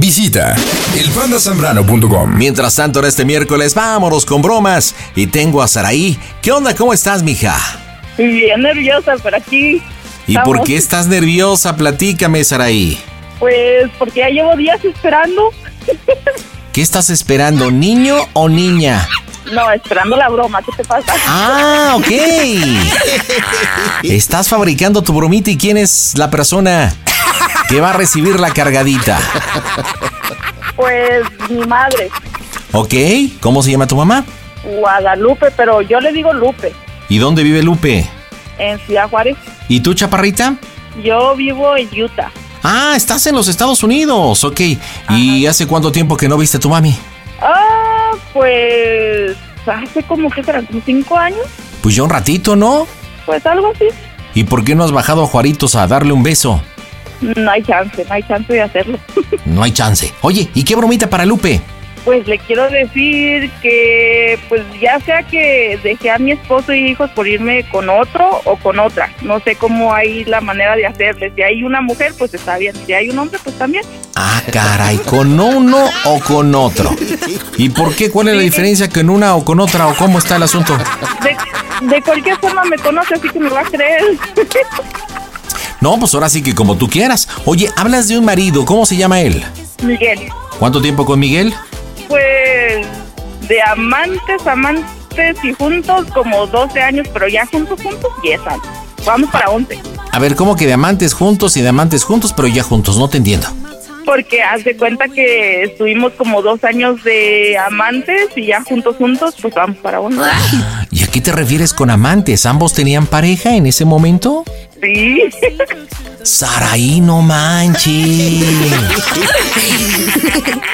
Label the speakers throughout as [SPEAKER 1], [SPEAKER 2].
[SPEAKER 1] Visita elpandasambrano.com.
[SPEAKER 2] Mientras tanto, en este miércoles, vámonos con bromas. Y tengo a Saraí. ¿Qué onda? ¿Cómo estás, mija?
[SPEAKER 3] Bien nerviosa por aquí.
[SPEAKER 2] ¿Y
[SPEAKER 3] Estamos-
[SPEAKER 2] por qué estás nerviosa? Platícame, Saraí.
[SPEAKER 3] Pues porque ya llevo días esperando.
[SPEAKER 2] ¿Qué estás esperando, niño o niña?
[SPEAKER 3] No, esperando la broma. ¿Qué te pasa?
[SPEAKER 2] Ah, ok. Estás fabricando tu bromita y quién es la persona que va a recibir la cargadita.
[SPEAKER 3] Pues mi madre,
[SPEAKER 2] ¿Ok? ¿Cómo se llama tu mamá?
[SPEAKER 3] Guadalupe, pero yo le digo Lupe,
[SPEAKER 2] ¿Y dónde vive Lupe?
[SPEAKER 3] en Ciudad Juárez.
[SPEAKER 2] ¿Y tú, chaparrita?
[SPEAKER 3] Yo vivo en Utah.
[SPEAKER 2] Ah, estás en los Estados Unidos, ok. ¿Y hace cuánto tiempo que no viste a tu mami?
[SPEAKER 3] Ah, pues hace como que serán como cinco años,
[SPEAKER 2] Pues ya un ratito, ¿no?
[SPEAKER 3] pues algo así.
[SPEAKER 2] ¿Y por qué no has bajado a Juaritos a darle un beso?
[SPEAKER 3] No hay chance, no hay chance de hacerlo.
[SPEAKER 2] No hay chance. Oye, ¿y qué bromita para Lupe?
[SPEAKER 3] Pues le quiero decir que, pues ya sea que dejé a mi esposo y hijos por irme con otro o con otra. No sé cómo hay la manera de hacerle. Si hay una mujer, pues está bien. Si hay un hombre, pues también.
[SPEAKER 2] Ah, caray, ¿con uno o con otro? ¿Y por qué? ¿Cuál es la diferencia con una o con otra? ¿O cómo está el asunto?
[SPEAKER 3] De, de cualquier forma me conoce, así que me va a creer.
[SPEAKER 2] No, pues ahora sí que como tú quieras. Oye, hablas de un marido, ¿cómo se llama él?
[SPEAKER 3] Miguel,
[SPEAKER 2] ¿Cuánto tiempo con Miguel?
[SPEAKER 3] pues de amantes, amantes y juntos como 12 años, pero ya juntos, juntos, 10 años. Vamos para 11.
[SPEAKER 2] A ver, ¿cómo que diamantes juntos y diamantes juntos, pero ya juntos? No te entiendo.
[SPEAKER 3] Porque haz de cuenta que estuvimos como dos años de amantes y ya juntos, juntos, pues vamos para uno.
[SPEAKER 2] ¿Y a qué te refieres con amantes? ¿Ambos tenían pareja en ese momento?
[SPEAKER 3] Sí.
[SPEAKER 2] Saraí, no manches.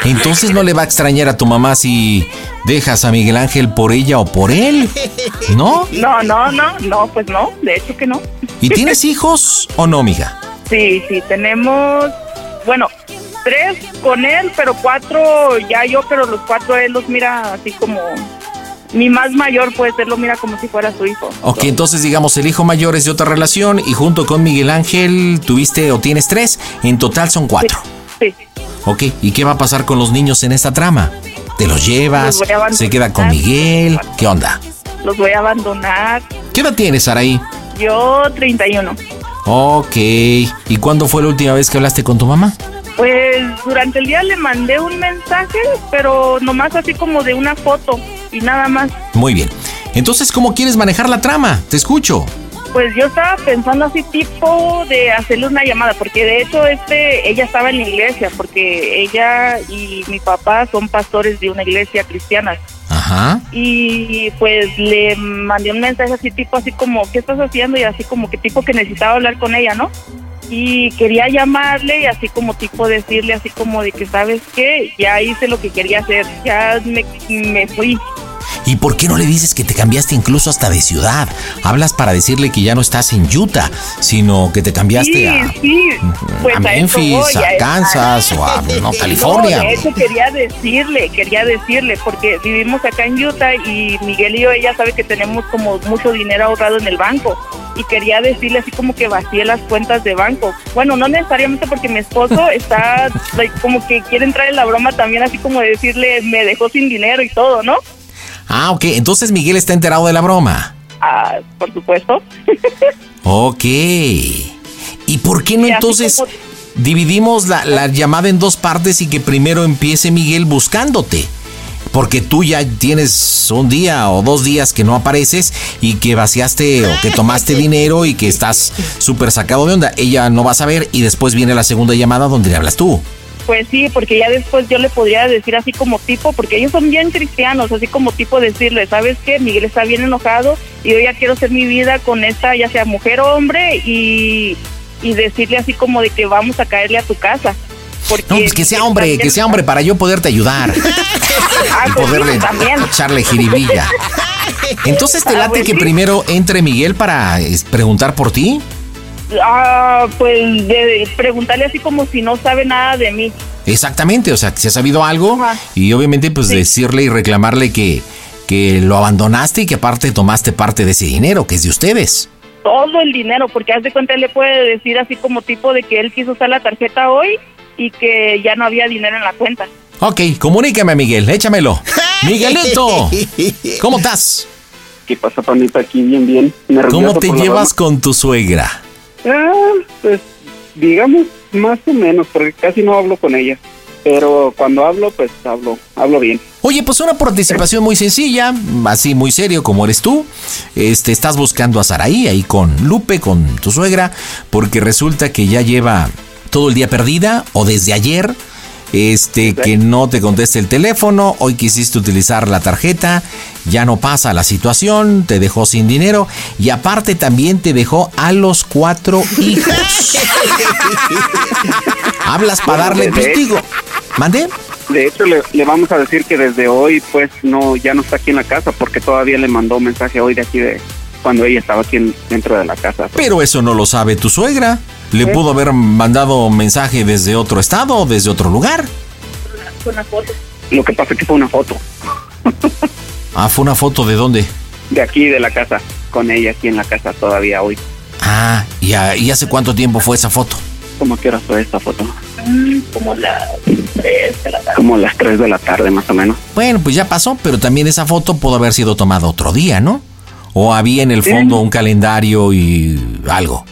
[SPEAKER 2] Entonces no le va a extrañar a tu mamá si dejas a Miguel Ángel por ella o por él, ¿no?
[SPEAKER 3] No, no, no, no, pues no, de hecho que no.
[SPEAKER 2] ¿Y tienes hijos o no, amiga?
[SPEAKER 3] Sí, sí, tenemos, bueno, tres con él, pero cuatro ya yo, pero los cuatro él los mira así como, mi más mayor pues él lo mira como si fuera su hijo.
[SPEAKER 2] Ok, entonces digamos el hijo mayor es de otra relación y junto con Miguel Ángel tuviste o tienes tres, en total son cuatro.
[SPEAKER 3] Sí.
[SPEAKER 2] Ok, ¿y qué va a pasar con los niños en esta trama? ¿Te los llevas?
[SPEAKER 3] Los voy a abandonar.
[SPEAKER 2] ¿Se queda con Miguel? ¿Qué onda?
[SPEAKER 3] Los voy a abandonar.
[SPEAKER 2] ¿Qué edad tienes, Saraí?
[SPEAKER 3] Yo 31.
[SPEAKER 2] Ok, ¿y cuándo fue la última vez que hablaste con tu mamá?
[SPEAKER 3] Pues durante el día le mandé un mensaje, pero nomás así como de una foto y nada más.
[SPEAKER 2] Muy bien. Entonces, ¿cómo quieres manejar la trama? Te escucho.
[SPEAKER 3] Pues yo estaba pensando así tipo de hacerle una llamada, porque de hecho este ella estaba en la iglesia, porque ella y mi papá son pastores de una iglesia cristiana.
[SPEAKER 2] Ajá.
[SPEAKER 3] Y pues le mandé un mensaje así tipo así como, ¿qué estás haciendo? Y así como que tipo que necesitaba hablar con ella, ¿no? Y quería llamarle y así como tipo decirle así como de que, ¿sabes qué? Ya hice lo que quería hacer, ya me, me fui.
[SPEAKER 2] ¿Y por qué no le dices que te cambiaste incluso hasta de ciudad? Hablas para decirle que ya no estás en Utah, sino que te cambiaste
[SPEAKER 3] Sí,
[SPEAKER 2] a,
[SPEAKER 3] sí. Pues
[SPEAKER 2] a
[SPEAKER 3] eso
[SPEAKER 2] Memphis,
[SPEAKER 3] voy,
[SPEAKER 2] a Kansas o a no, California.
[SPEAKER 3] No, de hecho quería decirle, quería decirle, porque vivimos acá en Utah y Miguel y yo, ella sabe que tenemos como mucho dinero ahorrado en el banco. Y quería decirle así como que vacié las cuentas de banco. Bueno, no necesariamente porque mi esposo está like, como que quiere entrar en la broma también, así como de decirle, me dejó sin dinero y todo, ¿no?
[SPEAKER 2] Ah, ok. Entonces Miguel está enterado de la broma.
[SPEAKER 3] Ah, por supuesto.
[SPEAKER 2] Ok. ¿Y por qué no
[SPEAKER 3] Y así
[SPEAKER 2] entonces
[SPEAKER 3] como-
[SPEAKER 2] dividimos la, la llamada en dos partes y que primero empiece Miguel buscándote? Porque tú ya tienes un día o dos días que no apareces y que vaciaste o que tomaste dinero y que estás súper sacado de onda. Ella no va a saber y después viene la segunda llamada donde le hablas tú.
[SPEAKER 3] Pues sí, porque ya después yo le podría decir así como tipo, porque ellos son bien cristianos, así como tipo decirle, ¿sabes qué? Miguel está bien enojado y yo ya quiero hacer mi vida con esta, ya sea mujer o hombre, y, y decirle así como de que vamos a caerle a tu casa. Porque
[SPEAKER 2] No, pues que sea
[SPEAKER 3] Miguel
[SPEAKER 2] hombre,
[SPEAKER 3] también-
[SPEAKER 2] que sea hombre para yo poderte ayudar
[SPEAKER 3] Ah,
[SPEAKER 2] y
[SPEAKER 3] pues sí,
[SPEAKER 2] poderle
[SPEAKER 3] también.
[SPEAKER 2] echarle jiribilla. Entonces te
[SPEAKER 3] Ah,
[SPEAKER 2] late
[SPEAKER 3] pues
[SPEAKER 2] que
[SPEAKER 3] sí.
[SPEAKER 2] primero entre Miguel para es, preguntar por ti.
[SPEAKER 3] Ah, pues de preguntarle así como si no sabe nada de mí.
[SPEAKER 2] Exactamente, o sea, que si ha sabido algo
[SPEAKER 3] Ajá.
[SPEAKER 2] y obviamente pues decirle y reclamarle que, que lo abandonaste y que aparte tomaste parte de ese dinero que es de ustedes.
[SPEAKER 3] todo el dinero, porque haz de cuenta él le puede decir así como tipo de que él quiso usar la tarjeta hoy y que ya no había dinero en la cuenta.
[SPEAKER 2] Ok, comunícame a Miguel, échamelo. Miguelito, ¿cómo estás?
[SPEAKER 4] ¿Qué pasa, panita? Aquí bien, bien. Nervioso
[SPEAKER 2] ¿Cómo te
[SPEAKER 4] por la
[SPEAKER 2] llevas con tu suegra?
[SPEAKER 4] broma. Ah, pues, digamos, más o menos, porque casi no hablo con ella. Pero cuando hablo, pues hablo, hablo bien.
[SPEAKER 2] Oye, pues una participación muy sencilla, así muy serio como eres tú. Este, estás buscando a Saraí ahí con Lupe, con tu suegra, porque resulta que ya lleva todo el día perdida o desde ayer. Este, que no te conteste el teléfono, hoy quisiste utilizar la tarjeta, ya no pasa la situación, te dejó sin dinero y aparte también te dejó a los cuatro hijos. Hablas para darle
[SPEAKER 4] Bueno, de-
[SPEAKER 2] testigo. ¿Mande?
[SPEAKER 4] De hecho, le, le vamos a decir que desde hoy, pues, no, ya no está aquí en la casa, porque todavía le mandó un mensaje hoy de aquí de cuando ella estaba aquí en- dentro de la casa.
[SPEAKER 2] Pero eso no lo sabe tu suegra. Le pudo haber mandado mensaje desde otro estado o desde otro lugar.
[SPEAKER 4] Lo que pasa es que fue una foto
[SPEAKER 2] Ah, fue una foto de dónde.
[SPEAKER 4] de aquí de la casa, con ella aquí en la casa todavía hoy.
[SPEAKER 2] Ah, ¿y, a- y hace cuánto tiempo fue esa foto?
[SPEAKER 4] ¿Cómo que hora fue esta foto? Como las 3 de la tarde, más o menos.
[SPEAKER 2] Bueno, pues ya pasó, pero también esa foto pudo haber sido tomada otro día, ¿no? O había en el fondo un calendario y algo.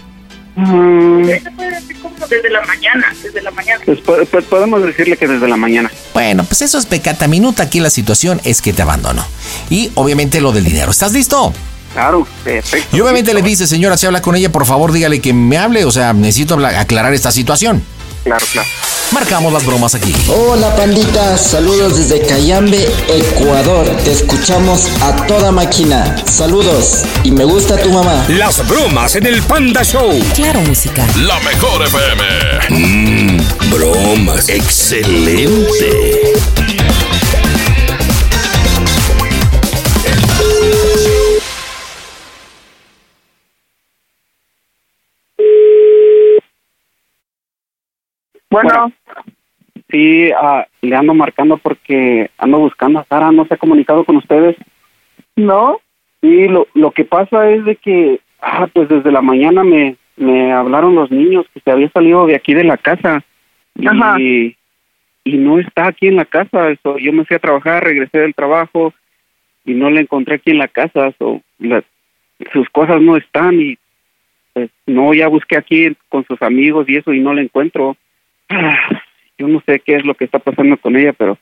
[SPEAKER 4] Mm,
[SPEAKER 3] así como desde la mañana, desde la mañana.
[SPEAKER 4] Pues, po- po- podemos decirle que desde la mañana.
[SPEAKER 2] Bueno, pues eso es pecata minuta. Aquí la situación es que te abandonó. Y obviamente lo del dinero. ¿Estás listo?
[SPEAKER 4] Claro, perfecto.
[SPEAKER 2] Y obviamente le dice, señora, si habla con ella, por favor dígale que me hable. O sea, necesito hablar- aclarar esta situación.
[SPEAKER 4] Claro, claro.
[SPEAKER 2] Marcamos las bromas aquí.
[SPEAKER 5] Hola pandita, saludos desde Cayambe, Ecuador. Te escuchamos a toda máquina. Saludos y me gusta tu mamá.
[SPEAKER 6] Las bromas en el Panda Show.
[SPEAKER 7] Claro, música.
[SPEAKER 8] La mejor FM. Mm,
[SPEAKER 6] Bromas. Excelente.
[SPEAKER 3] Bueno,
[SPEAKER 4] Sí, ah, le ando marcando porque ando buscando a Sara, no se ha comunicado con ustedes.
[SPEAKER 3] ¿no?
[SPEAKER 4] Y lo, lo que pasa es de que, ah, pues desde la mañana me, me hablaron los niños que se había salido de aquí de la casa. Y,
[SPEAKER 3] Ajá.
[SPEAKER 4] y no está aquí en la casa. eso yo me fui a trabajar, regresé del trabajo y no la encontré aquí en la casa. eso la- sus cosas no están y pues no, ya busqué aquí con sus amigos y eso y no la encuentro. Ah, yo no sé qué es lo que está pasando con ella, pero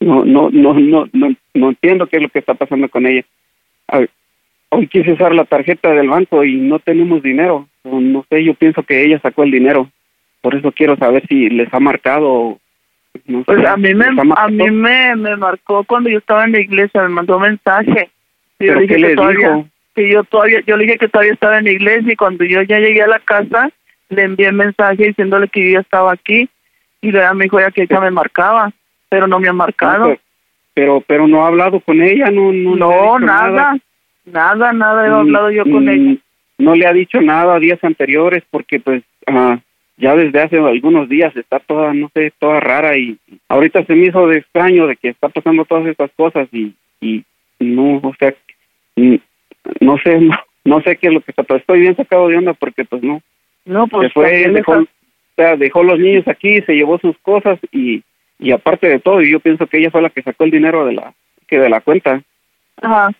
[SPEAKER 4] no, no, no, no, no, no entiendo qué es lo que está pasando con ella. A ver, hoy quise usar la tarjeta del banco y no tenemos dinero. O No sé, yo pienso que ella sacó el dinero. Por eso quiero saber si les ha marcado. o no
[SPEAKER 3] Pues
[SPEAKER 4] sé,
[SPEAKER 3] a mí me,
[SPEAKER 4] les ha
[SPEAKER 3] a
[SPEAKER 4] marcado.
[SPEAKER 3] mí me, me marcó cuando yo estaba en la iglesia, me mandó mensaje. Y yo le
[SPEAKER 4] ¿Pero
[SPEAKER 3] dije
[SPEAKER 4] qué
[SPEAKER 3] que
[SPEAKER 4] le
[SPEAKER 3] todavía,
[SPEAKER 4] dijo?
[SPEAKER 3] que yo todavía, yo le dije que todavía estaba en la iglesia y cuando yo ya llegué a la casa, le envié mensaje diciéndole que yo ya estaba aquí y luego me dijo ya que ella me marcaba, pero no me ha marcado.
[SPEAKER 4] Pero, pero, pero no ha hablado con ella, no, no. le ha
[SPEAKER 3] No,
[SPEAKER 4] dicho
[SPEAKER 3] nada, Oh, nada, nada he hablado yo con
[SPEAKER 4] pues Mm,
[SPEAKER 3] ella.
[SPEAKER 4] No le ha dicho nada días anteriores porque pues ah, ya desde hace algunos días está toda, no sé, toda rara y ahorita se me hizo de extraño de que está pasando todas estas cosas y, y no, o sea, mm, no sé, no, no sé qué es lo que está, pero estoy bien sacado de onda porque pues no,
[SPEAKER 3] No, pues
[SPEAKER 4] se fue,
[SPEAKER 3] también
[SPEAKER 4] dejó,
[SPEAKER 3] está-
[SPEAKER 4] o sea, dejó los niños aquí, se llevó sus cosas y, y aparte de todo, yo pienso que ella fue la que sacó el dinero de la, que de la cuenta
[SPEAKER 3] ajá.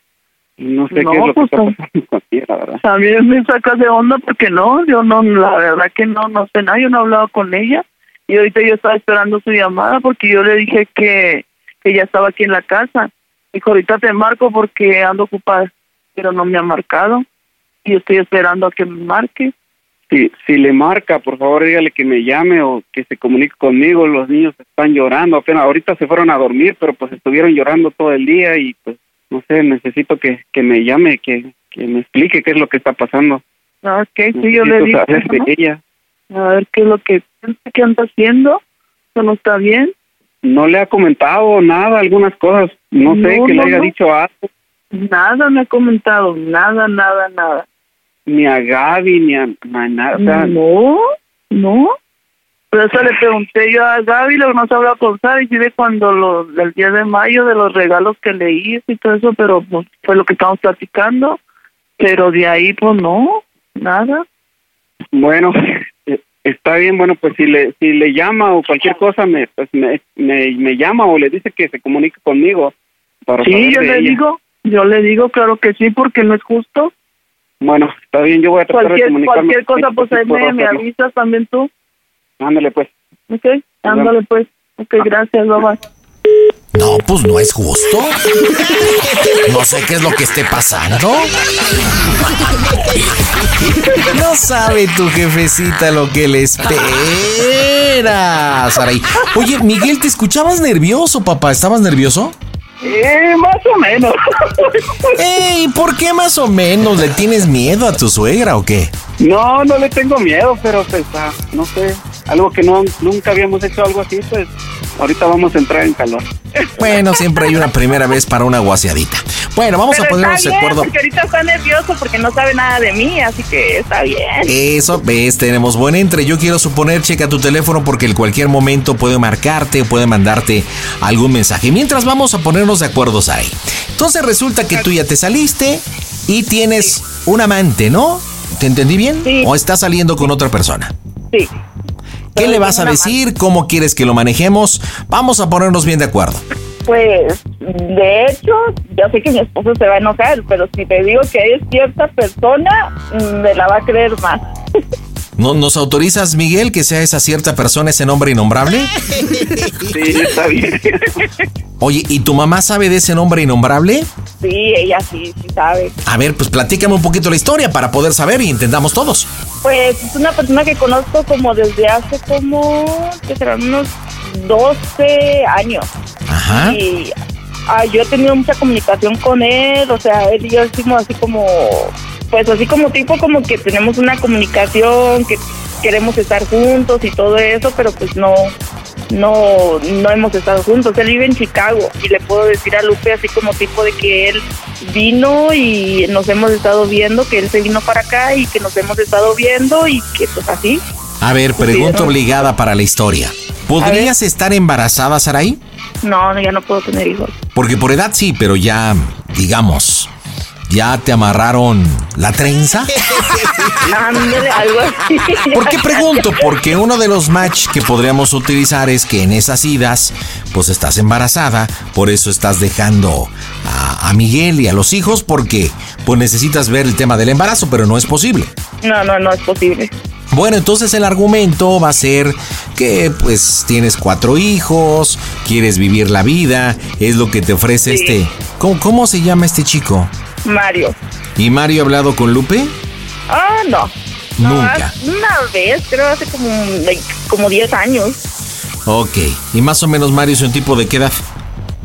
[SPEAKER 4] y no sé
[SPEAKER 3] No,
[SPEAKER 4] qué es lo que
[SPEAKER 3] pues,
[SPEAKER 4] está
[SPEAKER 3] tam-
[SPEAKER 4] pasando con ella, la verdad.
[SPEAKER 3] También me sacas de onda porque no, yo no, la verdad que no, no sé nada, yo no he hablado con ella y ahorita yo estaba esperando su llamada porque yo le dije que, que ya estaba aquí en la casa. Dijo, ahorita te marco porque ando ocupada, pero no me ha marcado y estoy esperando a que me marque.
[SPEAKER 4] Si, si le marca, por favor, dígale que me llame o que se comunique conmigo. Los niños están llorando. Apenas ahorita se fueron a dormir, pero pues estuvieron llorando todo el día y pues no sé, necesito que, que me llame, que, que me explique qué es lo que está pasando.
[SPEAKER 3] Ah, Ok, sí, yo le
[SPEAKER 4] Necesito
[SPEAKER 3] dije,
[SPEAKER 4] saber de
[SPEAKER 3] ¿no?
[SPEAKER 4] ella.
[SPEAKER 3] a ver qué es lo que piensa que anda haciendo, eso no está bien.
[SPEAKER 4] No le ha comentado nada, algunas cosas, no, sé,
[SPEAKER 3] No,
[SPEAKER 4] que
[SPEAKER 3] no,
[SPEAKER 4] le haya
[SPEAKER 3] no.
[SPEAKER 4] dicho algo,
[SPEAKER 3] Nada me ha comentado, nada, nada, nada.
[SPEAKER 4] ni a Gaby, ni a, a nada. O sea,
[SPEAKER 3] no, no. Por eso le pregunté yo a Gaby, lo que más hablaba con Gaby, sí de cuando lo, del 10 de mayo, de los regalos que le hice y todo eso, pero pues, fue lo que estábamos platicando. Pero de ahí, pues no, nada.
[SPEAKER 4] Bueno, eh, está bien, bueno, pues si le, si le llama o cualquier cosa, me, pues me, me, me llama o le dice que se comunique conmigo. Para
[SPEAKER 3] Sí,
[SPEAKER 4] saber
[SPEAKER 3] yo
[SPEAKER 4] de
[SPEAKER 3] le
[SPEAKER 4] ella.
[SPEAKER 3] digo, yo le digo, claro que sí, porque no es justo.
[SPEAKER 4] Bueno, está bien, yo voy a tratar de
[SPEAKER 3] Cualquier,
[SPEAKER 4] comunicarme.
[SPEAKER 3] cualquier
[SPEAKER 4] con
[SPEAKER 3] cosa,
[SPEAKER 4] ella,
[SPEAKER 3] pues
[SPEAKER 4] si
[SPEAKER 3] ahí
[SPEAKER 4] puedo
[SPEAKER 3] me, me
[SPEAKER 4] hacerlo.
[SPEAKER 3] avisas también tú.
[SPEAKER 4] Ándale, pues. Ah.
[SPEAKER 3] Ok, ándale pues. Ok, gracias, bye bye.
[SPEAKER 2] No, pues no es justo. No sé qué es lo que esté pasando. No sabe tu jefecita lo que le espera, Saraí. Oye, Miguel, ¿te escuchabas nervioso, papá? ¿Estabas nervioso?
[SPEAKER 3] Eh, más o menos.
[SPEAKER 2] Ey, ¿por qué más o menos le tienes miedo a tu suegra o qué?
[SPEAKER 4] No, no le tengo miedo, pero pues, ah, no sé, algo que no nunca habíamos hecho algo así, pues ahorita vamos a entrar en calor.
[SPEAKER 2] Bueno, siempre hay una primera vez para una guaseadita. Bueno, vamos a ponernos de acuerdo.
[SPEAKER 3] porque ahorita está nervioso porque no sabe nada de mí, así que está bien.
[SPEAKER 2] Eso, ves, tenemos buen entre. Yo quiero suponer, checa tu teléfono porque en cualquier momento puede marcarte, puede mandarte algún mensaje. Mientras vamos a ponernos de acuerdo, Saray. Entonces resulta que tú ya te saliste y tienes un amante, ¿no? ¿Te entendí bien?
[SPEAKER 3] Sí.
[SPEAKER 2] ¿O estás saliendo con otra persona?
[SPEAKER 3] Sí.
[SPEAKER 2] ¿Qué
[SPEAKER 3] Pero
[SPEAKER 2] le
[SPEAKER 3] yo
[SPEAKER 2] vas a
[SPEAKER 3] tengo un
[SPEAKER 2] decir? ¿Cómo quieres que lo manejemos? Vamos a ponernos bien de acuerdo.
[SPEAKER 3] Pues, de hecho, yo sé que mi esposo se va a enojar, pero si te digo que es cierta persona, mm, me la va a creer más.
[SPEAKER 2] ¿No, ¿Nos autorizas, Miguel, que sea esa cierta persona, ese nombre innombrable?
[SPEAKER 4] Sí, está bien.
[SPEAKER 2] Oye, ¿y tu mamá sabe de ese nombre innombrable?
[SPEAKER 3] Sí, ella sí, sí sabe.
[SPEAKER 2] A ver, pues platícame un poquito la historia para poder saber y entendamos todos.
[SPEAKER 3] Pues es una persona que conozco como desde hace como, que serán unos 12 años.
[SPEAKER 2] Ajá.
[SPEAKER 3] Y ah, yo he tenido mucha comunicación con él, o sea, él y yo decimos así como, pues así como tipo como que tenemos una comunicación, que queremos estar juntos y todo eso, pero pues no, no, no hemos estado juntos. Él vive en Chicago y le puedo decir a Lupe así como tipo de que él vino y nos hemos estado viendo, que él se vino para acá y que nos hemos estado viendo y que pues así.
[SPEAKER 2] A ver, pregunta obligada para la historia. ¿Podrías estar embarazada, Saraí?
[SPEAKER 3] No, no, ya no puedo tener hijos.
[SPEAKER 2] Porque por edad sí, pero ya, digamos, ya te amarraron la trenza.
[SPEAKER 3] Ándale, algo así.
[SPEAKER 2] ¿Por qué pregunto? Porque uno de los match que podríamos utilizar es que en esas idas, pues estás embarazada, por eso estás dejando a, a Miguel y a los hijos, porque pues necesitas ver el tema del embarazo, pero no es posible.
[SPEAKER 3] No, no, no es posible.
[SPEAKER 2] Bueno, entonces el argumento va a ser que pues tienes cuatro hijos, quieres vivir la vida, es lo que te ofrece
[SPEAKER 3] Sí.
[SPEAKER 2] este... ¿Cómo, cómo se llama este chico?
[SPEAKER 3] Mario.
[SPEAKER 2] ¿Y Mario ha hablado con Lupe?
[SPEAKER 3] Ah, no. No,
[SPEAKER 2] Nunca.
[SPEAKER 3] hace- Ah, Una vez, creo hace como, like, como 10 años.
[SPEAKER 2] Ok. ¿Y más o menos Mario es un tipo de qué edad?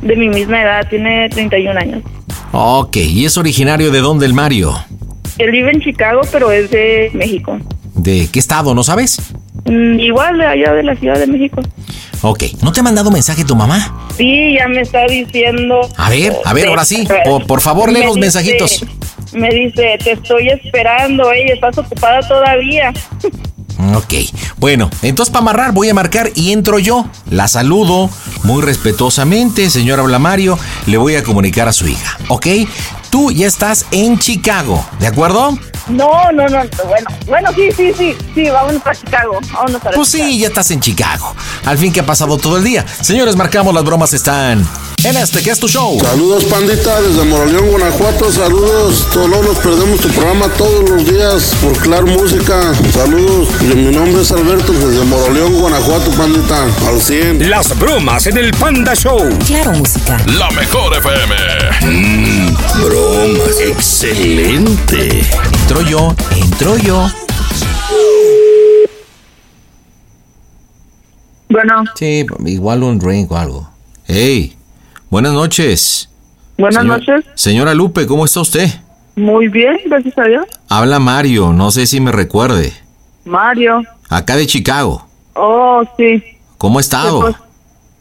[SPEAKER 3] De mi misma edad, tiene 31 años.
[SPEAKER 2] Ok. ¿Y es originario de dónde el Mario?
[SPEAKER 3] Él vive en Chicago, pero es de México.
[SPEAKER 2] ¿De qué estado? ¿No sabes?
[SPEAKER 3] Mm, Igual de allá de la Ciudad de México.
[SPEAKER 2] Ok. ¿No te ha mandado mensaje tu mamá?
[SPEAKER 3] Sí, ya me está diciendo.
[SPEAKER 2] A ver, a ver, ahora sí. Por- por favor, lee
[SPEAKER 3] Me
[SPEAKER 2] los
[SPEAKER 3] dice-
[SPEAKER 2] mensajitos.
[SPEAKER 3] Me dice, te estoy esperando, ella estás ocupada todavía.
[SPEAKER 2] Ok. Bueno, entonces para amarrar voy a marcar y entro yo. La saludo muy respetuosamente, señora Blamario. Le voy a comunicar a su hija. Ok. Tú ya estás en Chicago, ¿de acuerdo?
[SPEAKER 3] No, no, no, no, bueno, bueno, sí, sí, sí, sí, vámonos para Chicago, vámonos para
[SPEAKER 2] Pues sí, ya estás en Chicago. Al fin que ha pasado todo el día. Señores, marcamos las bromas están en este que es tu show.
[SPEAKER 7] Saludos pandita desde Moraleón, Guanajuato, saludos, todos nos perdemos tu programa todos los días por Clar Música, saludos, Y mi nombre es Alberto desde Moraleón, Guanajuato pandita, al 100.
[SPEAKER 6] Las bromas en el Panda Show.
[SPEAKER 9] Claro, música.
[SPEAKER 8] La mejor FM. Mm,
[SPEAKER 6] Bromas, excelente.
[SPEAKER 2] Entro yo, entro yo.
[SPEAKER 3] Bueno,
[SPEAKER 2] Sí, igual un drink o algo. Hey, buenas noches.
[SPEAKER 3] buenas
[SPEAKER 2] Señor-
[SPEAKER 3] noches,
[SPEAKER 2] Señora Lupe, ¿cómo está usted?
[SPEAKER 3] muy bien, gracias a Dios.
[SPEAKER 2] Habla Mario, no sé si me recuerde.
[SPEAKER 3] Mario,
[SPEAKER 2] Acá de Chicago.
[SPEAKER 3] oh, sí,
[SPEAKER 2] ¿Cómo ha estado?
[SPEAKER 3] Pues,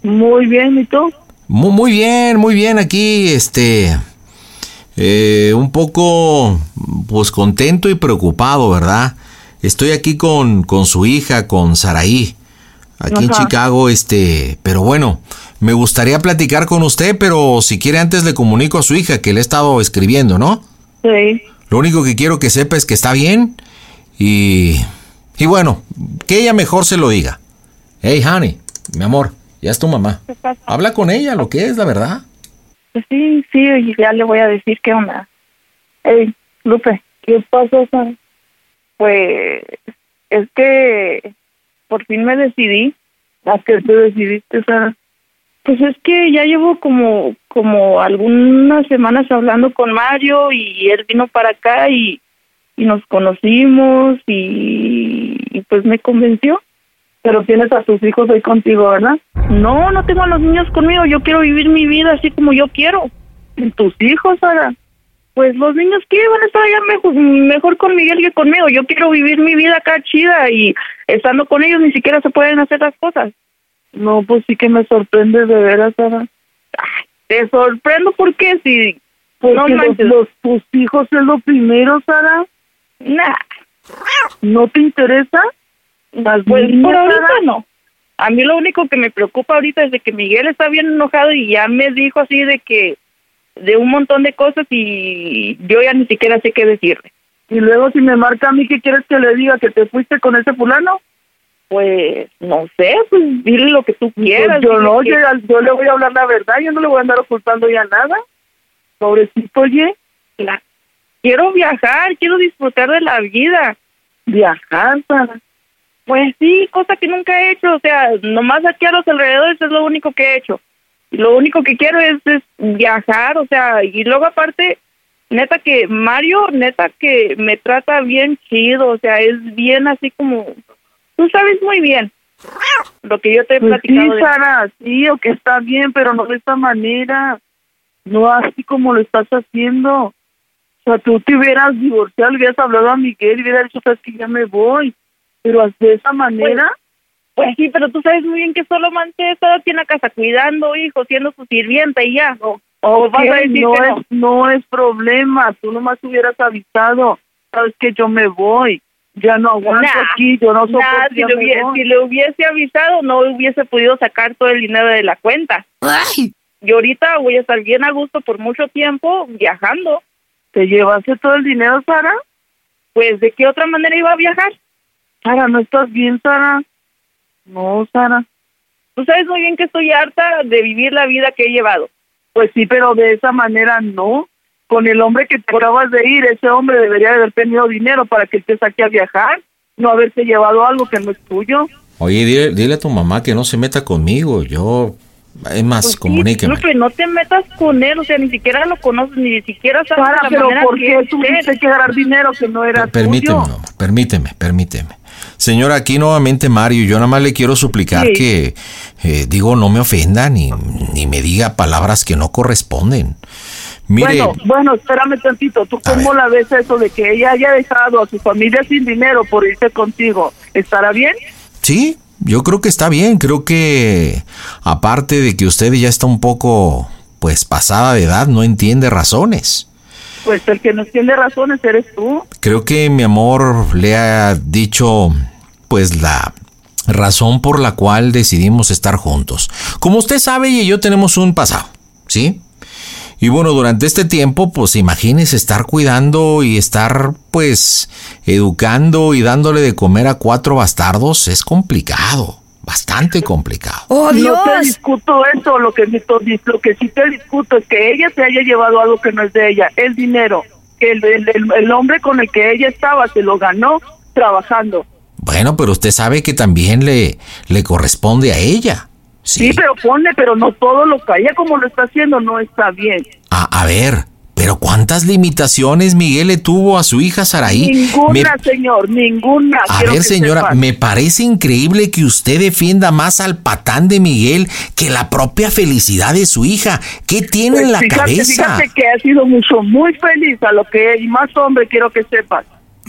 [SPEAKER 3] muy bien, ¿y tú?
[SPEAKER 2] Mu- Muy, bien, muy bien aquí, este, eh, un poco, pues contento y preocupado, ¿verdad? Estoy aquí con, con su hija, con Saraí, aquí en
[SPEAKER 3] Ajá.
[SPEAKER 2] Chicago, este, pero bueno, me gustaría platicar con usted, pero si quiere antes le comunico a su hija que le he estado escribiendo, ¿no?
[SPEAKER 3] Sí,
[SPEAKER 2] Lo único que quiero que sepa es que está bien y, y bueno, que ella mejor se lo diga. Hey, honey, mi amor, ya es tu mamá. Habla con ella, lo que es, la verdad.
[SPEAKER 3] pues sí, sí, y ya le voy a decir qué onda. Ey, Lupe, ¿qué pasó, Sara? Pues, es que por fin me decidí. ¿A qué te decidiste, Sara? Pues es que ya llevo como, como algunas semanas hablando con Mario y él vino para acá y, y nos conocimos y, y pues me convenció. Pero tienes a tus hijos hoy contigo, ¿verdad? No, no tengo a los niños conmigo. Yo quiero vivir mi vida así como yo quiero. ¿Y ¿Tus hijos, Sara? Pues los niños que van a estar allá mejor, mejor con Miguel que conmigo. Yo quiero vivir mi vida acá chida y estando con ellos ni siquiera se pueden hacer las cosas. No, pues sí que me sorprende de veras, Sara. Te sorprendo porque si
[SPEAKER 10] Pues
[SPEAKER 3] no manches. tus hijos es lo primero, Sara. Nah. ¿No te interesa? pues por ahorita no. A mí lo único que me preocupa ahorita es de que Miguel está bien enojado y ya me dijo así de que de un montón de cosas y yo ya ni siquiera sé qué decirle. Y luego si me marca a mí, ¿qué quieres que le diga? ¿Que te fuiste con ese fulano? Pues no sé, pues dile lo que tú quieras. yo no, yo, yo le voy a hablar la verdad, yo no le voy a andar ocultando ya nada. Pobrecito, oye. Quiero viajar, quiero disfrutar de la vida. Viajar, Pues sí, cosa que nunca he hecho, o sea, nomás aquí a los alrededores es lo único que he hecho. Y Lo único que quiero es, es viajar, o sea, y luego aparte, neta que Mario, neta que me trata bien chido, o sea, es bien así como, tú sabes muy bien lo que yo te he platicado. de-
[SPEAKER 10] Pues Sara, sí, o que está bien, pero no de esta manera, no así como lo estás haciendo. O sea, tú te hubieras divorciado, le hubieras hablado a Miguel y hubieras dicho, sabes que ya me voy, pero de esa manera,
[SPEAKER 3] Pues sí, pero tú sabes muy bien que solo estaba aquí en la casa cuidando hijos, siendo su sirvienta y ya. O, Pues, o vas a
[SPEAKER 10] ok,
[SPEAKER 3] decir
[SPEAKER 10] no,
[SPEAKER 3] que no.
[SPEAKER 10] es, no es problema, tú nomás hubieras avisado, sabes que yo me voy, ya no aguanto
[SPEAKER 3] Nah,
[SPEAKER 10] aquí, yo no soporto,
[SPEAKER 3] Nah, si,
[SPEAKER 10] ya
[SPEAKER 3] le
[SPEAKER 10] me
[SPEAKER 3] hubiese,
[SPEAKER 10] voy.
[SPEAKER 3] si le hubiese avisado, no hubiese podido sacar todo el dinero de la cuenta. Y ahorita voy a estar bien a gusto por mucho tiempo viajando.
[SPEAKER 10] ¿Te llevaste todo el dinero, Sara?
[SPEAKER 3] Pues, ¿de qué otra manera iba a viajar?
[SPEAKER 10] Sara, ¿no estás bien, Sara? No, Sara.
[SPEAKER 3] Tú sabes muy bien que estoy harta de vivir la vida que he llevado.
[SPEAKER 10] Pues sí, pero de esa manera no. Con el hombre que te acabas de ir, ese hombre debería de haber tenido dinero para que te saque a viajar, no haberse llevado algo que no es tuyo.
[SPEAKER 2] Oye, dile, dile a tu mamá que no se meta conmigo. Yo Es más,
[SPEAKER 3] Pues sí,
[SPEAKER 2] comuníqueme.
[SPEAKER 3] Lupe, no te metas con él, o sea, ni siquiera lo conoces, ni siquiera sabes
[SPEAKER 10] Sara,
[SPEAKER 3] la
[SPEAKER 10] pero
[SPEAKER 3] manera
[SPEAKER 10] ¿por
[SPEAKER 3] que
[SPEAKER 10] qué
[SPEAKER 3] él
[SPEAKER 10] tuviste
[SPEAKER 3] es.
[SPEAKER 10] que ganar dinero que no era
[SPEAKER 2] Permíteme,
[SPEAKER 10] tuyo?
[SPEAKER 2] no, permíteme, permíteme. Señora, aquí nuevamente Mario, yo nada más le quiero suplicar
[SPEAKER 10] Sí.
[SPEAKER 2] que, eh, digo, no me ofenda ni, ni me diga palabras que no corresponden. Mire,
[SPEAKER 10] Bueno, bueno, espérame tantito. ¿Tú cómo la ves eso de que ella haya dejado a su familia sin dinero por irse contigo? ¿Estará bien?
[SPEAKER 2] Sí, yo creo que está bien. Creo que aparte de que usted ya está un poco, pues, pasada de edad, no entiende razones.
[SPEAKER 10] Pues el que nos tiene razones eres tú.
[SPEAKER 2] Creo que mi amor le ha dicho, pues, la razón por la cual decidimos estar juntos. Como usted sabe, ella y yo tenemos un pasado, ¿sí? Y bueno, durante este tiempo, pues imagínese estar cuidando y estar, pues, educando y dándole de comer a cuatro bastardos es complicado, bastante complicado.
[SPEAKER 10] No te discuto eso. Lo que, sí te- lo que sí te discuto es que ella se haya llevado algo que no es de ella, el dinero. Que el, el- el- el hombre con el que ella estaba se lo ganó trabajando.
[SPEAKER 2] Bueno, pero usted sabe que también le, le corresponde a ella.
[SPEAKER 10] Sí, pero ponle, pero no todo lo que ella como lo está haciendo no está bien.
[SPEAKER 2] A, a ver, pero ¿cuántas limitaciones Miguel le tuvo a su hija Saraí? Me-
[SPEAKER 10] Ninguna, señor, ninguna.
[SPEAKER 2] a
[SPEAKER 10] Quiero
[SPEAKER 2] ver,
[SPEAKER 10] que
[SPEAKER 2] señora,
[SPEAKER 10] sepas.
[SPEAKER 2] me parece increíble que usted defienda más al patán de Miguel que la propia felicidad de su hija. ¿Qué tiene
[SPEAKER 10] Pues
[SPEAKER 2] en la
[SPEAKER 10] fíjate,
[SPEAKER 2] cabeza?
[SPEAKER 10] Fíjate que ha sido mucho, muy feliz a lo que es, y más hombre, quiero que sepas.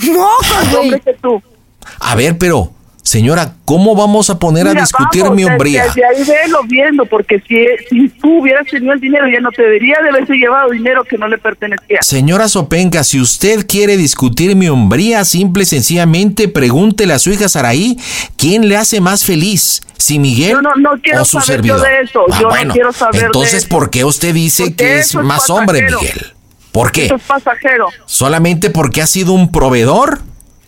[SPEAKER 10] No, más hombre que tú.
[SPEAKER 2] A ver, pero, señora, ¿cómo vamos a poner a
[SPEAKER 10] Mira,
[SPEAKER 2] discutir
[SPEAKER 10] vamos,
[SPEAKER 2] mi
[SPEAKER 10] desde-
[SPEAKER 2] hombría?
[SPEAKER 10] Desde ahí velo viendo, porque si, si tú hubieras tenido el dinero, ya no te debería de haberse llevado dinero que no le pertenecía.
[SPEAKER 2] Señora Sopenca, si usted quiere discutir mi hombría, simple y sencillamente pregúntele a su hija Saraí quién le hace más feliz, si Miguel
[SPEAKER 10] Yo no- no quiero
[SPEAKER 2] o su
[SPEAKER 10] saber yo
[SPEAKER 2] servidor. Ah,
[SPEAKER 10] de eso, yo no quiero saber de
[SPEAKER 2] entonces,
[SPEAKER 10] eso.
[SPEAKER 2] ¿por qué usted dice
[SPEAKER 10] Porque
[SPEAKER 2] que es
[SPEAKER 10] eso es
[SPEAKER 2] más hombre,
[SPEAKER 10] pasajero.
[SPEAKER 2] Miguel? ¿Por qué?
[SPEAKER 10] Eso es pasajero.
[SPEAKER 2] ¿Solamente porque ha sido un proveedor?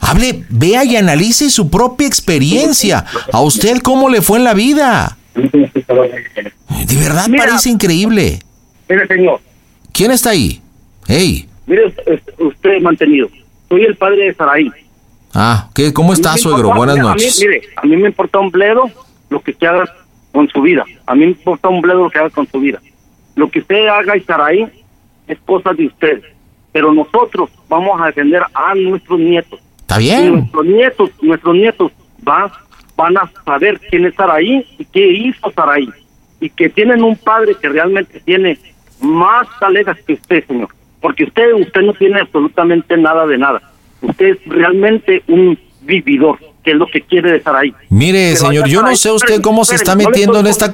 [SPEAKER 2] Hable, vea y analice su propia experiencia. ¿A usted cómo le fue en la vida? De verdad parece increíble.
[SPEAKER 5] Mire, señor,
[SPEAKER 2] ¿Quién está ahí? Hey.
[SPEAKER 5] mire usted, usted mantenido. Soy el padre de Saraí.
[SPEAKER 2] Ah, ¿qué, ¿cómo
[SPEAKER 5] A
[SPEAKER 2] está,
[SPEAKER 5] mí me
[SPEAKER 2] suegro?
[SPEAKER 5] importa-
[SPEAKER 2] Buenas
[SPEAKER 5] mira, a mí,
[SPEAKER 2] noches.
[SPEAKER 5] mire, a mí me importa un bledo lo que usted haga con su vida. A mí me importa un bledo lo que haga con su vida. Lo que usted haga y Saraí es cosa de usted. Pero nosotros vamos a defender a nuestros nietos.
[SPEAKER 2] Está
[SPEAKER 5] Y
[SPEAKER 2] bien.
[SPEAKER 5] nuestros nietos, nuestros nietos van, van a saber quién es Saraí y qué hizo Saraí. Y que tienen un padre que realmente tiene más talegas que usted, señor. Porque usted, usted no tiene absolutamente nada de nada. Usted es realmente un vividor, que es lo que quiere de Saraí.
[SPEAKER 2] Mire,
[SPEAKER 5] Pero
[SPEAKER 2] señor,
[SPEAKER 5] allá
[SPEAKER 2] yo no
[SPEAKER 5] Saraí-
[SPEAKER 2] sé usted
[SPEAKER 5] espéreme,
[SPEAKER 2] cómo se está
[SPEAKER 5] espéreme, no le
[SPEAKER 2] metiendo en
[SPEAKER 5] estoy
[SPEAKER 2] esta
[SPEAKER 5] contestando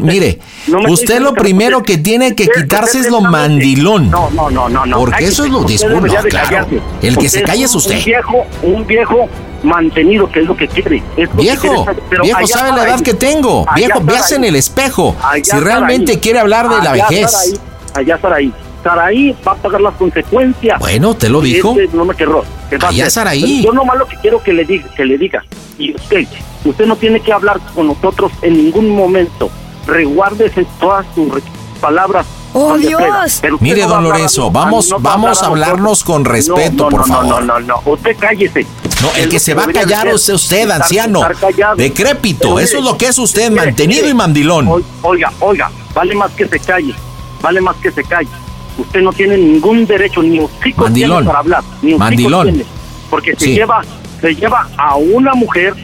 [SPEAKER 2] conversación.
[SPEAKER 5] me conteste.
[SPEAKER 2] Mire,
[SPEAKER 5] No me estoy
[SPEAKER 2] usted lo
[SPEAKER 5] diciendo
[SPEAKER 2] primero
[SPEAKER 5] conteste.
[SPEAKER 2] que tiene que
[SPEAKER 5] Usted-
[SPEAKER 2] quitarse
[SPEAKER 5] usted
[SPEAKER 2] es lo
[SPEAKER 5] pensando que-
[SPEAKER 2] mandilón.
[SPEAKER 5] No, no, no, no. no.
[SPEAKER 2] Porque eso es lo
[SPEAKER 5] Cállese, usted
[SPEAKER 2] disculpa,
[SPEAKER 5] debería de
[SPEAKER 2] claro.
[SPEAKER 5] callarse.
[SPEAKER 2] El que
[SPEAKER 5] Usted
[SPEAKER 2] se calla es
[SPEAKER 5] Un
[SPEAKER 2] usted.
[SPEAKER 5] viejo, un viejo mantenido, que es lo que quiere. Es lo que
[SPEAKER 2] Viejo,
[SPEAKER 5] quiere, pero
[SPEAKER 2] viejo,
[SPEAKER 5] allá
[SPEAKER 2] sabe la
[SPEAKER 5] Saraí.
[SPEAKER 2] edad que tengo.
[SPEAKER 5] Allá
[SPEAKER 2] Viejo, veas
[SPEAKER 5] Saraí.
[SPEAKER 2] en el espejo.
[SPEAKER 5] Allá
[SPEAKER 2] Si realmente
[SPEAKER 5] Saraí.
[SPEAKER 2] quiere hablar de la
[SPEAKER 5] Allá
[SPEAKER 2] vejez.
[SPEAKER 5] Saraí, Allá Saraí. Saraí va a pagar las consecuencias.
[SPEAKER 2] Bueno, te lo
[SPEAKER 5] Y
[SPEAKER 2] dijo.
[SPEAKER 5] este no me querró. que va a
[SPEAKER 2] Allá
[SPEAKER 5] hacer.
[SPEAKER 2] Saraí.
[SPEAKER 5] Pero Yo nomás lo que quiero que le diga, que le diga. Y usted, usted no tiene que hablar con nosotros en ningún momento. Reguárdese todas sus re- palabras.
[SPEAKER 9] ¡Oh,
[SPEAKER 5] donde
[SPEAKER 9] Dios!
[SPEAKER 5] pueda. Pero usted
[SPEAKER 2] Mire,
[SPEAKER 5] va a
[SPEAKER 2] don
[SPEAKER 5] hablar a
[SPEAKER 2] Lorenzo,
[SPEAKER 5] mí,
[SPEAKER 2] vamos-
[SPEAKER 5] a mí no va a
[SPEAKER 2] vamos
[SPEAKER 5] hablar
[SPEAKER 2] a hablarnos
[SPEAKER 5] nosotros.
[SPEAKER 2] con
[SPEAKER 5] No,
[SPEAKER 2] respeto,
[SPEAKER 5] no,
[SPEAKER 2] por
[SPEAKER 5] no,
[SPEAKER 2] favor.
[SPEAKER 5] No, no, no, no. Usted cállese.
[SPEAKER 2] No, el que se va a callar es usted, anciano. Decrépito. Eso es lo que es usted, mantenido y mandilón.
[SPEAKER 5] Oiga, oiga, vale más que se calle, vale más que se calle. Usted no tiene ningún derecho, ni hocico
[SPEAKER 2] Mandilón.
[SPEAKER 5] tiene para hablar, ni hocico
[SPEAKER 2] Mandilón.
[SPEAKER 5] tiene, porque se
[SPEAKER 2] Sí.
[SPEAKER 5] lleva, se lleva a una mujer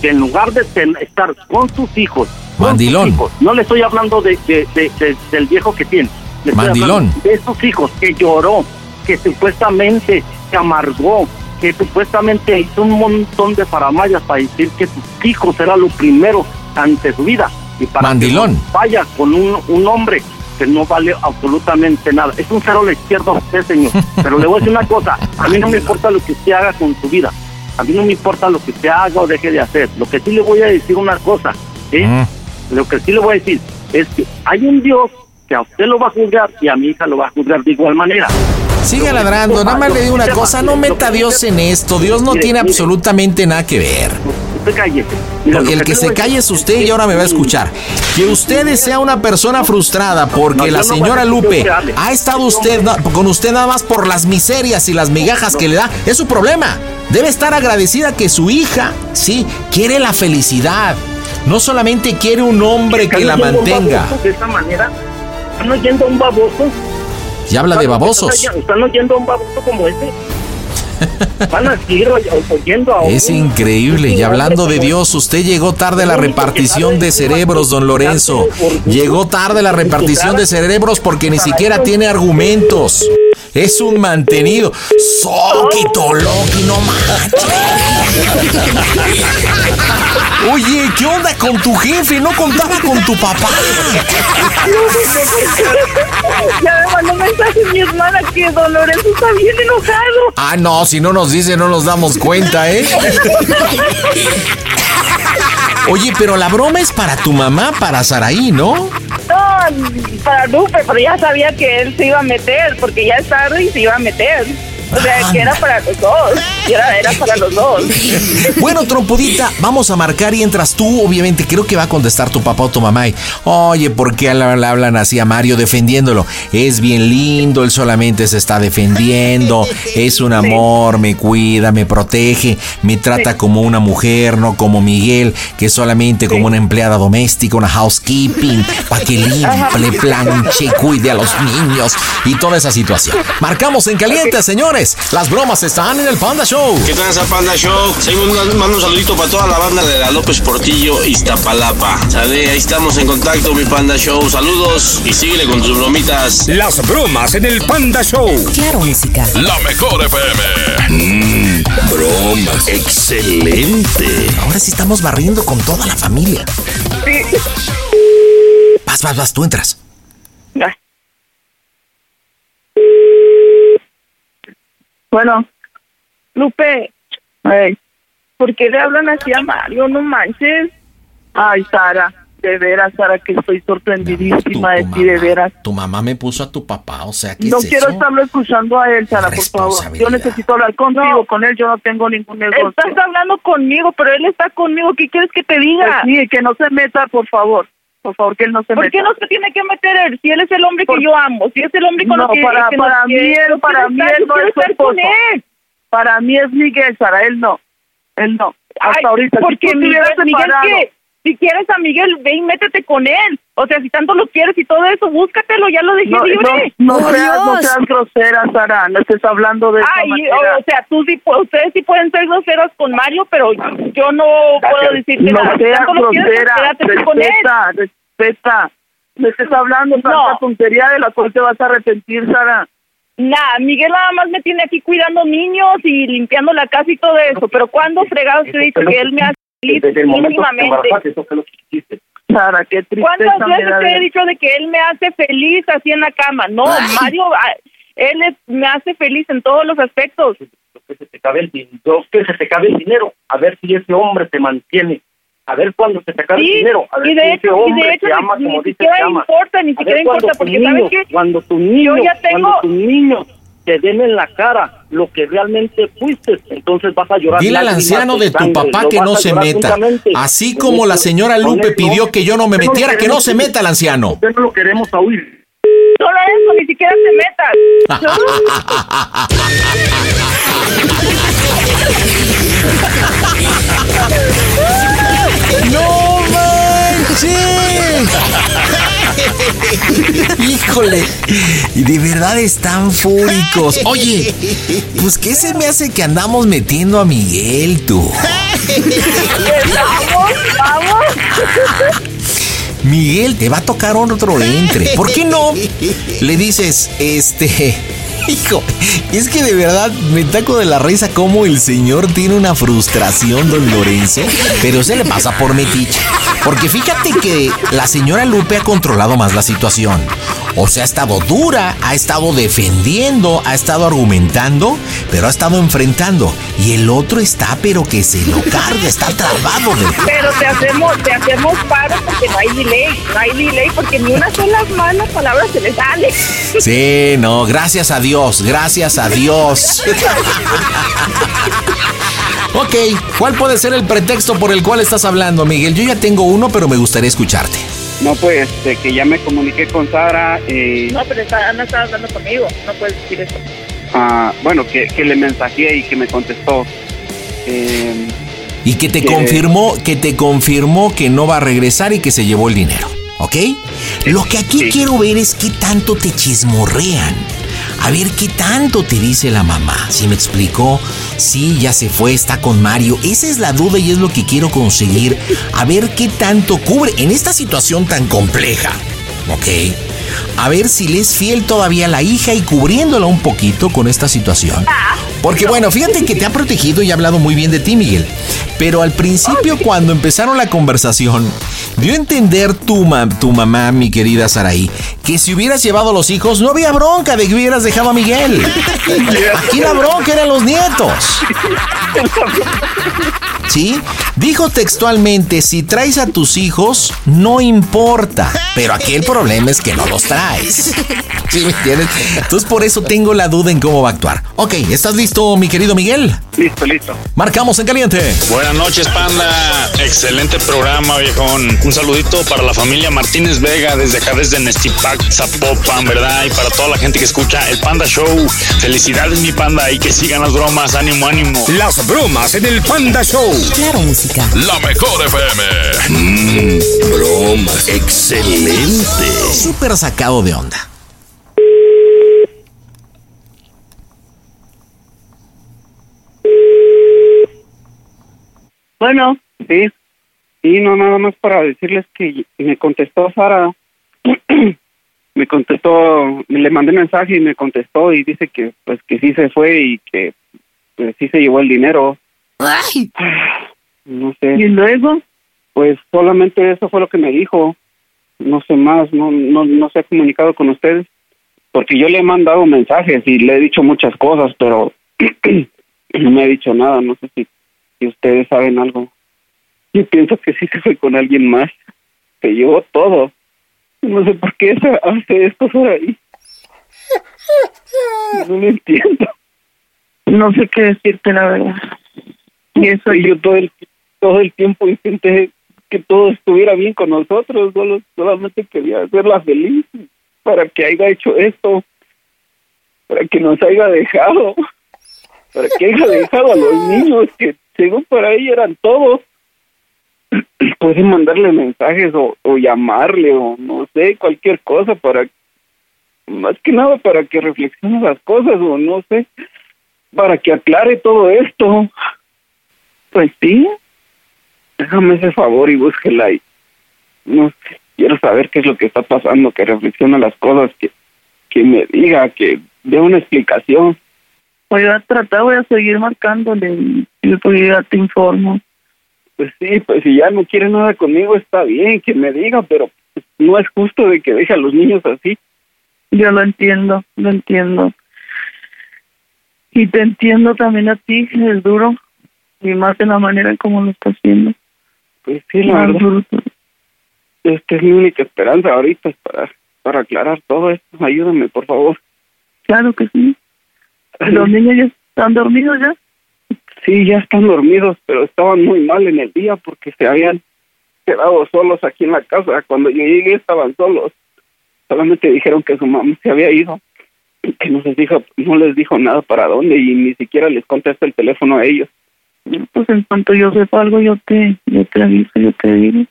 [SPEAKER 5] que en lugar de ten- estar con sus hijos, con
[SPEAKER 2] Mandilón.
[SPEAKER 5] sus hijos, no le estoy hablando de, de- de- de- del viejo que tiene, le estoy
[SPEAKER 2] Mandilón.
[SPEAKER 5] hablando de sus hijos que lloró, que supuestamente se amargó, que supuestamente hizo un montón de faramayas para decir que sus hijos era lo primero ante su vida. Y para
[SPEAKER 2] Mandilón.
[SPEAKER 5] Que no vaya con un, un hombre que no vale absolutamente nada. Es un cero a la izquierda a usted, señor. Pero le voy a decir una cosa. A mí no me importa lo que usted haga con su vida. A mí no me importa lo que usted haga o deje de hacer. Lo que sí le voy a decir una cosa. ¿sí?
[SPEAKER 2] Mm.
[SPEAKER 5] Lo que sí le voy a decir es que hay un Dios que a usted lo va a juzgar y a mi hija lo va a juzgar de igual manera.
[SPEAKER 2] Sigue ladrando, nada más le digo una cosa, no meta a Dios en esto, Dios no tiene absolutamente nada que ver.
[SPEAKER 5] Usted cállese. Mira, lo
[SPEAKER 2] El
[SPEAKER 5] que
[SPEAKER 2] que
[SPEAKER 5] sí
[SPEAKER 2] se
[SPEAKER 5] voy a
[SPEAKER 2] calle es
[SPEAKER 5] decir
[SPEAKER 2] usted y ahora me va a escuchar. Que usted sea una persona frustrada
[SPEAKER 5] No,
[SPEAKER 2] porque
[SPEAKER 5] yo
[SPEAKER 2] la
[SPEAKER 5] no voy a
[SPEAKER 2] señora
[SPEAKER 5] decir que
[SPEAKER 2] Lupe
[SPEAKER 5] usted hable.
[SPEAKER 2] ha estado usted na- con usted nada más por las miserias y las migajas que le da, es su problema. Debe estar agradecida que su hija, sí, quiere la felicidad. No solamente quiere un hombre que la
[SPEAKER 9] Están yendo a un
[SPEAKER 2] mantenga.
[SPEAKER 9] baboso De esa manera, están oyendo a un baboso.
[SPEAKER 2] Y habla de
[SPEAKER 9] Están-
[SPEAKER 2] babosos.
[SPEAKER 9] están oy- Están oyendo a un baboso como
[SPEAKER 5] este.
[SPEAKER 9] ese. Van a seguir oy- oyendo a
[SPEAKER 2] Es
[SPEAKER 9] un-
[SPEAKER 2] increíble. Y
[SPEAKER 9] un
[SPEAKER 2] hablando de
[SPEAKER 9] hombre como-
[SPEAKER 2] Dios, usted llegó tarde a la repartición de cerebros, don Lorenzo. Llegó tarde a la repartición de cerebros porque ni siquiera tiene argumentos. Es un mantenido. Soquito, Loki, no manches. Oye, ¿qué onda con tu jefe? No contaba con tu papá.
[SPEAKER 3] Ya me mandó mensaje mi hermana que Don Lorenzo está bien enojado.
[SPEAKER 2] Ah, no, si no nos dice, no nos damos cuenta, ¿eh? Oye, pero la broma es para tu mamá, para Saraí, ¿no?
[SPEAKER 3] No, para Lupe, pero ya sabía que él se iba a meter, porque ya es tarde y se iba a meter. O sea, que era para los dos. Era, era para los dos.
[SPEAKER 2] Bueno, trompudita, vamos a marcar y entras tú. Obviamente, creo que va a contestar tu papá o tu mamá. y, Oye, ¿por qué le le hablan así a Mario defendiéndolo? Es bien lindo, él solamente se está defendiendo. Es un amor, me cuida, me protege, me trata como una mujer, no como Miguel, que es solamente como una empleada doméstica, una housekeeping, para que limpie, planche, y cuide a los niños y toda esa situación. Marcamos en caliente, señores. Las bromas están en el Panda Show.
[SPEAKER 11] ¿Qué tranza Panda Show? Seguimos mandando mando un saludito para toda la banda de la López Portillo Iztapalapa. Sale, ahí estamos en contacto, mi Panda Show. Saludos y síguele con tus bromitas.
[SPEAKER 6] Las bromas en el Panda Show.
[SPEAKER 11] Claro, música.
[SPEAKER 8] La mejor FM. Mm, broma. Excelente.
[SPEAKER 2] Ahora sí estamos barriendo con toda la familia. Vas, vas, vas, tú entras.
[SPEAKER 3] Bueno, Lupe, ¿por qué le hablan así a Mario? No manches.
[SPEAKER 10] Ay, Sara, de veras, Sara, que estoy sorprendidísima de ti, de veras.
[SPEAKER 2] Tu mamá me puso a tu papá, o sea, ¿qué
[SPEAKER 10] No
[SPEAKER 2] es
[SPEAKER 10] quiero
[SPEAKER 2] eso?
[SPEAKER 10] estarlo escuchando a él, Sara, por favor. Yo necesito hablar contigo, con él yo no tengo ningún negocio.
[SPEAKER 3] Estás hablando conmigo, pero él está conmigo. ¿Qué quieres que te
[SPEAKER 10] Pues
[SPEAKER 3] diga?
[SPEAKER 10] sí, que no se meta, por favor. Por favor, que él no se
[SPEAKER 3] ¿Por
[SPEAKER 10] meta.
[SPEAKER 3] qué no se tiene que meter él? Si él es el hombre que yo amo, si es el hombre con
[SPEAKER 10] no,
[SPEAKER 3] el que
[SPEAKER 10] para,
[SPEAKER 3] que nos
[SPEAKER 10] para mí,
[SPEAKER 3] quiere,
[SPEAKER 10] él,
[SPEAKER 3] yo
[SPEAKER 10] para
[SPEAKER 3] quiero
[SPEAKER 10] mí,
[SPEAKER 3] estar-
[SPEAKER 10] él
[SPEAKER 3] yo
[SPEAKER 10] no
[SPEAKER 3] quiero
[SPEAKER 10] es su
[SPEAKER 3] estar con
[SPEAKER 10] esposo.
[SPEAKER 3] él.
[SPEAKER 10] Para mí es Miguel, Sara, él no. Él no. Hasta
[SPEAKER 3] Ay,
[SPEAKER 10] ahorita. si
[SPEAKER 3] Porque
[SPEAKER 10] tú
[SPEAKER 3] Miguel,
[SPEAKER 10] estuvieras
[SPEAKER 3] Miguel,
[SPEAKER 10] separado-
[SPEAKER 3] que si quieres a Miguel, ve y métete con él. O sea, si tanto lo quieres y todo eso, búscatelo, ya lo dejé
[SPEAKER 10] No,
[SPEAKER 3] libre.
[SPEAKER 10] no, no seas, no seas grosera, Sara. No estés hablando de esa
[SPEAKER 3] Ay,
[SPEAKER 10] manera.
[SPEAKER 3] o, o sea, tú sí, pu- ustedes sí pueden ser groseros con Mario, pero yo no puedo decir que
[SPEAKER 10] no
[SPEAKER 3] nada. Si
[SPEAKER 10] seas
[SPEAKER 3] tanto lo quieres,
[SPEAKER 10] grosera,
[SPEAKER 3] quédate tú con él.
[SPEAKER 10] respeta, respeta. Me estás hablando tanta tontería de la cual te vas a arrepentir, Sara.
[SPEAKER 3] Nah, Miguel nada más me tiene aquí cuidando niños y limpiando la casa y todo eso, pero ¿cuándo fregados te he dicho que él me hace feliz
[SPEAKER 9] Desde el momento que te
[SPEAKER 3] íntimamente?
[SPEAKER 9] embarazaste, eso fue lo que hiciste.
[SPEAKER 10] Sara, qué tristeza
[SPEAKER 3] ¿Cuántas
[SPEAKER 10] me
[SPEAKER 3] veces
[SPEAKER 10] da
[SPEAKER 3] te he
[SPEAKER 10] de-
[SPEAKER 3] dicho de que él me hace feliz así en la cama? No, Mario, ah, él es- me hace feliz en todos los aspectos.
[SPEAKER 9] que se te acabe el dinero, que se te acabe el dinero, a ver si ese hombre te mantiene, a ver cuándo se te acabe
[SPEAKER 3] Sí,
[SPEAKER 9] el dinero, a ver
[SPEAKER 3] y de
[SPEAKER 9] si
[SPEAKER 3] hecho- y
[SPEAKER 9] ese
[SPEAKER 3] de
[SPEAKER 9] hombre te
[SPEAKER 3] hecho ni-
[SPEAKER 9] ama
[SPEAKER 3] ni
[SPEAKER 9] como dices
[SPEAKER 3] siquiera
[SPEAKER 9] te ama. A
[SPEAKER 3] importa, ni
[SPEAKER 9] ver
[SPEAKER 3] siquiera
[SPEAKER 9] cuando
[SPEAKER 3] importa,
[SPEAKER 9] tu
[SPEAKER 3] porque ¿sabes
[SPEAKER 9] niño-
[SPEAKER 3] qué?
[SPEAKER 9] Cuando tu niño,
[SPEAKER 3] ya tengo-
[SPEAKER 9] cuando tus niños te den en la cara lo que realmente fuiste, entonces vas a llorar.
[SPEAKER 2] Dile al
[SPEAKER 9] lágrimas
[SPEAKER 2] anciano de tu
[SPEAKER 9] sangre,
[SPEAKER 2] papá
[SPEAKER 9] lo
[SPEAKER 2] que
[SPEAKER 9] vas
[SPEAKER 2] no
[SPEAKER 9] a
[SPEAKER 2] se
[SPEAKER 9] llorar
[SPEAKER 2] meta.
[SPEAKER 9] juntamente.
[SPEAKER 2] Así
[SPEAKER 9] Con
[SPEAKER 2] como la
[SPEAKER 9] esto-
[SPEAKER 2] señora
[SPEAKER 9] con
[SPEAKER 2] Lupe
[SPEAKER 9] esto-
[SPEAKER 2] pidió que yo no me
[SPEAKER 9] Usted
[SPEAKER 2] metiera, que no
[SPEAKER 9] queremos-
[SPEAKER 2] se meta el anciano.
[SPEAKER 9] Usted no lo queremos oír.
[SPEAKER 3] Solo eso, ni siquiera te metas.
[SPEAKER 2] ¡No manches! Híjole, y de verdad están fúricos. Oye, pues qué se me hace que andamos metiendo a Miguel tú.
[SPEAKER 3] Vamos, vamos.
[SPEAKER 2] Miguel, te va a tocar otro entre. ¿Por qué no? Le dices, este. Hijo, es que de verdad me taco de la risa como el señor tiene una frustración, don Lorenzo, pero se le pasa por metiche. Porque fíjate que la señora Lupe ha controlado más la situación. O sea, ha estado dura, ha estado defendiendo, ha estado argumentando, pero ha estado enfrentando. Y el otro está, pero que se lo carga, está trabado de
[SPEAKER 3] Pero te hacemos, te hacemos paro porque no hay delay, no hay delay porque ni una sola mala palabra se le sale.
[SPEAKER 2] Sí, no, gracias a Dios, gracias a Dios. ok, ¿cuál puede ser el pretexto por el cual estás hablando, Miguel? Yo ya tengo uno, pero me gustaría escucharte.
[SPEAKER 4] No, pues, de que ya me comuniqué con Sara. eh,
[SPEAKER 3] No, pero está, no está hablando conmigo, no puedes decir eso.
[SPEAKER 4] ah, bueno, que, que le mensajeé y que me contestó. Eh,
[SPEAKER 2] Y que te confirmó, que te confirmó que no va a regresar y que se llevó el dinero. ¿Ok? Lo que aquí quiero ver es qué tanto te chismorrean. A ver qué tanto te dice la mamá. Si me explicó, sí, ya se fue, está con Mario. Esa es la duda y es lo que quiero conseguir. A ver qué tanto cubre en esta situación tan compleja. ¿Ok? A ver si le es fiel todavía la hija y cubriéndola un poquito con esta situación. Porque bueno, fíjate que te ha protegido y ha hablado muy bien de ti, Miguel. Pero al principio, cuando empezaron la conversación, dio a entender tu, ma- tu mamá, mi querida Saraí, que si hubieras llevado a los hijos, no había bronca de que hubieras dejado a Miguel. Aquí la bronca eran los nietos. ¿Sí? Dijo textualmente, si traes a tus hijos, no importa. Pero aquí el problema es que no los traes. ¿Sí me entiendes? Entonces por eso tengo la duda en cómo va a actuar. Ok, ¿estás listo, mi querido Miguel?
[SPEAKER 9] Listo, listo.
[SPEAKER 2] Marcamos en caliente.
[SPEAKER 12] Buenas noches, panda. Excelente programa, viejón. Un saludito para la familia Martínez Vega desde acá, desde Nestipac, Zapopan, ¿verdad? Y para toda la gente que escucha el Panda Show. Felicidades, mi panda, y que sigan las bromas. Ánimo, ánimo.
[SPEAKER 6] Las bromas en el Panda Show. Claro, música.
[SPEAKER 8] La mejor FM. Mm, broma. Excelente.
[SPEAKER 2] Súper sacado de onda.
[SPEAKER 10] Bueno,
[SPEAKER 4] Sí, sí, no, nada más para decirles que me contestó Sara, me contestó, le mandé mensaje y me contestó y dice que pues que sí se fue y que pues sí se llevó el dinero. No sé. ¿Y luego? Pues solamente eso fue lo que me dijo. No sé más, no, no, no se ha comunicado con ustedes. Porque yo le he mandado mensajes y le he dicho muchas cosas, pero no me ha dicho nada. No sé si, si ustedes saben algo. Yo pienso que sí se fue con alguien más. Se llevó todo. No sé por qué se hace esto por ahí. No lo entiendo.
[SPEAKER 10] no sé qué decirte la verdad.
[SPEAKER 4] Y eso yo todo el, todo el tiempo intenté que todo estuviera bien con nosotros, solo, solamente quería hacerla feliz para que haya hecho esto, para que nos haya dejado, para que haya dejado a los niños que según para ella eran todos. Pueden mandarle mensajes o, o llamarle o no sé, cualquier cosa para, más que nada para que reflexione las cosas o no sé, para que aclare todo esto. Pues sí. Déjame ese favor y búsquela. Y, no sé, quiero saber qué es lo que está pasando, que reflexione las cosas, que, que me diga, que dé una explicación.
[SPEAKER 10] Voy a tratar, voy a seguir marcándole y después ya te informo.
[SPEAKER 4] Pues sí, pues si ya no quiere nada conmigo está bien, que me diga, pero pues, no es justo de que deje a los niños así.
[SPEAKER 10] Yo lo entiendo, lo entiendo. Y te entiendo también a ti, es duro. Y más en la manera en cómo lo estás haciendo.
[SPEAKER 4] Pues sí, la
[SPEAKER 10] Más
[SPEAKER 4] verdad.
[SPEAKER 10] duro.
[SPEAKER 4] Esta es mi única esperanza ahorita es para, para aclarar todo esto. Ayúdame, por favor.
[SPEAKER 10] Claro que sí. Los niños ya están dormidos ya.
[SPEAKER 4] Sí, ya están dormidos, pero estaban muy mal en el día porque se habían quedado solos aquí en la casa. Cuando yo llegué estaban solos. Solamente dijeron que su mamá se había ido y que no les dijo, no les dijo nada para dónde y ni siquiera les contesta el teléfono a ellos.
[SPEAKER 10] Pues en cuanto yo sepa algo, yo te, yo te aviso, yo te digo.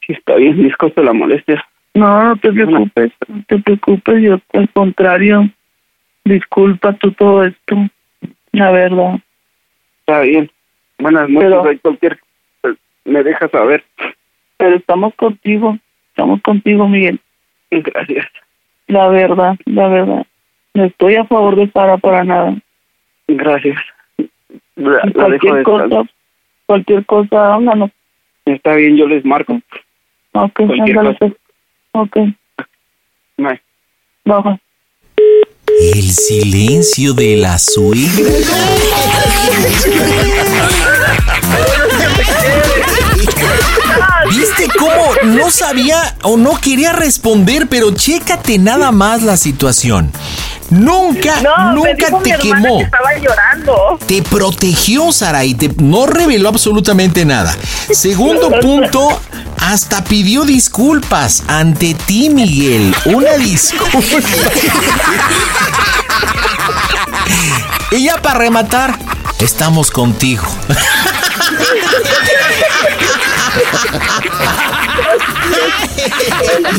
[SPEAKER 4] Sí, está bien, disculpe la molestia.
[SPEAKER 10] No, no te preocupes, no te preocupes, yo al contrario, disculpa tú todo esto, la verdad.
[SPEAKER 4] Está bien. Buenas noches,
[SPEAKER 10] Pero-
[SPEAKER 4] hay cualquier pues, me deja saber.
[SPEAKER 10] Pero estamos contigo, estamos contigo, Miguel,
[SPEAKER 4] Gracias.
[SPEAKER 10] la verdad, la verdad. No estoy a favor de Sara para nada.
[SPEAKER 4] Gracias. La-
[SPEAKER 10] Y
[SPEAKER 4] la dejo
[SPEAKER 10] cualquier cosa,
[SPEAKER 4] descansar.
[SPEAKER 10] cualquier cosa, háblanos.
[SPEAKER 4] Está bien, yo les marco.
[SPEAKER 10] Ok,
[SPEAKER 4] Cualquier
[SPEAKER 10] ándale,
[SPEAKER 4] cosa.
[SPEAKER 10] pues. Ok,
[SPEAKER 4] Bye.
[SPEAKER 10] baja.
[SPEAKER 2] El silencio de la suegra. ¿Viste cómo no sabía o no quería responder? Pero chécate nada más la situación. Nunca, nunca te quemó.
[SPEAKER 3] estaba llorando.
[SPEAKER 2] Te protegió, Sara, y te- no reveló absolutamente nada. Segundo punto, hasta pidió disculpas ante ti, Miguel. Una disculpa. Y ya para rematar, estamos contigo.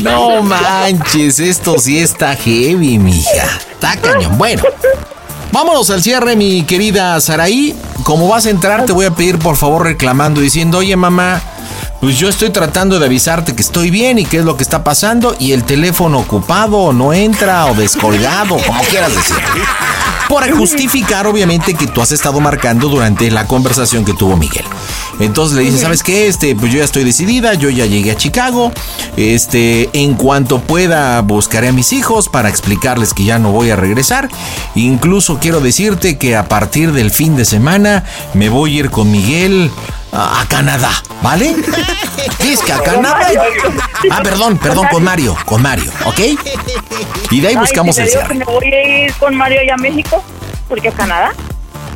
[SPEAKER 2] No manches, esto sí está heavy, mija. Está cañón. Bueno, vámonos al cierre, mi querida Saraí. Como vas a entrar, te voy a pedir por favor reclamando, diciendo, oye mamá, pues yo estoy tratando de avisarte que estoy bien y qué es lo que está pasando y el teléfono ocupado o no entra o descolgado, como quieras decir. Por justificar, obviamente, que tú has estado marcando durante la conversación que tuvo Miguel. Entonces le dices, ¿sabes qué? Este, pues yo ya estoy decidida, yo ya llegué a Chicago. Este, en cuanto pueda, buscaré a mis hijos para explicarles que ya no voy a regresar. Incluso quiero decirte que a partir del fin de semana me voy a ir con Miguel a, a Canadá, ¿vale? Dice que a Canadá. Ah, perdón, perdón, con Mario, con Mario, ¿ok? Y de ahí
[SPEAKER 3] Ay,
[SPEAKER 2] buscamos
[SPEAKER 3] si te
[SPEAKER 2] el
[SPEAKER 3] digo
[SPEAKER 2] cierre.
[SPEAKER 3] que me voy a ir con Mario allá a México, porque a Canadá.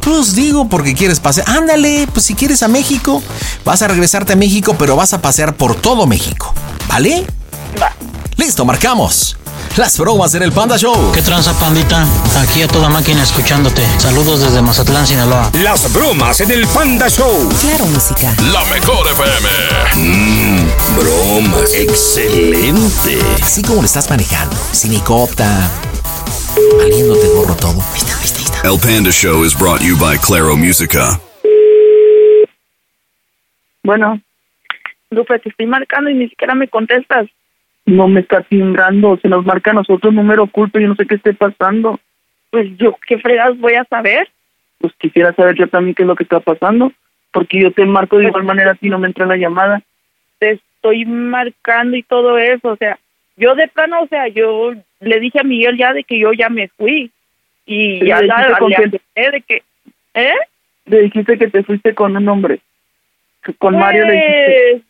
[SPEAKER 2] Pues digo, porque quieres pasear. Ándale, pues si quieres a México, vas a regresarte a México, pero vas a pasear por todo México. ¿Vale? Listo, marcamos. Las bromas en el Panda Show.
[SPEAKER 13] ¿Qué tranza, pandita? Aquí a toda máquina escuchándote. Saludos desde Mazatlán, Sinaloa.
[SPEAKER 6] Las bromas en el Panda Show. Claro, música.
[SPEAKER 8] La mejor FM. Mmm, bromas. Excelente.
[SPEAKER 2] Así como lo estás manejando, sinicota, valiéndote gorro todo.
[SPEAKER 14] El Panda Show is brought you by Claro Musica.
[SPEAKER 3] Bueno. Lupe, te estoy marcando y ni siquiera me contestas.
[SPEAKER 10] No me está timbrando, se nos marca a nosotros número oculto, yo no sé qué esté pasando.
[SPEAKER 3] Pues yo, ¿qué fregas voy a saber?
[SPEAKER 10] Pues quisiera saber yo también qué es lo que está pasando, porque yo te marco de igual manera a ti no me entra la llamada.
[SPEAKER 3] Pues Te estoy marcando y todo eso. O sea, yo de plano, o sea, yo le dije a Miguel ya de que yo ya me fui. Y
[SPEAKER 10] Pero
[SPEAKER 3] ya
[SPEAKER 10] le
[SPEAKER 3] la,
[SPEAKER 10] dijiste con
[SPEAKER 3] le
[SPEAKER 10] quién.
[SPEAKER 3] acepté de que... ¿Eh?
[SPEAKER 10] Le dijiste que te fuiste con un hombre, que con Mario le dijiste.
[SPEAKER 3] Pues,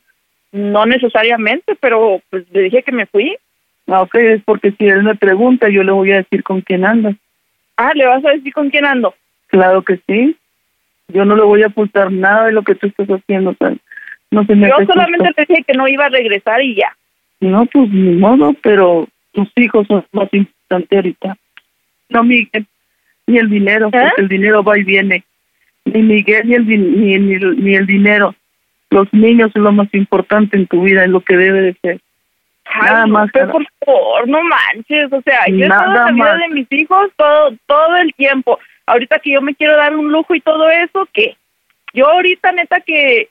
[SPEAKER 3] No necesariamente, pero pues le dije que me fui. Pues.
[SPEAKER 10] Ah, ok, es porque si él me pregunta, yo le voy a decir con quién andas.
[SPEAKER 3] Ah, ¿le vas a decir con quién ando?
[SPEAKER 10] Claro que sí. Yo no le voy a ocultar nada de lo que tú estás haciendo. o sea, no se me
[SPEAKER 3] Yo
[SPEAKER 10] hace justo.
[SPEAKER 3] solamente le dije que no iba a regresar y ya.
[SPEAKER 10] No, pues ni modo, pero tus hijos son más importantes ahorita. No, Miguel, ni el dinero,
[SPEAKER 3] ¿Eh?
[SPEAKER 10] porque el dinero va y viene. Ni Miguel ni el, di- ni, ni el- ni el dinero. Los niños es lo más importante en tu vida, es lo que debe de ser. Nada
[SPEAKER 3] Ay,
[SPEAKER 10] más.
[SPEAKER 3] Lupe,
[SPEAKER 10] cara.
[SPEAKER 3] por favor, no manches. O sea, yo he estado en
[SPEAKER 10] Nada
[SPEAKER 3] la vida
[SPEAKER 10] más.
[SPEAKER 3] de mis hijos todo, todo el tiempo. Ahorita que yo me quiero dar un lujo y todo eso, ¿qué? Yo ahorita, neta, que.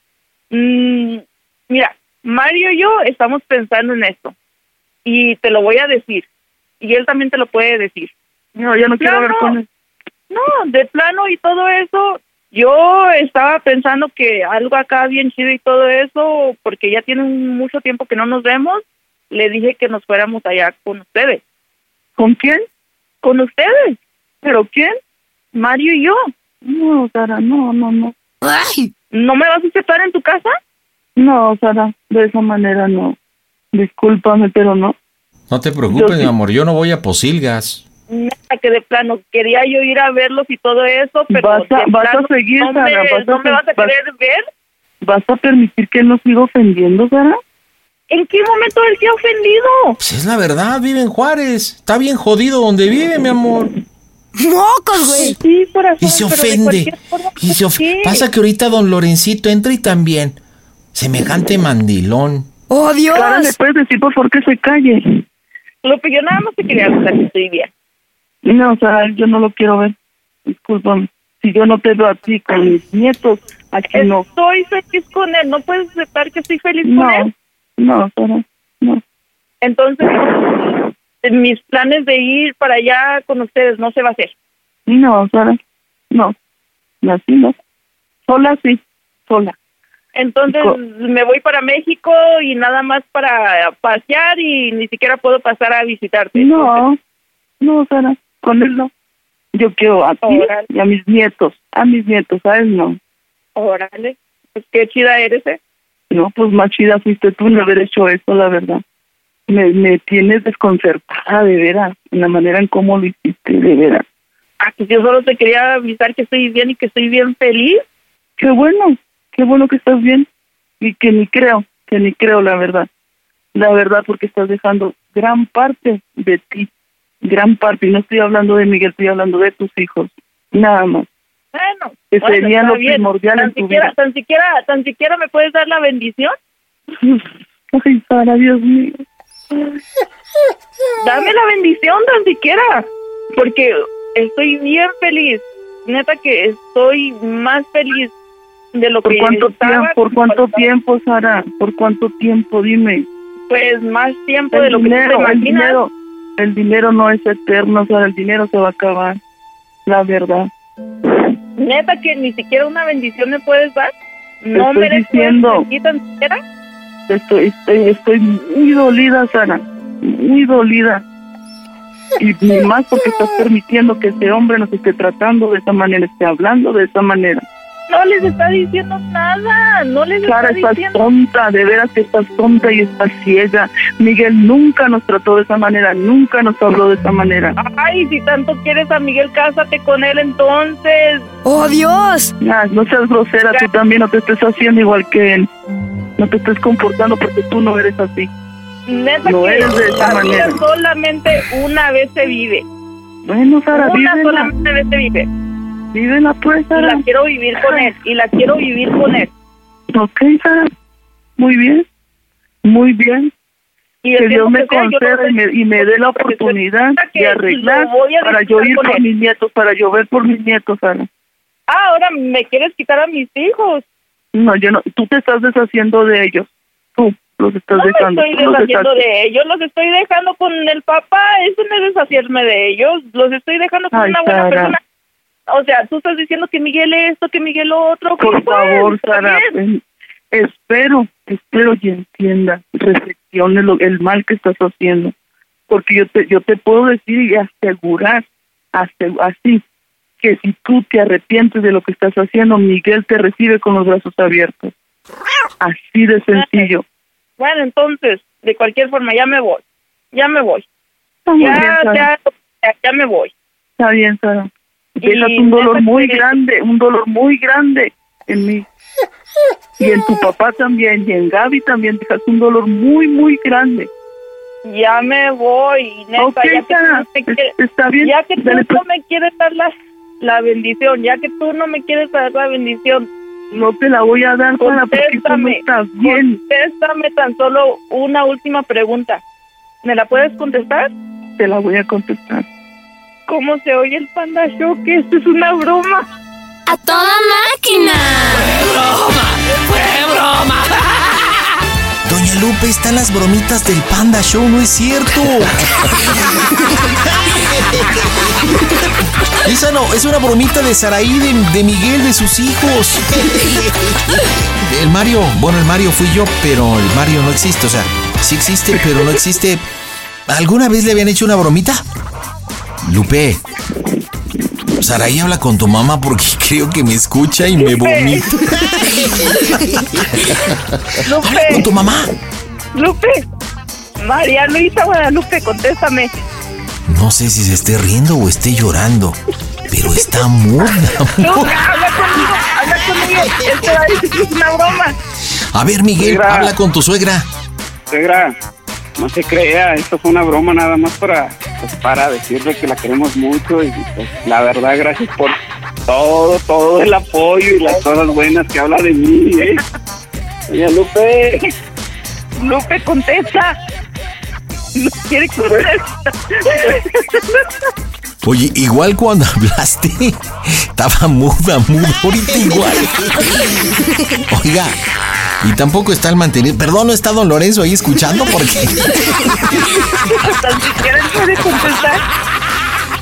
[SPEAKER 3] mm, mira, Mario y yo estamos pensando en esto. Y te lo voy a decir. Y él también te lo puede decir.
[SPEAKER 10] No, yo no quiero
[SPEAKER 3] Claro.
[SPEAKER 10] hablar con él.
[SPEAKER 3] No, de plano y todo eso. Yo estaba pensando que algo acá bien chido y todo eso, porque ya tiene un- mucho tiempo que no nos vemos. Le dije que nos fuéramos allá con ustedes.
[SPEAKER 10] ¿Con quién?
[SPEAKER 3] Con ustedes.
[SPEAKER 10] ¿Pero quién?
[SPEAKER 3] Mario y yo.
[SPEAKER 10] No, Sara, no, no, no.
[SPEAKER 3] ¿No me vas a aceptar en tu casa?
[SPEAKER 10] No, Sara, de esa manera no. Discúlpame, pero no.
[SPEAKER 2] No te preocupes,
[SPEAKER 10] Yo sí.
[SPEAKER 2] mi amor, yo no voy a posilgas.
[SPEAKER 3] Neta, que de plano quería yo ir a verlos y todo eso, pero
[SPEAKER 10] Vas a-
[SPEAKER 3] de
[SPEAKER 10] vas a
[SPEAKER 3] plano
[SPEAKER 10] seguir,
[SPEAKER 3] no me,
[SPEAKER 10] Sara, vas a
[SPEAKER 3] no me vas a
[SPEAKER 10] seguir, vas-
[SPEAKER 3] querer ver.
[SPEAKER 10] ¿Vas a permitir que él nos siga ofendiendo, Sara?
[SPEAKER 3] ¿En qué momento él se ha ofendido?
[SPEAKER 2] Pues es la verdad, vive en Juárez. Está bien jodido donde vive, mi amor.
[SPEAKER 3] ¡Mocos, pues, güey! Sí, corazón,
[SPEAKER 2] Y se
[SPEAKER 3] pero de
[SPEAKER 2] ofende.
[SPEAKER 3] cualquier forma,
[SPEAKER 2] Y se
[SPEAKER 3] ¿por
[SPEAKER 2] of-
[SPEAKER 3] qué?
[SPEAKER 2] Pasa que ahorita don Lorencito entra y también. Semejante mandilón.
[SPEAKER 10] ¡Oh, Dios! Sara, ¿le puedes decir por favor que se calle?
[SPEAKER 3] Lupe, yo nada más te quería avisar que estoy bien.
[SPEAKER 10] No, Sara, yo no lo quiero ver. Discúlpame. Si yo no te veo a ti con mis nietos, aquí no.
[SPEAKER 3] Estoy feliz con él. ¿No puedes aceptar que estoy feliz con
[SPEAKER 10] No,
[SPEAKER 3] él?
[SPEAKER 10] no, Sara.
[SPEAKER 3] Entonces, mis planes de ir para allá con ustedes no se va a hacer.
[SPEAKER 10] No, Sara. No. Así no. Sola sí. Sola.
[SPEAKER 3] Entonces,
[SPEAKER 10] Co-
[SPEAKER 3] me voy para México y nada más para pasear y ni siquiera puedo pasar a visitarte.
[SPEAKER 10] No, no, Sara, con él no. Yo quiero a ti
[SPEAKER 3] Órale.
[SPEAKER 10] y a mis nietos, a mis nietos, a él no.
[SPEAKER 3] Órale, pues qué chida eres, ¿eh?
[SPEAKER 10] No, pues más chida fuiste tú no haber hecho eso, la verdad. Me, me tienes desconcertada, de veras, en la manera en cómo lo hiciste, de veras.
[SPEAKER 3] Ah, pues yo solo te quería avisar que estoy bien y que estoy bien feliz.
[SPEAKER 10] Qué bueno, qué bueno que estás bien. Y que ni creo, que ni creo, la verdad. La verdad, porque estás dejando gran parte de ti, gran parte. Y no estoy hablando de Miguel, estoy hablando de tus hijos, nada más.
[SPEAKER 3] Bueno,
[SPEAKER 10] Que
[SPEAKER 3] bueno,
[SPEAKER 10] sería
[SPEAKER 3] está
[SPEAKER 10] lo
[SPEAKER 3] bien.
[SPEAKER 10] primordial
[SPEAKER 3] tan
[SPEAKER 10] en tu
[SPEAKER 3] siquiera,
[SPEAKER 10] vida.
[SPEAKER 3] Tan siquiera, tan siquiera me puedes dar la bendición
[SPEAKER 10] Ay, Sara, Dios mío.
[SPEAKER 3] Dame la bendición tan siquiera, porque estoy bien feliz. Neta que estoy más feliz de lo
[SPEAKER 10] ¿Por
[SPEAKER 3] que
[SPEAKER 10] cuánto,
[SPEAKER 3] estaba
[SPEAKER 10] tiempo, ¿Por cuánto
[SPEAKER 3] cuando-
[SPEAKER 10] tiempo, Sara? ¿Por cuánto tiempo? Dime.
[SPEAKER 3] Pues más tiempo
[SPEAKER 10] El
[SPEAKER 3] de lo
[SPEAKER 10] dinero,
[SPEAKER 3] que tú te
[SPEAKER 10] el
[SPEAKER 3] imaginas.
[SPEAKER 10] dinero, el dinero no es eterno, o sea, el dinero se va a acabar, la verdad.
[SPEAKER 3] Neta que ni siquiera una bendición me puedes dar. No
[SPEAKER 10] estoy
[SPEAKER 3] merezco
[SPEAKER 10] diciendo.
[SPEAKER 3] aquí tan siquiera.
[SPEAKER 10] Estoy, estoy, estoy muy dolida, Sara, muy dolida. Y ni más porque estás permitiendo que ese hombre nos esté tratando de esa manera, esté hablando de esa manera.
[SPEAKER 3] No les está diciendo nada. No les
[SPEAKER 10] Sara,
[SPEAKER 3] está
[SPEAKER 10] estás
[SPEAKER 3] diciendo.
[SPEAKER 10] tonta, de veras que estás tonta y estás ciega. Miguel nunca nos trató de esa manera, nunca nos habló de esa manera.
[SPEAKER 3] Ay, si tanto quieres a Miguel, cásate con él entonces.
[SPEAKER 10] ¡Oh, Dios! no seas grosera, tú también no te estés haciendo igual que él. No te estés comportando porque tú no eres así.
[SPEAKER 3] Neta
[SPEAKER 10] No
[SPEAKER 3] que
[SPEAKER 10] eres de esa
[SPEAKER 3] la vida
[SPEAKER 10] manera.
[SPEAKER 3] solamente una vez se vive.
[SPEAKER 10] Bueno, Sara,
[SPEAKER 3] una
[SPEAKER 10] vívela.
[SPEAKER 3] solamente vez se vive.
[SPEAKER 10] Vívela pues,
[SPEAKER 3] Y
[SPEAKER 10] Sara.
[SPEAKER 3] la quiero vivir con él. Y la quiero vivir con él.
[SPEAKER 10] Ok, Sara. Muy bien. Muy bien.
[SPEAKER 3] Y el
[SPEAKER 10] que Dios
[SPEAKER 3] tiempo que
[SPEAKER 10] me
[SPEAKER 3] sea, yo no
[SPEAKER 10] conceda y, me, y me dé la oportunidad
[SPEAKER 3] que
[SPEAKER 10] de arreglar
[SPEAKER 3] lo voy a
[SPEAKER 10] para yo
[SPEAKER 3] disfrutar
[SPEAKER 10] ir
[SPEAKER 3] con
[SPEAKER 10] por
[SPEAKER 3] él.
[SPEAKER 10] mis nietos, para llover por mis nietos, Sara.
[SPEAKER 3] Ah, ahora me quieres quitar a mis hijos.
[SPEAKER 10] No, yo no. Tú te estás deshaciendo de ellos. Tú los estás
[SPEAKER 3] No me
[SPEAKER 10] dejando.
[SPEAKER 3] estoy
[SPEAKER 10] tú los
[SPEAKER 3] deshaciendo
[SPEAKER 10] estás-
[SPEAKER 3] de ellos, los estoy dejando con el papá, eso no es deshacerme de ellos, los estoy dejando con
[SPEAKER 10] Ay,
[SPEAKER 3] una buena
[SPEAKER 10] Sara.
[SPEAKER 3] persona. O sea, tú estás diciendo que Miguel esto, que Miguel lo otro. que
[SPEAKER 10] Por
[SPEAKER 3] pues,
[SPEAKER 10] favor,
[SPEAKER 3] está
[SPEAKER 10] Sara,
[SPEAKER 3] bien.
[SPEAKER 10] en- espero, espero y entienda, reflexione lo, el mal que estás haciendo, porque yo te, yo te puedo decir y asegurar, ase- así, que si tú te arrepientes de lo que estás haciendo, Miguel te recibe con los brazos abiertos. Así de sencillo.
[SPEAKER 3] Bueno, entonces, de cualquier forma, ya me voy, ya me voy.
[SPEAKER 10] Está muy
[SPEAKER 3] Ya,
[SPEAKER 10] bien, Sara.
[SPEAKER 3] ya, ya, ya me voy.
[SPEAKER 10] Está bien, Sara.
[SPEAKER 3] Y
[SPEAKER 10] Dejas un dolor
[SPEAKER 3] déjate-
[SPEAKER 10] muy grande, un dolor muy grande en mí. Y en tu papá también, y en Gaby también, dejas un dolor muy, muy grande.
[SPEAKER 3] Ya me voy, neta,
[SPEAKER 10] Ok,
[SPEAKER 3] ya que
[SPEAKER 10] Sara,
[SPEAKER 3] tú no me quieres,
[SPEAKER 10] está bien,
[SPEAKER 3] ya que tú
[SPEAKER 10] dale, pues.
[SPEAKER 3] no me quieres dar la, la bendición, ya que tú no me quieres dar la bendición,
[SPEAKER 10] No te la voy a dar Sara, porque tú no
[SPEAKER 3] Contéstame.
[SPEAKER 10] estás bien.
[SPEAKER 3] Contéstame tan solo una última pregunta. ¿Me la puedes contestar?
[SPEAKER 10] Te la voy a contestar.
[SPEAKER 3] ¿Cómo se oye el panda show? Que esto es una broma. ¡A toda máquina!
[SPEAKER 2] Doña Lupe, están las bromitas del Panda Show, no es cierto. Esa no, es una bromita de Saraí, de, de Miguel, de sus hijos. El Mario, bueno, el Mario fui yo, pero el Mario no existe, o sea, sí existe, pero no existe. ¿Alguna vez le habían hecho una bromita? Lupe, Saraí habla con tu mamá porque creo que me escucha y me vomita.
[SPEAKER 3] Lupe.
[SPEAKER 2] ¿Con tu mamá?
[SPEAKER 3] Lupe. María Luisa Guadalupe, contéstame.
[SPEAKER 2] No sé si se esté riendo o esté llorando, pero está muda.
[SPEAKER 3] Lupe, habla conmigo, habla conmigo. Él te va a decir que es una broma.
[SPEAKER 2] A ver, Miguel, habla con tu suegra.
[SPEAKER 15] Suegra, no se crea, esto fue una broma nada más para, pues, para decirle que la queremos mucho y pues, la verdad gracias por todo, todo el apoyo y las cosas buenas que habla de mí, ¿eh? Doña Lupe.
[SPEAKER 3] Lupe, contesta. No quiere contestar.
[SPEAKER 2] Oye, igual cuando hablaste, estaba muda, muda, ahorita igual. Oiga, y tampoco está el mantenido. Perdón, no está Don Lorenzo ahí escuchando porque.
[SPEAKER 3] Tan siquiera él puede contestar.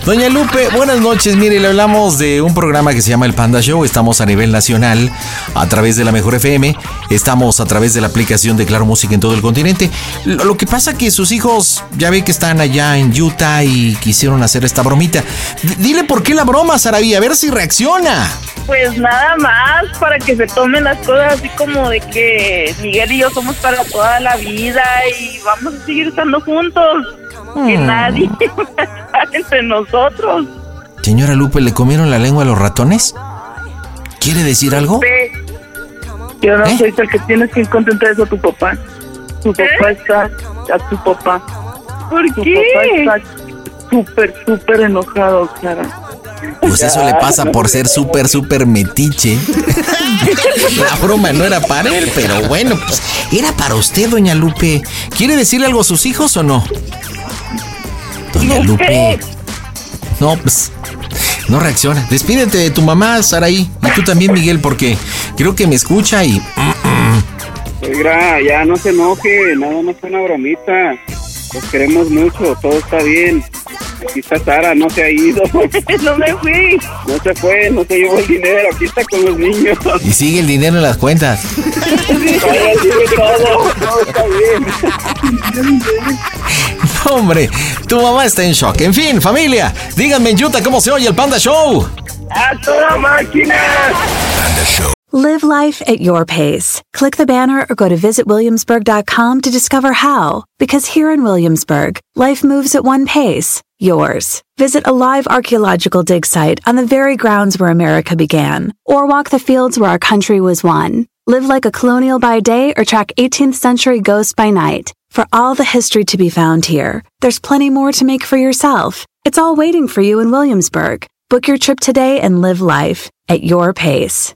[SPEAKER 2] Doña Lupe, buenas noches. Mire, le hablamos de un programa que se llama El Panda Show. Estamos a nivel nacional a través de la Mejor FM. Estamos a través de la aplicación de Claro Música en todo el continente. Lo, lo que pasa que sus hijos ya ve que están allá en Utah y quisieron hacer esta bromita. D- dile por qué la broma, Sarabia, a ver si reacciona.
[SPEAKER 3] Pues nada más para que se tomen las cosas así como de que Miguel y yo somos para toda la vida y vamos a seguir estando juntos. Que
[SPEAKER 2] Mm.
[SPEAKER 3] nadie va a estar entre nosotros.
[SPEAKER 2] Señora Lupe, ¿le comieron la lengua a los ratones? ¿Quiere decir algo?
[SPEAKER 10] Ve. Yo
[SPEAKER 2] ¿Eh?
[SPEAKER 10] no soy el que tienes que contentar eso a tu papá. Tu papá está, a tu papá.
[SPEAKER 3] ¿Eh? ¿Por
[SPEAKER 10] tu
[SPEAKER 3] qué?
[SPEAKER 10] papá está súper, súper enojado, Sara.
[SPEAKER 2] Pues pues eso le pasa por ser súper, súper metiche. La broma no era para él, pero bueno, pues era para usted, doña Lupe. ¿Quiere decirle algo a sus hijos o no? Doña Lupe. No, pues no reacciona. Despídete de tu mamá, Saraí. Y tú también, Miguel, porque creo que me escucha y...
[SPEAKER 4] Oiga, ya no se enoje, nada más fue una bromita. Los queremos mucho, todo está bien. Aquí está Sara, no se ha ido.
[SPEAKER 3] no me fui.
[SPEAKER 4] No se fue, no se llevó el dinero, aquí está con los niños.
[SPEAKER 2] Y sigue el dinero en las cuentas.
[SPEAKER 4] Ahora sí, todo, todo está bien.
[SPEAKER 2] No, hombre, tu mamá está en shock. En fin, familia, díganme en Utah cómo se oye el Panda Show.
[SPEAKER 4] ¡A toda máquina!
[SPEAKER 16] Live life at your pace. Click the banner or go to visitwilliamsburg.com to discover how. Because here in Williamsburg, life moves at one pace, yours. Visit a live archaeological dig site on the very grounds where America began, or walk the fields where our country was won. Live like a colonial by day or track 18th century ghosts by night. For all the history to be found here, there's plenty more to make for yourself. It's all waiting for you in Williamsburg. Book your trip today and live life at your pace.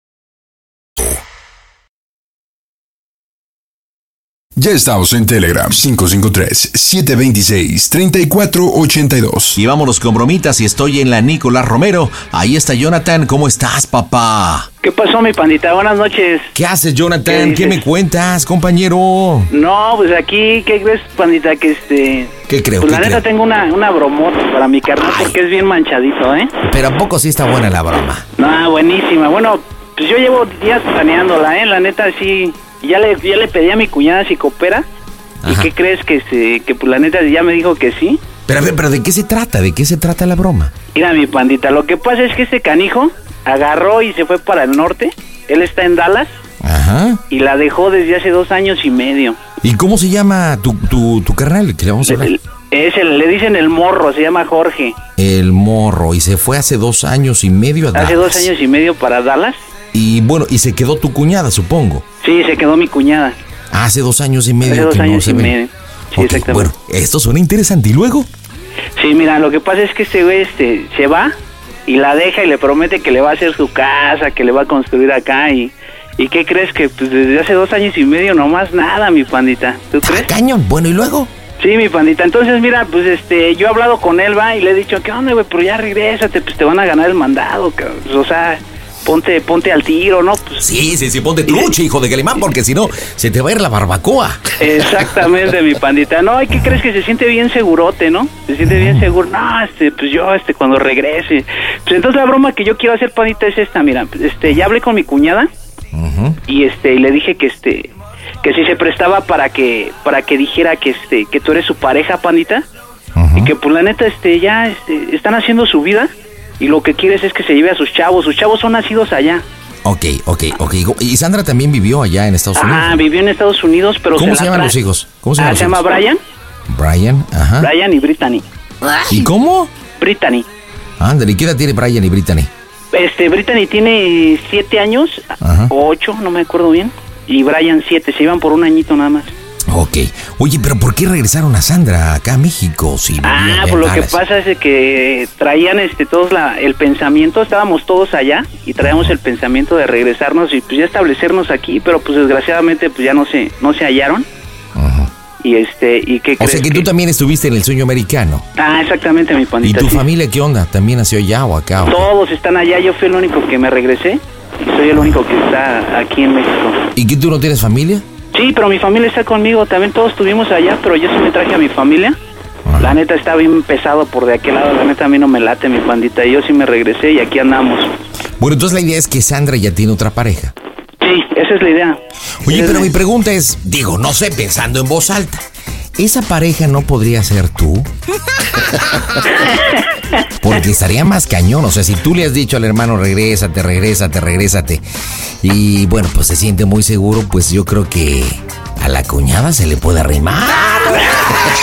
[SPEAKER 1] Ya estamos en Telegram 553-726-3482.
[SPEAKER 2] Y vámonos con bromitas y estoy en la Nicolás Romero. Ahí está Jonathan. ¿Cómo estás, papá?
[SPEAKER 17] ¿Qué pasó, mi pandita? Buenas noches.
[SPEAKER 2] ¿Qué haces, Jonathan? ¿Qué, me cuentas, compañero?
[SPEAKER 17] No, pues aquí, ¿qué crees, pandita? Que este.
[SPEAKER 2] ¿Qué creo?
[SPEAKER 17] Pues
[SPEAKER 2] ¿Qué
[SPEAKER 17] la neta
[SPEAKER 2] creo?
[SPEAKER 17] tengo una, una bromota para mi carnal porque es bien manchadito, ¿eh?
[SPEAKER 2] Pero ¿a poco sí está buena la broma?
[SPEAKER 17] No, buenísima. Bueno, pues yo llevo días planeándola, ¿eh? La neta sí. Ya le, ya le pedí a mi cuñada si coopera. ¿Y
[SPEAKER 2] Ajá.
[SPEAKER 17] qué crees que este, que pues la neta ya me dijo que sí?
[SPEAKER 2] Pero a ver, ¿pero de qué se trata? ¿De qué se trata la broma?
[SPEAKER 17] Mira, mi pandita, lo que pasa es que este canijo agarró y se fue para el norte. Él está en Dallas
[SPEAKER 2] Ajá.
[SPEAKER 17] y la dejó desde hace dos años y medio.
[SPEAKER 2] ¿Y cómo se llama tu, tu, tu carnal? Que le vamos a hablar.
[SPEAKER 17] Es el, le dicen el morro, se llama Jorge.
[SPEAKER 2] El morro. Y se fue hace dos años y medio a
[SPEAKER 17] Hace
[SPEAKER 2] Dallas.
[SPEAKER 17] dos años y medio para Dallas.
[SPEAKER 2] Y bueno, y se quedó tu cuñada, supongo.
[SPEAKER 17] Sí, se quedó mi cuñada.
[SPEAKER 2] Hace dos años y medio
[SPEAKER 17] Hace dos
[SPEAKER 2] que no
[SPEAKER 17] años
[SPEAKER 2] se
[SPEAKER 17] y
[SPEAKER 2] ven.
[SPEAKER 17] medio.
[SPEAKER 2] Ok, Bueno, esto suena interesante. ¿Y luego?
[SPEAKER 17] Sí, mira, lo que pasa es que este güey este, se va y la deja y le promete que le va a hacer su casa, que le va a construir acá y... ¿Y qué crees? Que pues, desde hace dos años y medio nomás nada, mi pandita. ¿Tú crees?
[SPEAKER 2] cañón. Bueno, ¿y luego?
[SPEAKER 17] Sí, mi pandita. Entonces, mira, pues este, yo he hablado con él, va, y le he dicho, ¿qué onda, güey? Pero ya regrésate, pues te van a ganar el mandado, cabrón. Pues, o sea, ponte, ponte al tiro, ¿no? Pues,
[SPEAKER 2] Sí, sí, sí, ponte trucha, hijo de Galimán, porque si no, se te va a ir la barbacoa.
[SPEAKER 17] Exactamente, mi pandita. No, ¿y qué crees que se siente bien segurote, no? Se siente bien seguro. No, este, pues yo, este, cuando regrese. Pues entonces la broma que yo quiero hacer, pandita, es esta. Mira, este, ya hablé con mi cuñada y este, y le dije que este, que si se prestaba para que, para que dijera que este, que tú eres su pareja, pandita, y que pues la neta, este, ya, este, están haciendo su vida y lo que quieres es que se lleve a sus chavos. Sus chavos son nacidos allá.
[SPEAKER 2] Ok, ok, ok. Y Sandra también vivió allá en Estados Unidos.
[SPEAKER 17] Ah, vivió en Estados Unidos, pero
[SPEAKER 2] ¿Cómo
[SPEAKER 17] la
[SPEAKER 2] se llaman
[SPEAKER 17] tra-
[SPEAKER 2] los hijos? ¿Cómo se
[SPEAKER 17] Ah,
[SPEAKER 2] llaman
[SPEAKER 17] se
[SPEAKER 2] los
[SPEAKER 17] llama
[SPEAKER 2] hijos?
[SPEAKER 17] Brian.
[SPEAKER 2] Brian, ajá.
[SPEAKER 17] Brian y Brittany.
[SPEAKER 2] ¿Y cómo?
[SPEAKER 17] Brittany.
[SPEAKER 2] Ándale, ¿y ¿qué edad tiene Brian y Brittany?
[SPEAKER 17] Este, Brittany tiene siete años,
[SPEAKER 2] Ajá.
[SPEAKER 17] o ocho, no me acuerdo bien. Y Brian siete, se iban por un añito nada más.
[SPEAKER 2] Ok. Oye, pero ¿por qué regresaron a Sandra acá a México? Si vivía
[SPEAKER 17] Ah,
[SPEAKER 2] allá
[SPEAKER 17] pues
[SPEAKER 2] en
[SPEAKER 17] lo que
[SPEAKER 2] Dallas?
[SPEAKER 17] pasa es de que traían este todos la, el pensamiento, estábamos todos allá y traíamos el pensamiento de regresarnos y pues ya establecernos aquí, pero pues desgraciadamente pues ya no se, no se hallaron. Y este, y qué
[SPEAKER 2] O
[SPEAKER 17] crees
[SPEAKER 2] sea que
[SPEAKER 17] que-
[SPEAKER 2] tú también estuviste en el sueño americano.
[SPEAKER 17] Ah, exactamente, mi
[SPEAKER 2] ¿Y
[SPEAKER 17] pandita.
[SPEAKER 2] tu
[SPEAKER 17] sí.
[SPEAKER 2] familia qué onda? ¿También nació allá o acá? o-
[SPEAKER 17] Todos están allá, yo fui el único que me regresé y soy el único que está aquí en México.
[SPEAKER 2] ¿Y que tú no tienes familia?
[SPEAKER 17] Sí, pero mi familia está conmigo, también todos estuvimos allá, pero yo sí me traje a mi familia.
[SPEAKER 2] Ah.
[SPEAKER 17] La neta está bien pesado por de aquel lado, la neta a mí no me late mi pandita, yo sí me regresé y aquí andamos.
[SPEAKER 2] Bueno, entonces la idea es que Sandra ya tiene otra pareja.
[SPEAKER 17] Sí, esa es la idea.
[SPEAKER 2] Oye, pero mi pregunta es, digo, no sé, pensando en voz alta, ¿esa pareja no podría ser tú? Porque estaría más cañón. O sea, si tú le has dicho al hermano, regrésate, regrésate, regrésate. Y bueno, pues se siente muy seguro, pues yo creo que a la cuñada se le puede arrimar.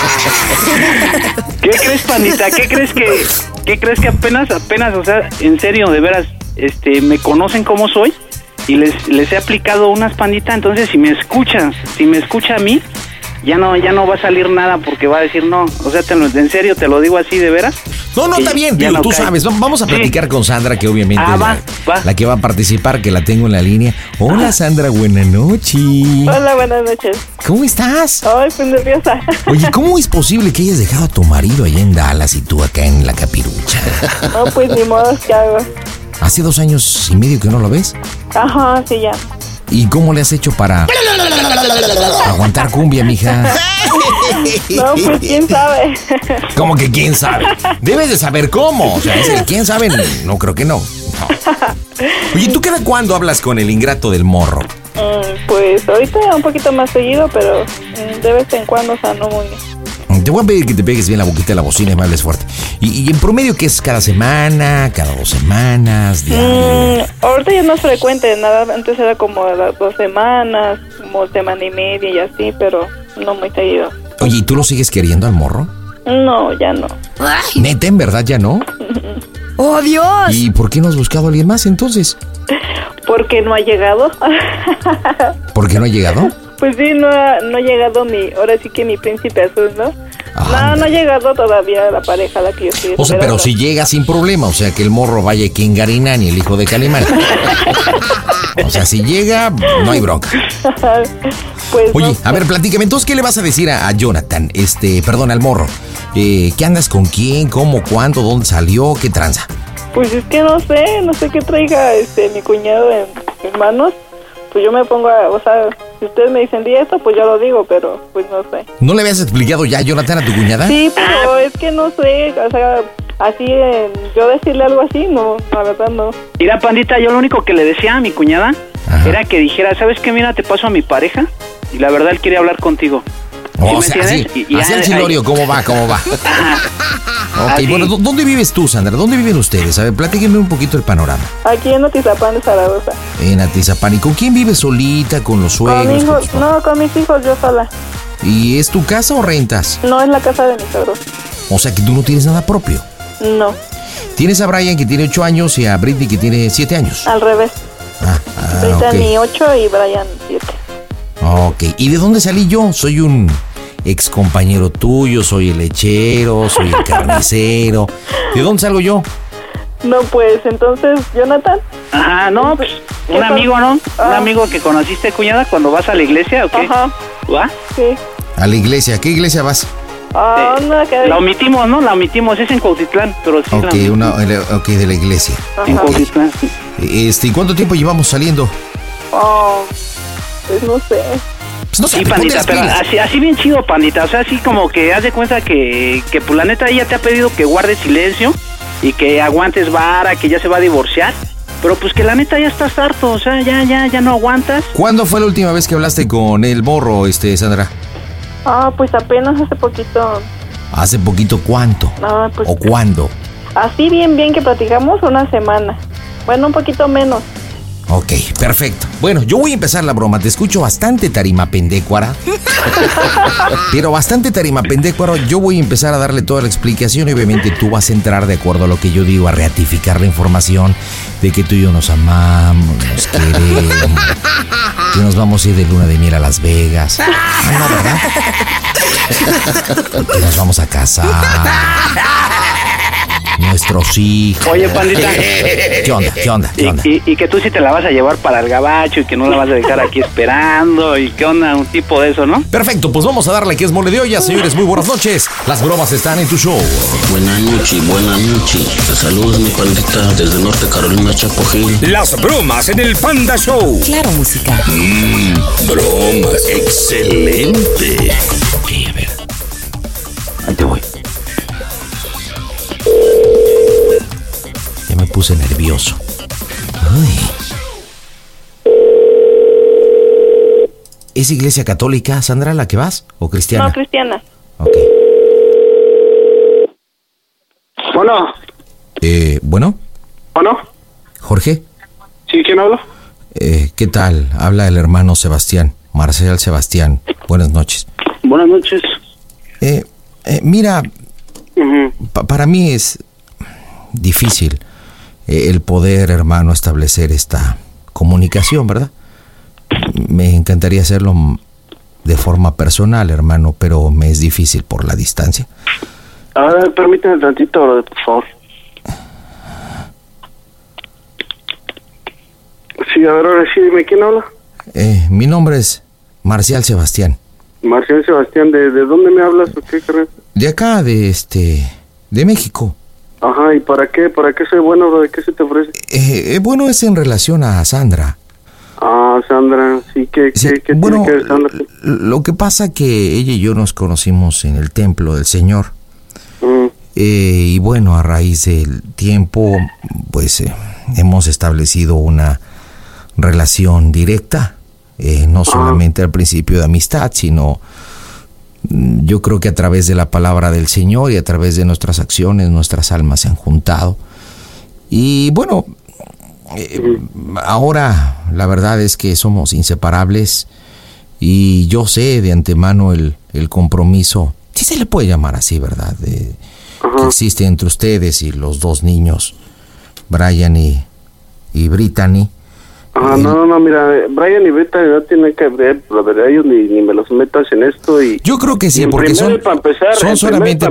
[SPEAKER 17] ¿Qué crees, pandita? ¿Qué crees que, qué crees que apenas, apenas, o sea, en serio, de veras, este, me conocen como soy y les, les he aplicado unas panditas, entonces si me escuchas, si me escucha a mí, ya no, ya no va a salir nada porque va a decir no, o sea, te lo- en serio te lo digo así, de veras.
[SPEAKER 2] No, no,
[SPEAKER 17] que
[SPEAKER 2] está bien,
[SPEAKER 17] ya
[SPEAKER 2] digo,
[SPEAKER 17] no
[SPEAKER 2] tú
[SPEAKER 17] cae.
[SPEAKER 2] sabes. Vam- Vamos a
[SPEAKER 17] Sí.
[SPEAKER 2] platicar con Sandra, que obviamente
[SPEAKER 17] Ah,
[SPEAKER 2] es
[SPEAKER 17] va,
[SPEAKER 2] la, la que va a participar, que la tengo en la línea. Hola, Sandra, buena noche.
[SPEAKER 3] Hola, buenas noches.
[SPEAKER 2] ¿Cómo estás?
[SPEAKER 3] Ay, pues nerviosa.
[SPEAKER 2] Oye, ¿cómo es posible que hayas dejado a tu marido allá en Dallas y tú acá en la capirucha?
[SPEAKER 3] No, pues ni modo, ¿qué hago?
[SPEAKER 2] Hace dos años y medio que no lo ves.
[SPEAKER 3] Ajá, sí, ya.
[SPEAKER 2] ¿Y cómo le has hecho para aguantar cumbia, mija?
[SPEAKER 3] No, pues quién sabe.
[SPEAKER 2] ¿Cómo que quién sabe? Debes de saber cómo. O sea, es el quién sabe, no creo que no. No. Oye, ¿tú cada cuándo hablas con el ingrato del morro?
[SPEAKER 3] Mm, Pues ahorita un poquito más seguido, pero mm, de vez en cuando, o sea, no muy.
[SPEAKER 2] Te voy a pedir que te pegues bien la boquita de la bocina y me hables fuerte. Y, y en promedio, ¿qué es cada semana, cada dos semanas, diario?
[SPEAKER 3] Mm, ahorita ya no es frecuente, nada, antes era como a las dos semanas, como semana y media y así, pero no muy seguido.
[SPEAKER 2] Oye, ¿y tú lo sigues queriendo al morro?
[SPEAKER 3] No, ya no.
[SPEAKER 2] Neta, en verdad ya no.
[SPEAKER 3] ¡Oh, Dios!
[SPEAKER 2] ¿Y por qué no has buscado a alguien más entonces?
[SPEAKER 3] ¿Por qué no ha llegado?
[SPEAKER 2] ¿Por qué no ha llegado?
[SPEAKER 3] Pues sí, no ha, no ha llegado mi, ahora sí que mi príncipe azul, ¿no? no, no ha llegado todavía la pareja a la que yo estoy
[SPEAKER 2] Ah, O sea, pero
[SPEAKER 3] esperando.
[SPEAKER 2] si llega sin problema, o sea que el morro vaya Kingarinán y el hijo de Calimán. O sea, si llega, no hay bronca.
[SPEAKER 3] pues
[SPEAKER 2] Oye, a ver, platícame, entonces, ¿qué le vas a decir a, a Jonathan? Este, perdón, al morro. Eh, ¿Qué andas con quién? ¿Cómo? ¿Cuándo? ¿Dónde salió? ¿Qué tranza?
[SPEAKER 3] Pues es que no sé, no sé qué traiga este mi cuñado en mis manos. Pues yo me pongo a, o sea, si ustedes me dicen di esto, pues yo lo digo, pero pues no sé.
[SPEAKER 2] ¿No le habías explicado ya, Jonathan, a tu cuñada?
[SPEAKER 3] Sí, pero es que no sé, o sea, así eh, yo decirle algo así, no, la verdad no.
[SPEAKER 17] Mira, pandita, yo lo único que le decía a mi cuñada era que dijera, ¿sabes qué? Mira, te paso a mi pareja y la verdad él quiere hablar contigo. ¿Sí
[SPEAKER 2] O
[SPEAKER 17] me
[SPEAKER 2] sea, así,
[SPEAKER 17] entiendes? Y- y
[SPEAKER 2] así
[SPEAKER 17] ya-
[SPEAKER 2] el chilorio, ¿cómo va? ¿Cómo va? Ah, Ok,
[SPEAKER 17] Así.
[SPEAKER 2] bueno, ¿dó- ¿dónde vives tú, Sandra? ¿Dónde viven ustedes? A ver, platíquenme un poquito el panorama.
[SPEAKER 3] Aquí en Otizapán de Zaragoza.
[SPEAKER 2] En Atizapán, ¿y con quién vives solita? ¿Con los
[SPEAKER 3] Con
[SPEAKER 2] suegros?
[SPEAKER 3] hijos, no, con mis hijos yo sola.
[SPEAKER 2] ¿Y es tu casa o rentas?
[SPEAKER 3] No es la casa de mis suegros.
[SPEAKER 2] O sea que tú no tienes nada propio.
[SPEAKER 3] No,
[SPEAKER 2] Tienes a Brian que tiene 8 años y a Britney que tiene 7 años.
[SPEAKER 3] al revés.
[SPEAKER 2] Ah,
[SPEAKER 3] Ahorita
[SPEAKER 2] ok.
[SPEAKER 3] mi 8 y Brian 7.
[SPEAKER 2] Ok, ¿y de dónde salí yo? Soy un ex compañero tuyo, soy el lechero, soy el carnicero. ¿De dónde salgo yo?
[SPEAKER 3] No, pues entonces, Jonathan.
[SPEAKER 17] Ajá, no, pues un amigo, ¿no? Un amigo que conociste, cuñada, cuando vas a la iglesia o qué?
[SPEAKER 3] Ah. Ajá.
[SPEAKER 17] ¿Va?
[SPEAKER 3] Sí.
[SPEAKER 2] A la iglesia. ¿Qué iglesia vas?
[SPEAKER 3] Ah, no, que-
[SPEAKER 17] Eh, La omitimos, ¿no? La omitimos, es en Cuautitlán, pero sí
[SPEAKER 2] Ok,
[SPEAKER 17] la
[SPEAKER 2] una, eh, ok, de la iglesia.
[SPEAKER 17] En
[SPEAKER 2] Ok.
[SPEAKER 17] Cuautitlán.
[SPEAKER 2] Este, ¿y cuánto tiempo llevamos saliendo?
[SPEAKER 3] Oh, pues no sé.
[SPEAKER 2] Pues no sé,
[SPEAKER 17] sí,
[SPEAKER 2] ponte
[SPEAKER 17] pandita,
[SPEAKER 2] las
[SPEAKER 17] pero
[SPEAKER 2] pilas.
[SPEAKER 17] así, así bien chido, pandita. O sea, así como que haz de cuenta que, que pues, la neta ella te ha pedido que guardes silencio y que aguantes vara, que ya se va a divorciar. Pero pues que la neta ya estás harto, o sea, ya, ya, ya no aguantas.
[SPEAKER 2] ¿Cuándo fue la última vez que hablaste con el morro, este, Sandra?
[SPEAKER 3] Ah, pues apenas hace poquito.
[SPEAKER 2] ¿Hace poquito cuánto?
[SPEAKER 3] Ah, pues
[SPEAKER 2] ¿O cuándo?
[SPEAKER 3] así bien, bien que platicamos una semana. Bueno, un poquito menos.
[SPEAKER 2] Ok, perfecto. Bueno, yo voy a empezar la broma. Te escucho bastante tarima pendécuara. Pero bastante tarima pendécuaro. Yo voy a empezar a darle toda la explicación y obviamente tú vas a entrar de acuerdo a lo que yo digo, a ratificar la información de que tú y yo nos amamos, nos queremos, que nos vamos a ir de luna de miel a Las Vegas. Ah, Que nos vamos a casar. Nuestros hijos.
[SPEAKER 17] Oye, pandita.
[SPEAKER 2] ¿Qué onda? ¿Qué onda? ¿Qué
[SPEAKER 17] Y-
[SPEAKER 2] onda?
[SPEAKER 17] Y, y que tú sí te la vas a llevar para el gabacho y que no la vas a dejar aquí esperando y qué onda, un tipo de eso, ¿no?
[SPEAKER 2] Perfecto, pues vamos a darle que es mole de olla, señores. Muy buenas noches. Las bromas están en tu show.
[SPEAKER 18] Buenas noches, buenas noches. Te saluda mi pandita desde Norte Carolina Chapo Gil.
[SPEAKER 6] Las bromas en el Panda Show. Claro, música. bromas. Excelente.
[SPEAKER 2] Ya me puse nervioso. Ay. ¿Es iglesia católica, Sandra, la que vas? ¿O cristiana?
[SPEAKER 3] No, Cristiana.
[SPEAKER 2] Ok.
[SPEAKER 4] Bueno,
[SPEAKER 2] Eh, bueno,
[SPEAKER 18] ¿Bueno?
[SPEAKER 2] Jorge,
[SPEAKER 18] ¿Sí? ¿Quién habla?
[SPEAKER 2] eh, ¿qué tal? Habla el hermano Sebastián, Marcel Sebastián. Buenas noches.
[SPEAKER 18] Buenas noches.
[SPEAKER 2] Eh, eh, mira, pa- para mí es difícil eh, el poder, hermano, establecer esta comunicación, ¿verdad? Me encantaría hacerlo m- de forma personal, hermano, pero me es difícil por la distancia.
[SPEAKER 18] A ver, permíteme tantito, brother, por favor. Sí, a ver, ahora sí, dime, ¿quién habla?
[SPEAKER 2] Eh, mi nombre es Marcial Sebastián.
[SPEAKER 18] Marcial Sebastián, ¿de, de dónde me hablas o qué, carnal?
[SPEAKER 2] De acá, de este, de México.
[SPEAKER 18] Ajá, ¿y para qué? ¿Para qué soy bueno, brother? ¿Qué se te ofrece?
[SPEAKER 2] Eh, eh, bueno, es en relación a Sandra.
[SPEAKER 18] Ah, Sandra, sí, ¿qué,
[SPEAKER 2] Sí,
[SPEAKER 18] qué, qué
[SPEAKER 2] bueno,
[SPEAKER 18] tiene que ver, Sandra?
[SPEAKER 2] Lo que pasa que ella y yo nos conocimos en el templo del Señor. Eh, y bueno, a raíz del tiempo, pues eh, hemos establecido una relación directa, eh, no solamente al principio de amistad, sino mm, yo creo que a través de la palabra del Señor y a través de nuestras acciones, nuestras almas se han juntado. Y bueno, eh, ahora la verdad es que somos inseparables y yo sé de antemano el, el compromiso, si se le puede llamar así, ¿verdad? De- que existe entre ustedes y los dos niños, Brian y, y Brittany.
[SPEAKER 18] Ah, no, no, no, mira, eh, Brian y Beta no tienen que ver, brother, ellos ni, ni me los metas en esto y...
[SPEAKER 2] Yo creo que sí,
[SPEAKER 18] En
[SPEAKER 2] porque
[SPEAKER 18] primero
[SPEAKER 2] son-
[SPEAKER 18] y para empezar,
[SPEAKER 2] son
[SPEAKER 18] en
[SPEAKER 2] solamente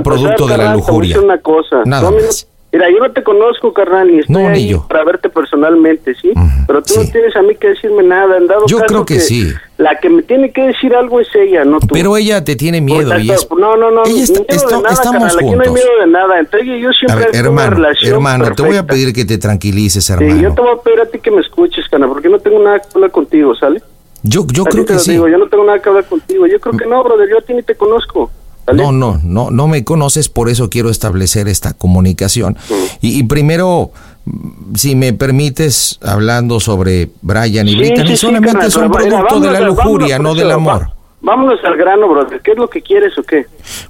[SPEAKER 18] primero y para
[SPEAKER 2] producto de la
[SPEAKER 18] carnal, te voy a
[SPEAKER 2] lujuria.
[SPEAKER 18] decir una cosa.
[SPEAKER 2] Nada
[SPEAKER 18] No, mira,
[SPEAKER 2] más.
[SPEAKER 18] Mira, yo no te conozco, carnal, ni estoy
[SPEAKER 2] No, ni
[SPEAKER 18] ahí
[SPEAKER 2] yo.
[SPEAKER 18] para verte personalmente, ¿sí? Pero tú no tienes a mí que decirme nada, en dado
[SPEAKER 2] Yo
[SPEAKER 18] caso
[SPEAKER 2] creo que sí.
[SPEAKER 18] La que me tiene que decir algo es ella, no tú.
[SPEAKER 2] Pero ella te tiene miedo
[SPEAKER 18] Porque
[SPEAKER 2] y
[SPEAKER 18] hasta-
[SPEAKER 2] es...
[SPEAKER 18] No, no, no,
[SPEAKER 2] Ella está-
[SPEAKER 18] miedo de
[SPEAKER 2] está-
[SPEAKER 18] nada,
[SPEAKER 2] estamos
[SPEAKER 18] carnal, Aquí no hay
[SPEAKER 2] juntos.
[SPEAKER 18] miedo de nada, entonces yo
[SPEAKER 2] A
[SPEAKER 18] siempre
[SPEAKER 2] ver,
[SPEAKER 18] tuve una
[SPEAKER 2] hermano,
[SPEAKER 18] relación
[SPEAKER 2] hermano, te voy a
[SPEAKER 18] perfecta.
[SPEAKER 2] pedir que te tranquilices,
[SPEAKER 18] Sí,
[SPEAKER 2] hermano.
[SPEAKER 18] yo te voy a pedir a ti que me escuches, carnal, porque no tengo nada que hablar contigo, ¿sale?
[SPEAKER 2] Yo, yo
[SPEAKER 18] Así
[SPEAKER 2] creo
[SPEAKER 18] te
[SPEAKER 2] que
[SPEAKER 18] lo
[SPEAKER 2] sí.
[SPEAKER 18] digo, yo no tengo nada que hablar contigo. Yo creo que no, brother, yo a ti ni te conozco.
[SPEAKER 2] No, no, no, no me conoces, por eso quiero establecer esta comunicación. Y, y primero, mm, si me permites, hablando sobre Brian y
[SPEAKER 18] Sí,
[SPEAKER 2] Brittany,
[SPEAKER 18] sí, sí,
[SPEAKER 2] solamente
[SPEAKER 18] carnal,
[SPEAKER 2] son
[SPEAKER 18] pero mira,
[SPEAKER 2] producto de la
[SPEAKER 18] vámonos,
[SPEAKER 2] lujuria,
[SPEAKER 18] vámonos,
[SPEAKER 2] no del
[SPEAKER 18] pero va-
[SPEAKER 2] amor.
[SPEAKER 18] Vámonos al grano, brother. ¿Qué es lo que quieres o qué?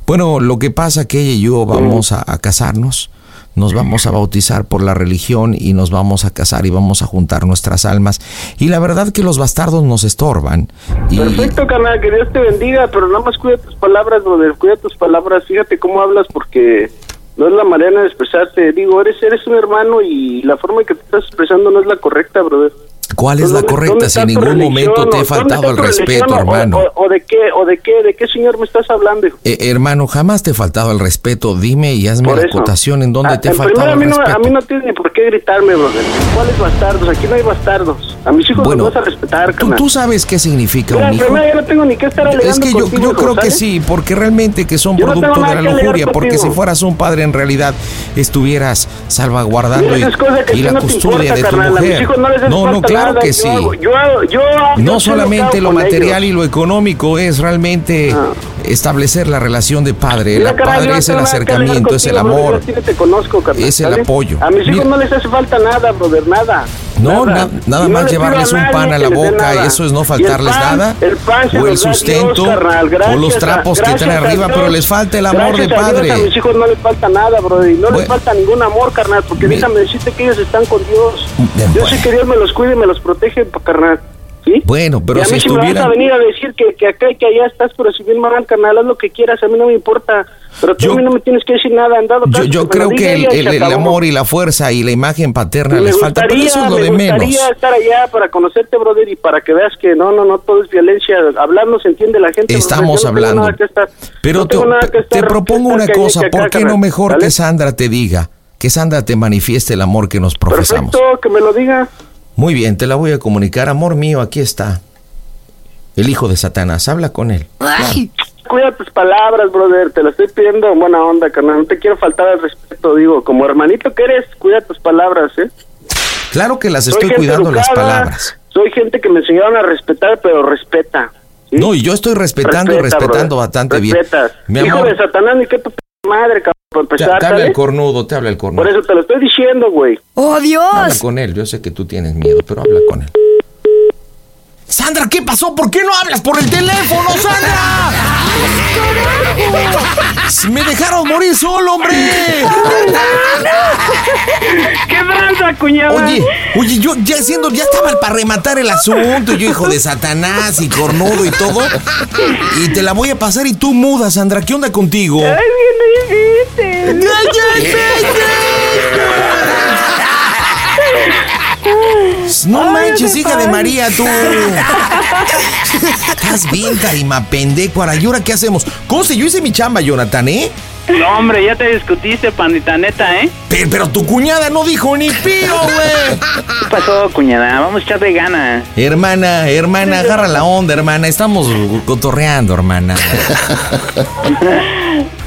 [SPEAKER 2] Bueno, lo que pasa que ella y yo vamos a, a casarnos, nos vamos a bautizar por la religión y nos vamos a casar y vamos a juntar nuestras almas. Y la verdad que los bastardos nos estorban. Y,
[SPEAKER 18] Perfecto, canal, que Dios te bendiga, pero nada más cuida tus palabras, brother. Cuida tus palabras. Fíjate cómo hablas porque no es la manera de expresarte. Digo, eres eres un hermano y la forma en que te estás expresando no es la correcta, brother.
[SPEAKER 2] ¿Cuál es la
[SPEAKER 18] ¿Dónde- dónde
[SPEAKER 2] correcta? Si
[SPEAKER 18] está
[SPEAKER 2] en
[SPEAKER 18] tu
[SPEAKER 2] ningún
[SPEAKER 18] religión
[SPEAKER 2] momento te
[SPEAKER 18] o-
[SPEAKER 2] he faltado
[SPEAKER 18] dónde
[SPEAKER 2] el
[SPEAKER 18] está tu
[SPEAKER 2] respeto,
[SPEAKER 18] religión o-
[SPEAKER 2] hermano.
[SPEAKER 18] O, o de qué, o de qué, de qué señor me estás hablando, hijo?
[SPEAKER 2] Eh, hermano, jamás te he faltado el respeto. Dime y hazme
[SPEAKER 18] Por
[SPEAKER 2] la
[SPEAKER 18] eso.
[SPEAKER 2] acotación en donde
[SPEAKER 18] Ah,
[SPEAKER 2] te he
[SPEAKER 18] en primera,
[SPEAKER 2] faltado
[SPEAKER 18] a
[SPEAKER 2] el
[SPEAKER 18] mí, no,
[SPEAKER 2] respeto.
[SPEAKER 18] a mí no tienes ni por qué gritarme, brother. ¿Cuáles bastardos? Aquí no hay bastardos. A mis hijos
[SPEAKER 2] Bueno,
[SPEAKER 18] los vas a respetar,
[SPEAKER 2] ¿Tú,
[SPEAKER 18] carnal.
[SPEAKER 2] tú sabes qué significa
[SPEAKER 18] Mira,
[SPEAKER 2] un
[SPEAKER 18] en
[SPEAKER 2] hijo?
[SPEAKER 18] primera, yo no tengo ni que estar alegando
[SPEAKER 2] Es que yo,
[SPEAKER 18] contigo,
[SPEAKER 2] yo creo que
[SPEAKER 18] ¿sale?
[SPEAKER 2] sí, porque realmente que son
[SPEAKER 18] Yo no
[SPEAKER 2] producto
[SPEAKER 18] tengo
[SPEAKER 2] de
[SPEAKER 18] nada
[SPEAKER 2] la
[SPEAKER 18] que alegar
[SPEAKER 2] lujuria, porque si
[SPEAKER 18] contigo.
[SPEAKER 2] fueras un padre en realidad estuvieras salvaguardando
[SPEAKER 18] Mira,
[SPEAKER 2] y,
[SPEAKER 18] esas cosas que a
[SPEAKER 2] y
[SPEAKER 18] ti
[SPEAKER 2] la
[SPEAKER 18] no te
[SPEAKER 2] custodia
[SPEAKER 18] importa,
[SPEAKER 2] de tu
[SPEAKER 18] carnal. A mis
[SPEAKER 2] mujer.
[SPEAKER 18] hijos no les hace
[SPEAKER 2] No, no,
[SPEAKER 18] falta nada.
[SPEAKER 2] claro que
[SPEAKER 18] Yo
[SPEAKER 2] sí.
[SPEAKER 18] hago- yo hago- yo hago- yo
[SPEAKER 2] No
[SPEAKER 18] sé que
[SPEAKER 2] solamente
[SPEAKER 18] hago
[SPEAKER 2] lo
[SPEAKER 18] con
[SPEAKER 2] material
[SPEAKER 18] ellos. Ah.
[SPEAKER 2] y lo económico es realmente establecer la relación de padre.
[SPEAKER 18] Mira,
[SPEAKER 2] el
[SPEAKER 18] carnal, yo
[SPEAKER 2] padre
[SPEAKER 18] no
[SPEAKER 2] es el
[SPEAKER 18] tengo nada que
[SPEAKER 2] acercamiento,
[SPEAKER 18] alegar
[SPEAKER 2] es el
[SPEAKER 18] contigo, brother.
[SPEAKER 2] amor.
[SPEAKER 18] Yo a ti no te conozco, carnal,
[SPEAKER 2] es el
[SPEAKER 18] ¿sale?
[SPEAKER 2] apoyo.
[SPEAKER 18] A mis hijos
[SPEAKER 2] Mira.
[SPEAKER 18] no les hace falta nada, brother, nada.
[SPEAKER 2] No, na- nada
[SPEAKER 18] Y no
[SPEAKER 2] más
[SPEAKER 18] les pido
[SPEAKER 2] llevarles un
[SPEAKER 18] nadie
[SPEAKER 2] pan a
[SPEAKER 18] que
[SPEAKER 2] la
[SPEAKER 18] les dé
[SPEAKER 2] boca,
[SPEAKER 18] nada.
[SPEAKER 2] eso es no
[SPEAKER 18] Y el
[SPEAKER 2] faltarles
[SPEAKER 18] pan-
[SPEAKER 2] nada.
[SPEAKER 18] el pan se
[SPEAKER 2] o el
[SPEAKER 18] los da Dios,
[SPEAKER 2] sustento,
[SPEAKER 18] carnal,
[SPEAKER 2] o
[SPEAKER 18] gracias
[SPEAKER 2] los
[SPEAKER 18] a-
[SPEAKER 2] trapos que
[SPEAKER 18] gracias
[SPEAKER 2] traen
[SPEAKER 18] a
[SPEAKER 2] arriba,
[SPEAKER 18] Dios.
[SPEAKER 2] pero les falta el amor
[SPEAKER 18] Gracias
[SPEAKER 2] de
[SPEAKER 18] a Dios,
[SPEAKER 2] padre.
[SPEAKER 18] A mis hijos no les falta nada, brother, y no les falta ningún amor, carnal, porque déjame decirte que ellos están con Dios. Yo
[SPEAKER 2] pues.
[SPEAKER 18] sé que Dios me los cuide y me los protege, pa- carnal. ¿Sí?
[SPEAKER 2] Bueno, pero
[SPEAKER 18] y a
[SPEAKER 2] si
[SPEAKER 18] mí si me vas a
[SPEAKER 2] estuvieran.
[SPEAKER 18] venir a decir que, que acá y que allá estás, pero si bien mal, carnal, haz lo que quieras, a mí no me importa. Pero tú a mí no me tienes que decir nada, han dado
[SPEAKER 2] Yo,
[SPEAKER 18] caso
[SPEAKER 2] yo
[SPEAKER 18] me lo
[SPEAKER 2] creo
[SPEAKER 18] diga
[SPEAKER 2] que el,
[SPEAKER 18] ella y
[SPEAKER 2] el-
[SPEAKER 18] se
[SPEAKER 2] el
[SPEAKER 18] acabó.
[SPEAKER 2] amor y la fuerza y la imagen paterna les falta, pero eso es lo
[SPEAKER 18] me
[SPEAKER 2] de menos.
[SPEAKER 18] gustaría estar allá para conocerte, brother, y para que veas que no, no, no, todo es violencia. Hablar no se entiende la gente. brother.
[SPEAKER 2] Estamos
[SPEAKER 18] Yo no tengo
[SPEAKER 2] hablando.
[SPEAKER 18] nada que estar-
[SPEAKER 2] Pero
[SPEAKER 18] no
[SPEAKER 2] te,
[SPEAKER 18] tengo nada que
[SPEAKER 2] te
[SPEAKER 18] estar-
[SPEAKER 2] propongo
[SPEAKER 18] que
[SPEAKER 2] una
[SPEAKER 18] estar que-
[SPEAKER 2] cosa,
[SPEAKER 18] que acá,
[SPEAKER 2] ¿por qué no
[SPEAKER 18] carnal,
[SPEAKER 2] mejor
[SPEAKER 18] ¿sale?
[SPEAKER 2] que Sandra te diga? Que Sandra te manifieste el amor que nos profesamos.
[SPEAKER 18] Perfecto, que me lo diga.
[SPEAKER 2] Muy bien, te la voy a comunicar. Amor mío, aquí está. El hijo de Satanás, habla con él.
[SPEAKER 18] Cuida tus palabras, brother. Te lo estoy pidiendo en buena onda, carnal. No te quiero faltar al respeto, digo. Como hermanito que eres, cuida tus palabras, ¿eh?
[SPEAKER 2] Claro que las
[SPEAKER 18] Soy
[SPEAKER 2] estoy
[SPEAKER 18] gente
[SPEAKER 2] cuidando las
[SPEAKER 18] educada,
[SPEAKER 2] palabras.
[SPEAKER 18] Soy gente que me enseñaron a respetar, pero respeta.
[SPEAKER 2] No, y yo estoy respetando y
[SPEAKER 18] Respeta,
[SPEAKER 2] respetando
[SPEAKER 18] brother.
[SPEAKER 2] bastante
[SPEAKER 18] Respetas.
[SPEAKER 2] bien. Mi
[SPEAKER 18] Hijo
[SPEAKER 2] amor,
[SPEAKER 18] de Satanás, ni qué tu p- madre, cabrón. Para
[SPEAKER 2] te,
[SPEAKER 18] empezar,
[SPEAKER 2] te habla
[SPEAKER 18] ¿sale?
[SPEAKER 2] el cornudo, te habla el cornudo.
[SPEAKER 18] Por eso te lo estoy diciendo, güey.
[SPEAKER 2] ¡Oh, Dios! Habla con él, yo sé que tú tienes miedo, pero habla con él. Sandra, ¿qué pasó? ¿Por qué no hablas por el teléfono, Sandra? ¡Me dejaron morir solo, hombre!
[SPEAKER 3] la cuñada.
[SPEAKER 2] Oye, oye, yo ya siendo, ya estaba para rematar el asunto, yo hijo de Satanás y cornudo y todo. Y te la voy a pasar y tú mudas, Sandra. ¿Qué onda contigo?
[SPEAKER 3] Es que no hiciste.
[SPEAKER 2] No
[SPEAKER 3] Ay,
[SPEAKER 2] manches,
[SPEAKER 3] me
[SPEAKER 2] hija de
[SPEAKER 3] pagan.
[SPEAKER 2] María, tú. Estás bien, carima, pendeco. Ahora, ¿y ahora qué hacemos? Conste, yo hice mi chamba, Jonathan, ¿eh?
[SPEAKER 17] No, hombre, ya te discutiste, pandita, neta, ¿eh?
[SPEAKER 2] Pero, tu cuñada no dijo ni pío, güey.
[SPEAKER 17] ¿Qué pasó, cuñada? Vamos a echarle ganas.
[SPEAKER 2] Hermana, hermana, agarra la onda, hermana. Estamos cotorreando, hermana.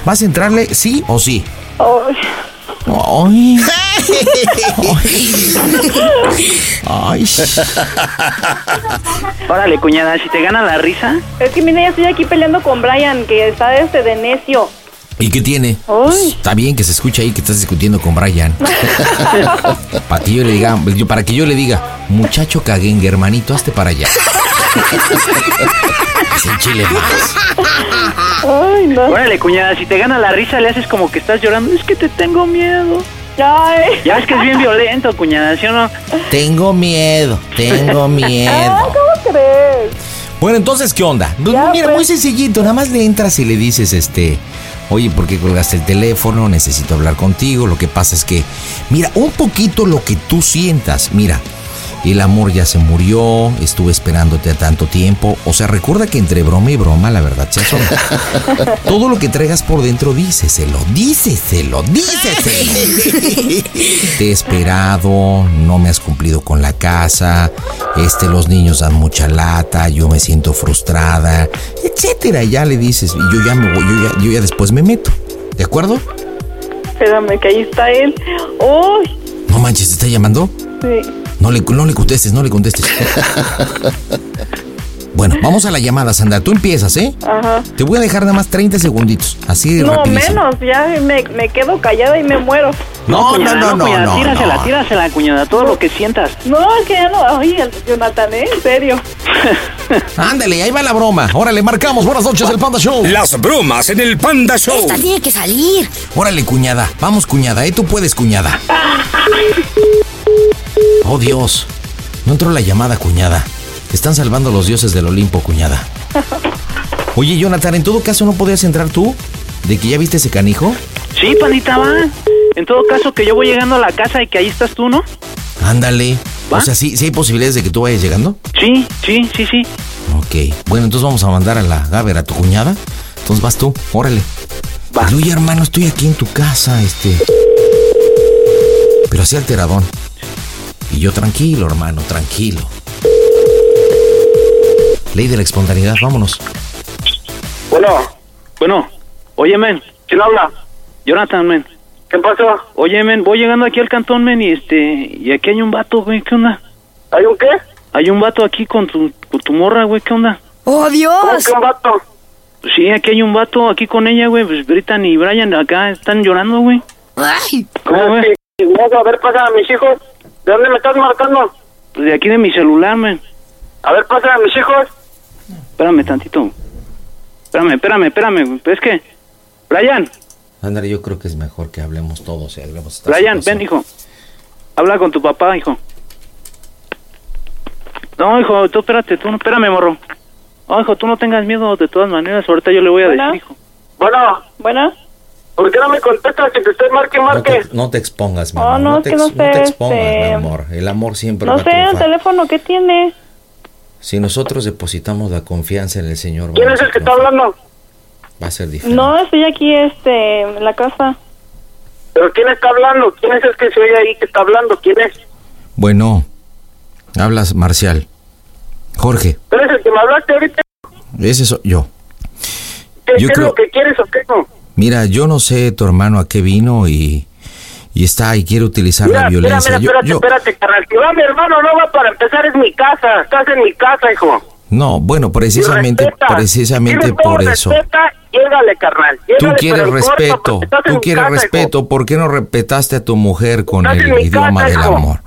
[SPEAKER 2] ¿Vas a entrarle sí o sí? Ay. Ay.
[SPEAKER 17] Órale, cuñada, si te gana la risa.
[SPEAKER 19] Es que mira, ya estoy aquí peleando con Brian, que está este de necio.
[SPEAKER 2] ¿Y qué tiene? Pues, está bien que se escuche ahí que estás discutiendo con Brian. para que yo le diga, yo- para que yo le diga, muchacho caguengue, hermanito, hazte para allá. Sin chile más.
[SPEAKER 3] Ay, no.
[SPEAKER 17] Órale, cuñada, si te gana la risa, le haces como que estás llorando. Es que te tengo miedo.
[SPEAKER 3] Ay.
[SPEAKER 17] Ya es que es bien violento, cuñada, ¿sí o no?
[SPEAKER 2] Tengo miedo, tengo miedo.
[SPEAKER 3] ¿Cómo crees?
[SPEAKER 2] Bueno, entonces, ¿qué onda? Pues, mira, muy sencillito, nada más le entras y le dices, este, oye, ¿por qué colgaste el teléfono? Necesito hablar contigo. Lo que pasa es que, mira, un poquito lo que tú sientas, mira. El amor ya se murió, estuve esperándote a tanto tiempo. O sea, recuerda que entre broma y broma, la verdad se asoma. Todo lo que traigas por dentro, díceselo, díceselo, díceselo. Te he esperado, no me has cumplido con la casa, este, los niños dan mucha lata, yo me siento frustrada, etcétera. Ya le dices, y yo ya me voy, yo ya, yo ya después me meto. ¿De acuerdo?
[SPEAKER 19] Espérame, que ahí está él. ¡Uy!
[SPEAKER 2] No manches, ¿te está llamando?
[SPEAKER 19] sí.
[SPEAKER 2] No le, no le contestes, no le contestes. Bueno, vamos a la llamada, Sandra. Tú empiezas, ¿eh?
[SPEAKER 19] Ajá.
[SPEAKER 2] Te voy a dejar nada más 30 segunditos, así de
[SPEAKER 19] No,
[SPEAKER 2] rapidísimo.
[SPEAKER 19] menos, ya me, me quedo callada y me muero.
[SPEAKER 2] No,
[SPEAKER 17] cuñada,
[SPEAKER 2] no, no, no,
[SPEAKER 17] cuñada,
[SPEAKER 2] no,
[SPEAKER 17] tírasela,
[SPEAKER 2] no.
[SPEAKER 17] tírasela, cuñada, todo lo que sientas.
[SPEAKER 19] No, es que ya no. Ay, el Jonathan, ¿eh? En serio.
[SPEAKER 2] Ándale, ahí va la broma. Órale, marcamos. Buenas noches, el Panda Show.
[SPEAKER 6] Las bromas en el Panda Show.
[SPEAKER 2] tiene que salir. Órale, cuñada. Vamos, cuñada, ¿eh? Tú puedes, cuñada. Oh, Dios. No entró la llamada, cuñada. Te Están salvando los dioses del Olimpo, cuñada. Oye, Jonathan, ¿en todo caso no podías entrar tú? ¿De que ya viste ese canijo?
[SPEAKER 17] Sí, pandita, va. En todo caso, que yo voy llegando a la casa y que ahí estás tú, ¿no?
[SPEAKER 2] Ándale. O sea, ¿sí, sí hay posibilidades de que tú vayas llegando?
[SPEAKER 17] Sí, sí, sí, sí.
[SPEAKER 2] Ok. Bueno, entonces vamos a mandar a la Gaber a tu cuñada. Entonces vas tú, órale. Pero, Oye, hermano, estoy aquí en tu casa, este. Pero así alteradón. Y yo tranquilo, hermano, tranquilo. Ley de la espontaneidad, vámonos.
[SPEAKER 17] Bueno. Bueno. Oye, men. ¿Quién habla? Jonathan, men. ¿Qué pasa? Oye, men, voy llegando aquí al cantón, men, y este... Y aquí hay un vato, güey, ¿qué onda? ¿Hay un qué? Hay un vato aquí con tu, con tu morra, güey, ¿qué onda?
[SPEAKER 3] ¡Oh, Dios! ¿Cómo que un vato?
[SPEAKER 17] Sí, aquí hay un vato aquí con ella, güey. Pues Britan y Brian acá están llorando, güey.
[SPEAKER 3] ¡Ay!
[SPEAKER 17] ¿Cómo, güey?
[SPEAKER 18] A ver, pasa a mis hijos. ¿De dónde me estás marcando?
[SPEAKER 17] Pues de aquí de mi celular, men.
[SPEAKER 18] A ver, pasa a mis hijos.
[SPEAKER 17] Espérame tantito. Espérame, espérame, espérame. güey. Es que... Brian,
[SPEAKER 2] André, yo creo que es mejor que hablemos todos y hablemos esta
[SPEAKER 17] Brian,
[SPEAKER 2] situación.
[SPEAKER 17] ven, hijo. Habla con tu papá, hijo. No, hijo, tú espérate, tú no, espérame, morro. No, hijo, tú no tengas miedo, de todas maneras, ahorita yo le voy a
[SPEAKER 18] Bueno.
[SPEAKER 17] decir, hijo.
[SPEAKER 18] Bueno,
[SPEAKER 19] Bueno.
[SPEAKER 18] ¿por qué no me contestas que te estoy marque y
[SPEAKER 2] No
[SPEAKER 18] marque?
[SPEAKER 2] te, no te expongas, mamá.
[SPEAKER 19] Oh, no, es
[SPEAKER 2] te,
[SPEAKER 19] que
[SPEAKER 2] ex-
[SPEAKER 19] no
[SPEAKER 2] no te
[SPEAKER 19] sé,
[SPEAKER 2] expongas,
[SPEAKER 19] este-
[SPEAKER 2] mi amor. El amor siempre
[SPEAKER 19] No
[SPEAKER 2] va a
[SPEAKER 19] sé, el
[SPEAKER 2] triunfar.
[SPEAKER 19] teléfono, ¿qué tiene?
[SPEAKER 2] Si nosotros depositamos la confianza en el Señor,
[SPEAKER 19] ¿Quién
[SPEAKER 2] vamos
[SPEAKER 19] es el
[SPEAKER 2] a
[SPEAKER 19] que está
[SPEAKER 2] triunfar.
[SPEAKER 19] hablando?
[SPEAKER 2] Va a ser difícil.
[SPEAKER 19] No, estoy aquí, este, en la casa.
[SPEAKER 18] ¿Pero quién está hablando? ¿Quién es el que se oye ahí que está hablando? ¿Quién es?
[SPEAKER 2] Bueno, hablas Marcial. Jorge,
[SPEAKER 18] ¿Tú eres el que me hablaste ahorita?
[SPEAKER 2] ese soy yo.
[SPEAKER 18] ¿Qué,
[SPEAKER 2] Yo
[SPEAKER 18] qué es
[SPEAKER 2] creo-
[SPEAKER 18] lo que quieres o qué no?
[SPEAKER 2] Mira, yo no sé tu hermano a qué vino y, y está y quiere utilizar la
[SPEAKER 18] Mira, mira,
[SPEAKER 2] violencia. Yo-
[SPEAKER 18] espérate,
[SPEAKER 2] yo-
[SPEAKER 18] espérate, carnal. Si va mi hermano, no va para empezar, es mi casa. Estás en mi casa, hijo.
[SPEAKER 2] no, bueno, precisamente,
[SPEAKER 18] Respeta.
[SPEAKER 2] precisamente
[SPEAKER 18] Dile, tú
[SPEAKER 2] por eso.
[SPEAKER 18] Respeta, llégale, carnal.
[SPEAKER 2] Tú
[SPEAKER 18] Llégale,
[SPEAKER 2] quieres
[SPEAKER 18] pero en corto,
[SPEAKER 2] respeto,
[SPEAKER 18] porque estás en
[SPEAKER 2] tú
[SPEAKER 18] mi
[SPEAKER 2] quieres
[SPEAKER 18] casa, hijo.
[SPEAKER 2] respeto. ¿Por qué no respetaste a tu mujer con
[SPEAKER 18] Estás en
[SPEAKER 2] el
[SPEAKER 18] mi
[SPEAKER 2] idioma
[SPEAKER 18] casa,
[SPEAKER 2] del
[SPEAKER 18] hijo.
[SPEAKER 2] amor?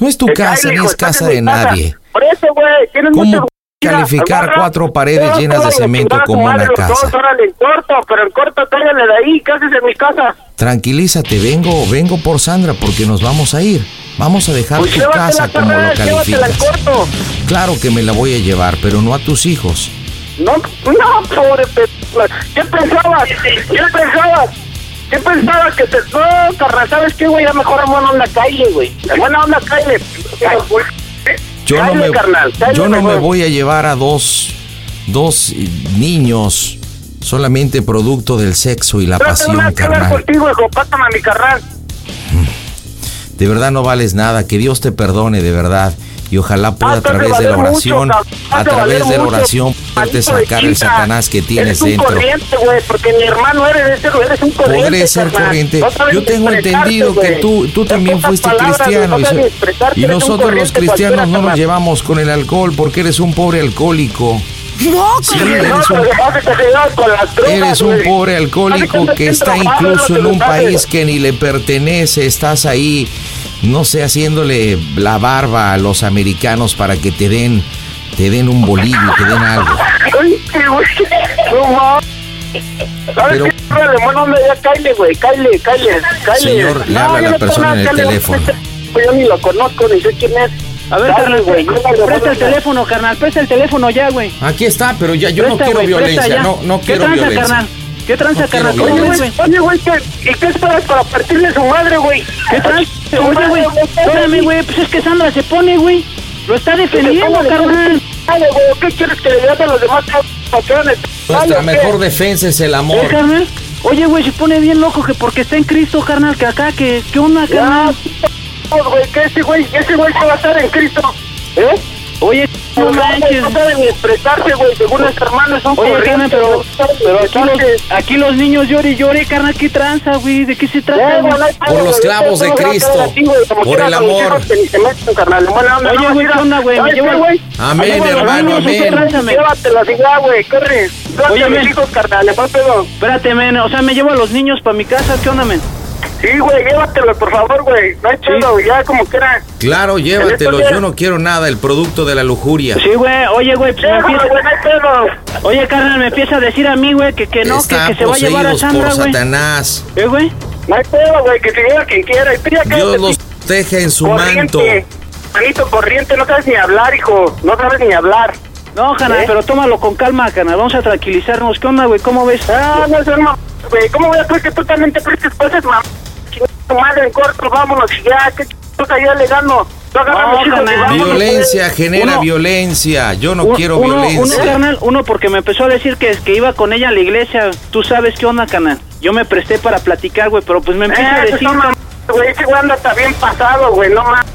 [SPEAKER 2] No es tu
[SPEAKER 18] Te
[SPEAKER 2] casa,
[SPEAKER 18] cae,
[SPEAKER 2] ni
[SPEAKER 18] hijo,
[SPEAKER 2] es
[SPEAKER 18] estás
[SPEAKER 2] casa
[SPEAKER 18] en
[SPEAKER 2] de
[SPEAKER 18] mi casa.
[SPEAKER 2] nadie.
[SPEAKER 18] Por eso, güey, tienes
[SPEAKER 2] ¿Cómo
[SPEAKER 18] mucha
[SPEAKER 2] p- calificar
[SPEAKER 18] agarra,
[SPEAKER 2] cuatro paredes
[SPEAKER 18] todo,
[SPEAKER 2] llenas de
[SPEAKER 18] todo,
[SPEAKER 2] cemento
[SPEAKER 18] chingada,
[SPEAKER 2] como
[SPEAKER 18] madre,
[SPEAKER 2] una
[SPEAKER 18] los
[SPEAKER 2] casa?
[SPEAKER 18] dos, órale, en corto, pero en corto, cállale de ahí. ¿Qué haces en mi casa?
[SPEAKER 2] Tranquilízate, vengo, vengo por Sandra porque nos vamos a ir. Vamos a dejar
[SPEAKER 18] Pues
[SPEAKER 2] tu
[SPEAKER 18] llévatela,
[SPEAKER 2] casa como lo
[SPEAKER 18] carnal, llévatela
[SPEAKER 2] calificas.
[SPEAKER 18] al corto.
[SPEAKER 2] Claro que me la voy a llevar, pero no a tus hijos.
[SPEAKER 18] No, no, pobre pe- ¿Qué pensabas? ¿Qué pensabas? ¿Qué pensabas que te... No, carnal, ¿sabes qué, güey? Ya mejor buena onda calle, güey. Buena onda calle.
[SPEAKER 2] Yo no
[SPEAKER 18] Cállate,
[SPEAKER 2] me,
[SPEAKER 18] carnal, cállate,
[SPEAKER 2] yo no me
[SPEAKER 18] güey.
[SPEAKER 2] voy a llevar a dos, dos eh, niños solamente producto del sexo y la
[SPEAKER 18] No tengo nada
[SPEAKER 2] pasión,
[SPEAKER 18] que ver
[SPEAKER 2] carnal.
[SPEAKER 18] contigo, hijo. Pásame a mi carnal.
[SPEAKER 2] De verdad no vales nada, que Dios te perdone, de verdad. Y ojalá pueda a
[SPEAKER 18] te
[SPEAKER 2] través de la
[SPEAKER 18] valer
[SPEAKER 2] oración,
[SPEAKER 18] mucho, cabrón.
[SPEAKER 2] a
[SPEAKER 18] Te valer
[SPEAKER 2] través de la
[SPEAKER 18] mucho,
[SPEAKER 2] oración, poderte
[SPEAKER 18] maldito de
[SPEAKER 2] sacar el
[SPEAKER 18] quinta.
[SPEAKER 2] satanás que tienes
[SPEAKER 18] Eres un
[SPEAKER 2] dentro.
[SPEAKER 18] corriente, güey, porque mi hermano eres, ese, güey, eres un corriente.
[SPEAKER 2] Podré ser
[SPEAKER 18] carnal.
[SPEAKER 2] corriente.
[SPEAKER 18] No sabes
[SPEAKER 2] Yo tengo
[SPEAKER 18] expresarte,
[SPEAKER 2] entendido que
[SPEAKER 18] güey.
[SPEAKER 2] tú, tú
[SPEAKER 18] En
[SPEAKER 2] también
[SPEAKER 18] pocas
[SPEAKER 2] fuiste
[SPEAKER 18] palabras,
[SPEAKER 2] cristiano.
[SPEAKER 18] no
[SPEAKER 2] y so-
[SPEAKER 18] sabes expresarte,
[SPEAKER 2] y
[SPEAKER 18] eres un
[SPEAKER 2] nosotros los
[SPEAKER 18] corriente
[SPEAKER 2] cristianos
[SPEAKER 18] cualquiera,
[SPEAKER 2] no nos
[SPEAKER 18] carnal.
[SPEAKER 2] llevamos con el alcohol porque eres un pobre alcohólico. Sí, eres un, eres un pobre alcohólico que está incluso en un país que ni le pertenece. Estás ahí, no sé, haciéndole la barba a los americanos para que te den, te den un bolillo, te den algo.
[SPEAKER 18] Ay, sí, güey. No mames. ¿Sabes
[SPEAKER 2] Pero-
[SPEAKER 18] qué? Órale, bueno, hombre, ya cáile, güey. Cáile, cáile, cáile.
[SPEAKER 2] Señor, le habla
[SPEAKER 18] yo
[SPEAKER 2] la
[SPEAKER 18] no tengo
[SPEAKER 2] persona
[SPEAKER 18] nada
[SPEAKER 2] en el
[SPEAKER 18] que le-
[SPEAKER 2] teléfono.
[SPEAKER 18] Pues Yo ni lo conozco, ni sé quién es.
[SPEAKER 17] A ver,
[SPEAKER 18] Dale,
[SPEAKER 17] carnal,
[SPEAKER 18] güey,
[SPEAKER 17] presta,
[SPEAKER 18] llévalo,
[SPEAKER 17] presta el
[SPEAKER 18] llévalo.
[SPEAKER 17] teléfono, carnal, presta el teléfono ya, güey.
[SPEAKER 2] Aquí está, pero ya yo
[SPEAKER 17] Presta,
[SPEAKER 2] no quiero
[SPEAKER 17] güey, presta
[SPEAKER 2] violencia,
[SPEAKER 17] ya.
[SPEAKER 2] no, no
[SPEAKER 17] ¿Qué
[SPEAKER 2] quiero
[SPEAKER 17] tranza,
[SPEAKER 2] violencia.
[SPEAKER 17] carnal? ¿Qué tranza,
[SPEAKER 2] No quiero
[SPEAKER 17] carnal?
[SPEAKER 18] Oye,
[SPEAKER 17] ¿Cómo
[SPEAKER 2] violencia.
[SPEAKER 17] ves,
[SPEAKER 18] güey,
[SPEAKER 17] güey?
[SPEAKER 18] oye, güey, ¿qué, ¿y qué esperas para partirle a su madre, güey?
[SPEAKER 17] ¿Qué tranza? Oye, güey, espérame, güey, pues es que Sandra se pone, güey. Lo está defendiendo, carnal.
[SPEAKER 18] Dale, güey, ¿qué quieres que le digas a los demás patrones?
[SPEAKER 2] Nuestra mejor defensa es el
[SPEAKER 17] ¿Eh,
[SPEAKER 2] amor.
[SPEAKER 17] carnal? Oye, güey, se pone bien loco que porque está en Cristo, carnal, que acá, que, ¿qué onda, carnal?
[SPEAKER 18] güey, que ese güey, ese güey se va a estar en Cristo, ¿eh?
[SPEAKER 17] Oye,
[SPEAKER 18] no manches. No saben ni expresarse, güey, según este hermano son
[SPEAKER 17] Oye,
[SPEAKER 18] corrientes,
[SPEAKER 17] carnal, pero,
[SPEAKER 18] no saben
[SPEAKER 17] pero aquí,
[SPEAKER 18] expresarse.
[SPEAKER 17] los, aquí los niños lloran y lloran, carnal, ¿qué tranza, güey? ¿De qué se trata,
[SPEAKER 18] Ya,
[SPEAKER 17] güey?
[SPEAKER 18] güey, no hay pedo,
[SPEAKER 2] Por los
[SPEAKER 18] güey,
[SPEAKER 2] clavos
[SPEAKER 18] ya
[SPEAKER 2] de
[SPEAKER 18] todos van a
[SPEAKER 2] Cristo,
[SPEAKER 18] quedar así, güey, como
[SPEAKER 2] por
[SPEAKER 18] quiera,
[SPEAKER 2] el
[SPEAKER 18] con los
[SPEAKER 2] amor.
[SPEAKER 18] hijos que ni se meten, carnal. Bueno, no,
[SPEAKER 17] Oye,
[SPEAKER 18] no,
[SPEAKER 17] güey,
[SPEAKER 18] mira,
[SPEAKER 17] ¿qué onda, güey? Me
[SPEAKER 18] ¿sabes
[SPEAKER 17] llevo
[SPEAKER 18] qué,
[SPEAKER 17] al-
[SPEAKER 18] güey?
[SPEAKER 2] Amén,
[SPEAKER 18] Ahí van los
[SPEAKER 2] hermano,
[SPEAKER 18] niños,
[SPEAKER 2] amén.
[SPEAKER 18] qué raza, me- Llévatelas y ya, güey, corre.
[SPEAKER 17] Oye,
[SPEAKER 18] Llévate a mis
[SPEAKER 17] men.
[SPEAKER 18] hijos, carnal, le fue pedo.
[SPEAKER 17] Espérate, men, o sea, me llevo a los niños para mi casa, ¿qué onda, men?
[SPEAKER 18] Sí, güey, llévatelos, por favor, güey. No hay pedo, güey, ya como quiera.
[SPEAKER 2] Claro, llévatelo.
[SPEAKER 18] estos días-
[SPEAKER 2] Yo no quiero nada, el producto de la lujuria.
[SPEAKER 17] Sí, güey, oye, güey, pues me empieza...
[SPEAKER 18] Déjalo, güey, no hay pedo.
[SPEAKER 17] Oye, carnal, me empieza a decir a mí, güey, que, que no, que,
[SPEAKER 2] Está
[SPEAKER 17] que se va a llevar a
[SPEAKER 2] poseídos
[SPEAKER 17] Sandra,
[SPEAKER 2] por
[SPEAKER 17] güey.
[SPEAKER 2] Satanás.
[SPEAKER 17] ¿Eh, güey?
[SPEAKER 18] No hay pedo, güey, que se lleve a quien quiera. Y tú ya
[SPEAKER 17] este
[SPEAKER 18] cállate,
[SPEAKER 2] Dios los teje en su manto.
[SPEAKER 18] Corriente, manito corriente, no sabes ni hablar, hijo, no sabes ni hablar.
[SPEAKER 17] No, carnal,
[SPEAKER 18] ¿Eh?
[SPEAKER 17] pero tómalo con calma, carnal, vamos a tranquilizarnos. ¿Qué onda, güey? ¿Cómo ves?
[SPEAKER 18] Ah, no seas mam- güey, ¿cómo voy a creer que tú también te prestes cosas, mamá? Tu madre en corto, vámonos, y ya, qué puta, ya le gano. Tú agarra a mis hijos y
[SPEAKER 17] carnal.
[SPEAKER 18] vámonos,
[SPEAKER 2] Violencia
[SPEAKER 18] güey.
[SPEAKER 2] genera
[SPEAKER 17] Uno-
[SPEAKER 2] violencia. Yo no
[SPEAKER 17] Un-
[SPEAKER 2] quiero
[SPEAKER 17] uno,
[SPEAKER 2] violencia.
[SPEAKER 17] Uno, carnal, uno porque me empezó a decir que, que iba con ella a la iglesia. Tú sabes qué onda, carnal. Yo me presté para platicar, güey, pero pues me empieza a
[SPEAKER 18] Eh,
[SPEAKER 17] decir...
[SPEAKER 18] no mames, güey, ese güey anda está bien pasado, güey, no mames.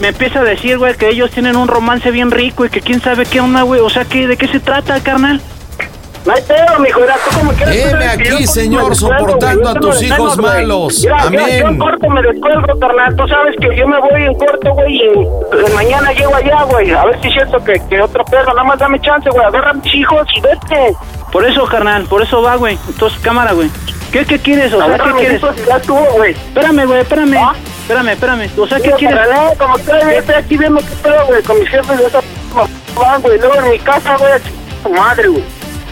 [SPEAKER 17] me empieza a decir, güey, que ellos tienen un romance bien rico y que quién sabe qué onda, güey. O sea, ¿qué, ¿de qué se trata, carnal?
[SPEAKER 18] No hay pedo, mijo, mira, tú como quieras. tú
[SPEAKER 2] Heme
[SPEAKER 18] sabes que
[SPEAKER 2] aquí,
[SPEAKER 18] yo corto,
[SPEAKER 2] señor,
[SPEAKER 18] me descuelgo,
[SPEAKER 2] soportando
[SPEAKER 18] güey,
[SPEAKER 2] a
[SPEAKER 18] Pues, yo
[SPEAKER 2] tus
[SPEAKER 18] me
[SPEAKER 2] hijos
[SPEAKER 18] descuelgo, güey.
[SPEAKER 2] malos.
[SPEAKER 18] Mira, Yo,
[SPEAKER 2] Amén.
[SPEAKER 18] yo corto, me descuelgo, carnal. Tú sabes que yo me voy en corto, güey, y eh, mañana llego allá, güey. A ver si es cierto que, que otro perro. Nada más dame chance, güey. Agarra a mis hijos y vete.
[SPEAKER 17] Por eso, carnal, por eso va, güey. Entonces, cámara, güey. ¿Qué, qué quieres? O sea,
[SPEAKER 18] Agarra
[SPEAKER 17] ¿qué
[SPEAKER 18] a mis
[SPEAKER 17] quieres?
[SPEAKER 18] hijos y ya estuvo, güey.
[SPEAKER 17] Espérame, güey, espérame. Espérame, espérame. O sea, ¿qué
[SPEAKER 18] Mira,
[SPEAKER 17] quieres?
[SPEAKER 18] para nada, como que yo estoy aquí viendo qué pedo, güey, con mis jefes de esa p- mamá, güey. Luego en mi casa, güey, a chingar a tu madre, güey.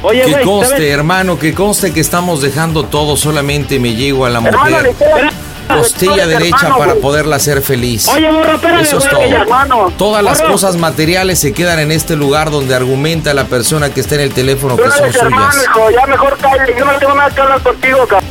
[SPEAKER 17] Oye,
[SPEAKER 2] Que
[SPEAKER 17] güey,
[SPEAKER 2] conste,
[SPEAKER 17] ¿sabes?
[SPEAKER 2] hermano, que conste que estamos dejando todo. Solamente me llego a la
[SPEAKER 18] Hermano, le
[SPEAKER 2] mujer.
[SPEAKER 18] queda-
[SPEAKER 2] Costilla
[SPEAKER 18] hermano,
[SPEAKER 2] derecha para
[SPEAKER 18] güey.
[SPEAKER 2] poderla hacer feliz.
[SPEAKER 17] Oye, morro, espérame,
[SPEAKER 2] Eso es
[SPEAKER 17] güey,
[SPEAKER 2] todo.
[SPEAKER 17] que ya-
[SPEAKER 18] Hermano.
[SPEAKER 2] Todas las
[SPEAKER 18] Morro.
[SPEAKER 2] cosas materiales se quedan en este lugar donde argumenta la persona que está en el teléfono
[SPEAKER 18] Tú
[SPEAKER 2] que
[SPEAKER 18] no
[SPEAKER 2] son
[SPEAKER 18] eres hermano,
[SPEAKER 2] suyas.
[SPEAKER 18] hijo, ya mejor cállate, yo no tengo nada que hablar contigo, cabrón.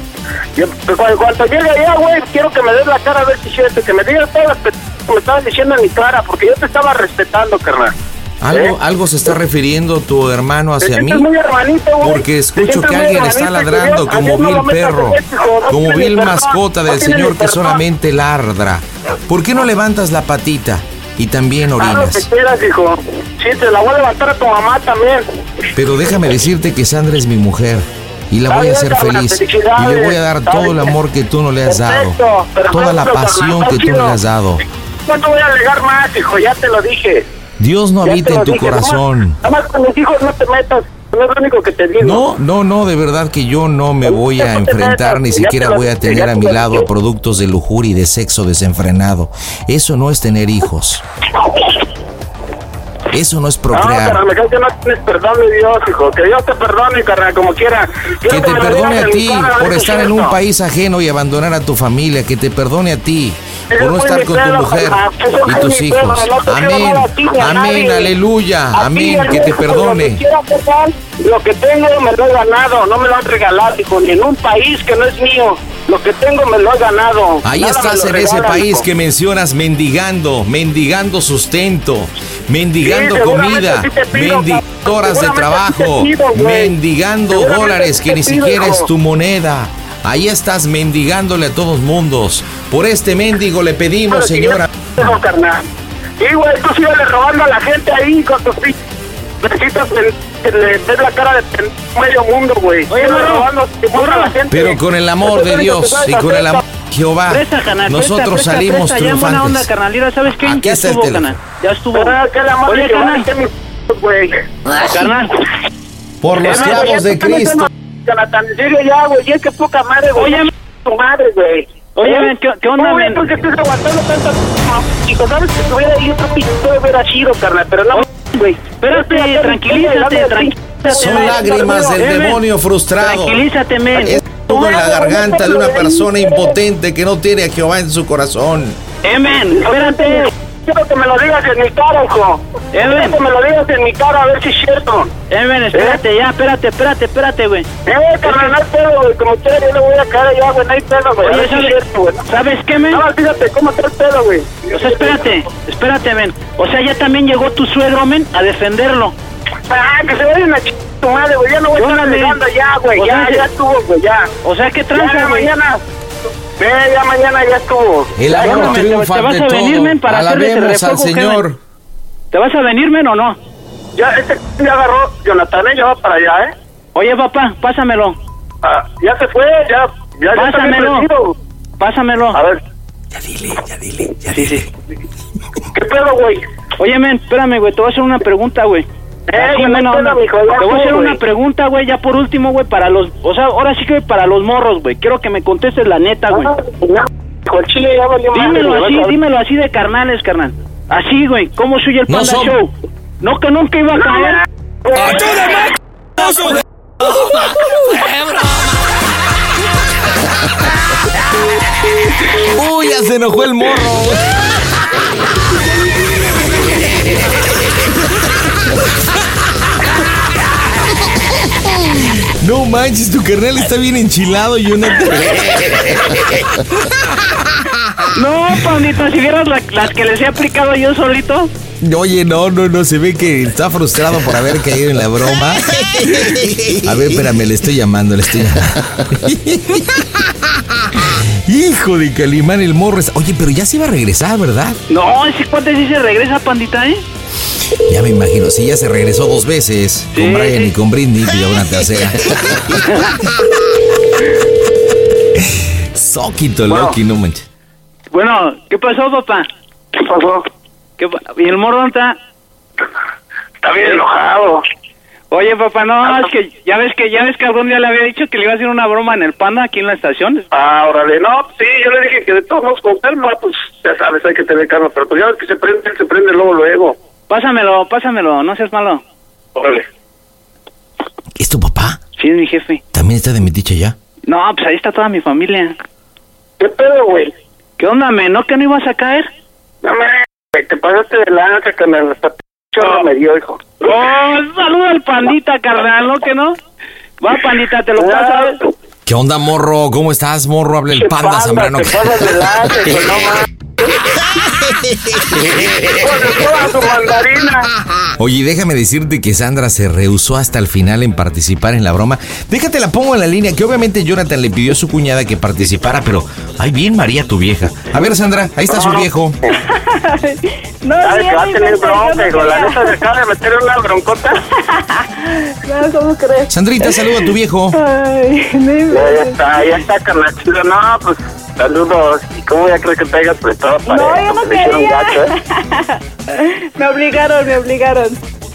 [SPEAKER 18] Yo, pues, cuando, cuando llegue allá, güey, quiero que me des la cara a ver si es cierto, que me digas todas las pe- que me estabas diciendo en mi cara, porque yo te estaba respetando, carnal.
[SPEAKER 2] ¿Algo, algo se está refiriendo tu hermano
[SPEAKER 18] Te
[SPEAKER 2] hacia
[SPEAKER 18] sientes
[SPEAKER 2] mí.
[SPEAKER 18] ¿Eh? Este muy hermanito, güey.
[SPEAKER 2] Porque
[SPEAKER 18] Te
[SPEAKER 2] escucho
[SPEAKER 18] sientes
[SPEAKER 2] que
[SPEAKER 18] muy
[SPEAKER 2] alguien está
[SPEAKER 18] hermanito,
[SPEAKER 2] ladrando
[SPEAKER 18] que Dios-
[SPEAKER 2] como
[SPEAKER 18] a Dios no
[SPEAKER 2] vil
[SPEAKER 18] lo metas
[SPEAKER 2] perro,
[SPEAKER 18] en esto, hijo, no
[SPEAKER 2] como
[SPEAKER 18] tiene
[SPEAKER 2] vil
[SPEAKER 18] ni perdón,
[SPEAKER 2] mascota
[SPEAKER 18] no
[SPEAKER 2] del
[SPEAKER 18] tiene
[SPEAKER 2] señor
[SPEAKER 18] ni
[SPEAKER 2] que
[SPEAKER 18] perdón.
[SPEAKER 2] solamente ladra. ¿Por qué no levantas la patita y también
[SPEAKER 18] Haz lo que
[SPEAKER 2] orinas?
[SPEAKER 18] quieras, hijo. Sí, te la voy a levantar a tu mamá también.
[SPEAKER 2] Pero déjame decirte que Sandra es mi mujer y la
[SPEAKER 18] Está
[SPEAKER 2] voy a
[SPEAKER 18] bien,
[SPEAKER 2] hacer
[SPEAKER 18] carnal,
[SPEAKER 2] feliz y le
[SPEAKER 18] felicidades,
[SPEAKER 2] voy a dar
[SPEAKER 18] está
[SPEAKER 2] todo el
[SPEAKER 18] bien.
[SPEAKER 2] amor que tú no le has dado,
[SPEAKER 18] Perfecto, perfecto,
[SPEAKER 2] toda la
[SPEAKER 18] carnal,
[SPEAKER 2] pasión
[SPEAKER 18] está
[SPEAKER 2] que tú no
[SPEAKER 18] chido.
[SPEAKER 2] le has dado.
[SPEAKER 18] No te voy a alegar más, hijo, ya te lo dije.
[SPEAKER 2] Dios no
[SPEAKER 18] Ya te
[SPEAKER 2] habita
[SPEAKER 18] lo
[SPEAKER 2] en tu
[SPEAKER 18] dije,
[SPEAKER 2] corazón.
[SPEAKER 18] Nada más con mis hijos no te metas. No es lo único que te digo.
[SPEAKER 2] No, no, no, de verdad que yo no me voy a enfrentar, ni siquiera voy a tener a mi lado a productos de lujuria y de sexo desenfrenado. Eso no es tener hijos. Eso no es
[SPEAKER 18] No,
[SPEAKER 2] procrear.
[SPEAKER 18] carnal, me cae que no tienes perdón de Dios, hijo. Que Dios te perdone, carnal, como quiera. Quiero
[SPEAKER 2] Que te
[SPEAKER 18] me lo
[SPEAKER 2] perdone
[SPEAKER 18] digas en
[SPEAKER 2] a
[SPEAKER 18] mi
[SPEAKER 2] ti
[SPEAKER 18] cara, a ver
[SPEAKER 2] por
[SPEAKER 18] si es
[SPEAKER 2] estar en un
[SPEAKER 18] cierto.
[SPEAKER 2] país ajeno y abandonar a tu familia. Que te perdone a ti por no estar con tu mujer y tus hijos. Amén, amén, aleluya, amén, que te perdone.
[SPEAKER 18] Lo que tengo me lo he ganado, no me lo han regalado, hijo, ni en un país que no es mío. Lo que tengo me lo he ganado.
[SPEAKER 2] Ahí
[SPEAKER 18] Nada me
[SPEAKER 2] estás
[SPEAKER 18] lo
[SPEAKER 2] en ese
[SPEAKER 18] regalan,
[SPEAKER 2] país
[SPEAKER 18] hijo.
[SPEAKER 2] que mencionas mendigando, mendigando sustento, mendigando
[SPEAKER 18] Sí, seguramente
[SPEAKER 2] comida,
[SPEAKER 18] sí te pido,
[SPEAKER 2] mendigando
[SPEAKER 18] cabrón,
[SPEAKER 2] horas de
[SPEAKER 18] seguramente
[SPEAKER 2] trabajo,
[SPEAKER 18] sí te pido, güey.
[SPEAKER 2] mendigando
[SPEAKER 18] Seguramente
[SPEAKER 2] dólares
[SPEAKER 18] sí
[SPEAKER 2] que
[SPEAKER 18] te
[SPEAKER 2] ni
[SPEAKER 18] pido,
[SPEAKER 2] siquiera
[SPEAKER 18] hijo.
[SPEAKER 2] es tu moneda. Ahí estás mendigándole a todos mundos. Por este mendigo le pedimos, señora.
[SPEAKER 18] Hijo, carnal. Sí, güey, tú sigues robando a la gente ahí con tus pinches. Necesitas que le ves la cara de pen- medio mundo, güey. Sigues robando, robando a la gente.
[SPEAKER 2] Pero con el amor de Dios y con el amor de Jehová,
[SPEAKER 18] Presta, carnal, presta,
[SPEAKER 2] nosotros
[SPEAKER 18] presta,
[SPEAKER 2] salimos
[SPEAKER 18] presta, ya en buena
[SPEAKER 2] triunfantes.
[SPEAKER 18] onda, carnal.
[SPEAKER 17] Carnalira, ¿sabes qué?
[SPEAKER 2] Aquí
[SPEAKER 17] ya
[SPEAKER 2] está el
[SPEAKER 17] estuvo,
[SPEAKER 2] teléfono.
[SPEAKER 17] canal. Ya estuvo.
[SPEAKER 18] Ah, que la madre
[SPEAKER 17] Oye,
[SPEAKER 18] que
[SPEAKER 17] canal.
[SPEAKER 18] vale güey.
[SPEAKER 17] Carnal.
[SPEAKER 2] Por los
[SPEAKER 18] Carnal, güey,
[SPEAKER 2] clavos de
[SPEAKER 18] ya te
[SPEAKER 2] Cristo.
[SPEAKER 18] metes en- Jonathan, en serio ya, güey, es que poca madre, güey.
[SPEAKER 17] Oye,
[SPEAKER 18] Oye, tu madre, güey.
[SPEAKER 17] Oye, men, ¿qué- qué onda,
[SPEAKER 18] Oye,
[SPEAKER 17] men?
[SPEAKER 18] porque estás aguantando tanto? Hijo, sabes que te hubiera ido otro pintor hubiera sido, carnal, pero no, güey.
[SPEAKER 17] Espérate, tranquilízate, tranquilízate.
[SPEAKER 2] Son lágrimas del
[SPEAKER 17] Eh, men,
[SPEAKER 2] demonio frustrado.
[SPEAKER 17] Tranquilízate, men.
[SPEAKER 2] Es todo en la garganta de una persona impotente que no tiene a Jehová en su corazón.
[SPEAKER 17] Emen, espérate.
[SPEAKER 18] Quiero que me lo digas en mi cara, hijo.
[SPEAKER 17] Eh,
[SPEAKER 18] Quiero que me lo digas en mi cara, a ver si es cierto.
[SPEAKER 17] Emen, Eh, espérate, ya, espérate, espérate, espérate, güey.
[SPEAKER 18] Eh, carnal, no hay pedo, güey. Como quiera, yo le voy a caer allá, güey. No hay pedo, güey. A
[SPEAKER 17] Oye,
[SPEAKER 18] ver si es
[SPEAKER 17] ¿sabes-
[SPEAKER 18] cierto, güey.
[SPEAKER 17] ¿Sabes qué, men?
[SPEAKER 18] No, fíjate, ¿cómo está el pedo, güey?
[SPEAKER 17] O sea, espérate, espérate, men. O sea, ya también llegó tu suegro, men, a defenderlo.
[SPEAKER 18] Ah, que se vayan a ch... tu madre, güey. Ya no voy a estar
[SPEAKER 17] Órale.
[SPEAKER 18] negando ya, güey.
[SPEAKER 17] O
[SPEAKER 18] Ya,
[SPEAKER 17] sea,
[SPEAKER 18] ya
[SPEAKER 17] que-
[SPEAKER 18] estuvo, güey, ya.
[SPEAKER 17] O sea, ¿qué
[SPEAKER 18] Ya,
[SPEAKER 17] tranza, güey?
[SPEAKER 18] mañana. Ve, ya mañana ya estuvo.
[SPEAKER 2] El
[SPEAKER 18] Ya,
[SPEAKER 2] amor
[SPEAKER 18] no, me-
[SPEAKER 2] triunfa
[SPEAKER 18] te vas
[SPEAKER 2] ante
[SPEAKER 18] a
[SPEAKER 2] todo.
[SPEAKER 18] venir, men, para hacerles el
[SPEAKER 17] este
[SPEAKER 2] Alabemos al
[SPEAKER 18] refuego, ¿qué, men?
[SPEAKER 2] Señor.
[SPEAKER 17] ¿Te vas a venir, men, o no?
[SPEAKER 18] Ya, este c- ya agarró Jonathan, ¿eh? ya va para allá, ¿eh?
[SPEAKER 17] Oye, papá, pásamelo.
[SPEAKER 18] Ah, ya se fue, ya. Ya, ya está bien
[SPEAKER 17] Pásamelo.
[SPEAKER 18] prendido.
[SPEAKER 17] Pásamelo.
[SPEAKER 18] A ver. ¿Qué pedo, güey? Eh,
[SPEAKER 17] Oye, men, espérame, güey, te voy a hacer una pregunta, güey. Así,
[SPEAKER 18] no hay
[SPEAKER 17] buena
[SPEAKER 18] pedo,
[SPEAKER 17] onda.
[SPEAKER 18] mijo, ya
[SPEAKER 17] Te voy a hacer
[SPEAKER 18] fue,
[SPEAKER 17] una
[SPEAKER 18] güey.
[SPEAKER 17] pregunta, güey, ya por último, güey, para los... O sea, ahora sí que güey, para los morros, güey. Quiero que me contestes la neta,
[SPEAKER 18] Ah,
[SPEAKER 17] güey.
[SPEAKER 18] Con Chile ya valió madre,
[SPEAKER 17] Dímelo
[SPEAKER 18] güey,
[SPEAKER 17] así,
[SPEAKER 18] vas a-
[SPEAKER 17] dímelo así de carnales, carnal. Así, güey, ¿cómo suye el
[SPEAKER 18] No
[SPEAKER 17] Panda
[SPEAKER 18] son-
[SPEAKER 17] Show? No, que nunca iba a caer.
[SPEAKER 18] ¡A
[SPEAKER 2] Uy, ya se enojó el morro. No manches, tu carnal está bien enchilado, Jonathan.
[SPEAKER 17] No, pandita, si vieras la- las que les he aplicado yo solito.
[SPEAKER 2] Oye, no, no, no, se ve que está frustrado por haber caído en la broma. A ver, espérame, le estoy llamando, le estoy llamando. Hijo de Calimán, el morro. está- Oye, pero ya se iba a regresar, ¿verdad?
[SPEAKER 17] No, ese cuate sí se regresa, pandita, ¿eh?
[SPEAKER 2] Ya me imagino, sí, ya se regresó dos veces. Con Brian y con Britney, y una tercera. Soquito, Loki, no manches.
[SPEAKER 17] Bueno, ¿qué pasó, papá?
[SPEAKER 18] ¿Qué pasó?
[SPEAKER 17] ¿Qué pa- ¿Y el morro dónde está?
[SPEAKER 18] Está bien enojado. Ah,
[SPEAKER 17] Oye, papá, no, es que ya ves que ya ves que algún día le había dicho que le iba a hacer una broma en el panda aquí en la estación.
[SPEAKER 18] Ah, órale, no, sí, yo le dije que de todos modos con calma, pues ya sabes, hay que tener calma, pero pues ya ves que se prende, él se prende luego, luego.
[SPEAKER 17] Pásamelo, pásamelo, no seas malo.
[SPEAKER 18] Órale.
[SPEAKER 2] ¿Es tu papá?
[SPEAKER 17] Sí, es mi jefe.
[SPEAKER 2] ¿También está de metiche ya?
[SPEAKER 17] No, pues ahí está toda mi familia.
[SPEAKER 18] ¿Qué pedo, güey?
[SPEAKER 17] ¿Qué onda, men? ¿No que no ibas a caer?
[SPEAKER 18] No mames, güey, te pasaste de lanza, carnal, hasta p- chorro me dio, hijo.
[SPEAKER 17] Oh, saluda al pandita, carnal, ¿no que no? Va, pandita, te lo
[SPEAKER 18] Ah,
[SPEAKER 17] paso.
[SPEAKER 2] ¿Qué onda, morro? ¿Cómo estás, morro? Habla el
[SPEAKER 18] Te
[SPEAKER 2] panda
[SPEAKER 18] pasas,
[SPEAKER 2] Zambrano.
[SPEAKER 18] te pasas de lanza, hijo, no mames. Con toda su mandarina.
[SPEAKER 2] Oye, déjame decirte que Sandra se rehusó hasta el final en participar en la broma. Déjate la pongo en la línea, que obviamente Jonathan le pidió a su cuñada que participara, pero ay bien María tu vieja. A ver, Sandra, ahí está su
[SPEAKER 18] Ah,
[SPEAKER 2] viejo.
[SPEAKER 18] eh,
[SPEAKER 9] No,
[SPEAKER 18] ¿Sabes
[SPEAKER 9] sí,
[SPEAKER 18] que va a
[SPEAKER 9] amigo,
[SPEAKER 18] tener
[SPEAKER 9] pero yo
[SPEAKER 18] bronca,
[SPEAKER 9] no
[SPEAKER 18] hijo? La
[SPEAKER 9] quería.
[SPEAKER 18] neta se acaba de meter una broncota.
[SPEAKER 9] No, ¿cómo crees?
[SPEAKER 2] Sandrita, saluda a tu viejo.
[SPEAKER 9] Ay, no
[SPEAKER 18] Ya, ya
[SPEAKER 9] inventes.
[SPEAKER 18] está, ya está, carnal. chido. No, pues, saludos. ¿Y cómo ya crees que te hayas prestado para
[SPEAKER 9] No,
[SPEAKER 18] esto?
[SPEAKER 9] yo no
[SPEAKER 18] Pues, le hicieron
[SPEAKER 9] quería.
[SPEAKER 18] gacho, ¿eh?
[SPEAKER 9] Me obligaron, me obligaron.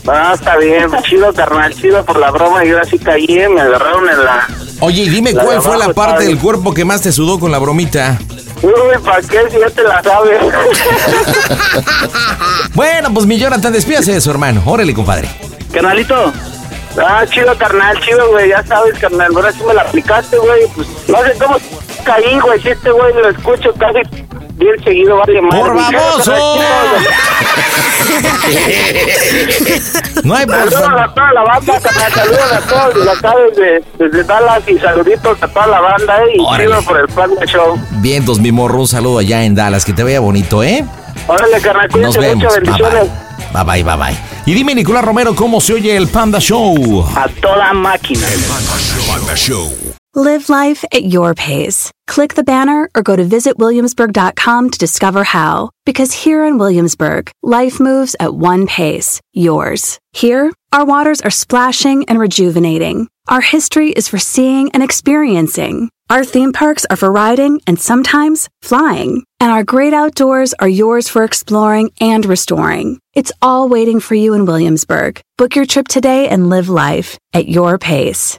[SPEAKER 18] No, está bien. pues, Chido, carnal. Chido por la broma. Yo así caí, eh, me agarraron en la...
[SPEAKER 2] Oye, y dime
[SPEAKER 18] La de
[SPEAKER 2] cuál fue
[SPEAKER 18] abajo
[SPEAKER 2] la
[SPEAKER 18] está
[SPEAKER 2] parte del
[SPEAKER 18] bien.
[SPEAKER 2] cuerpo que más te sudó con la bromita.
[SPEAKER 18] Uy, ¿para qué? Si ya te la sabes.
[SPEAKER 2] Bueno, pues mi Jonathan, despídase de su hermano. Órale, compadre.
[SPEAKER 17] Carnalito.
[SPEAKER 18] Ah, chido, carnal, chido, güey, ya sabes, carnal, ahora sí me la aplicaste, güey, pues, no sé cómo
[SPEAKER 5] caí, güey. Si este güey lo escucho casi bien seguido, vale más.
[SPEAKER 2] ¡Por baboso! No hay por
[SPEAKER 5] Saludos a toda la banda, carnal, saludos a todos de acá desde, desde Dallas y saluditos a toda la banda, eh. Y
[SPEAKER 2] Órale.
[SPEAKER 5] chido por el Panda Show.
[SPEAKER 2] Vientos, mi morro, un saludo allá en Dallas, que te vaya bonito, ¿eh?
[SPEAKER 5] Órale, carnal,
[SPEAKER 2] Nos
[SPEAKER 5] cuídense
[SPEAKER 2] vemos. Bye
[SPEAKER 5] mucho, bendiciones.
[SPEAKER 2] bye. Bye bye, bye bye. Y dime, Nicolás Romero, ¿cómo se oye el Panda Show?
[SPEAKER 5] A toda máquina.
[SPEAKER 8] Panda Show.
[SPEAKER 16] Live life at your pace. Click the banner or go to visitwilliamsburg.com to discover how. Because here in Williamsburg, life moves at one pace, yours. Here, our waters are splashing and rejuvenating. Our history is for seeing and experiencing. Our theme parks are for riding and sometimes flying. And our great outdoors are yours for exploring and restoring. It's all waiting for you in Williamsburg. Book your trip today and live life at your pace.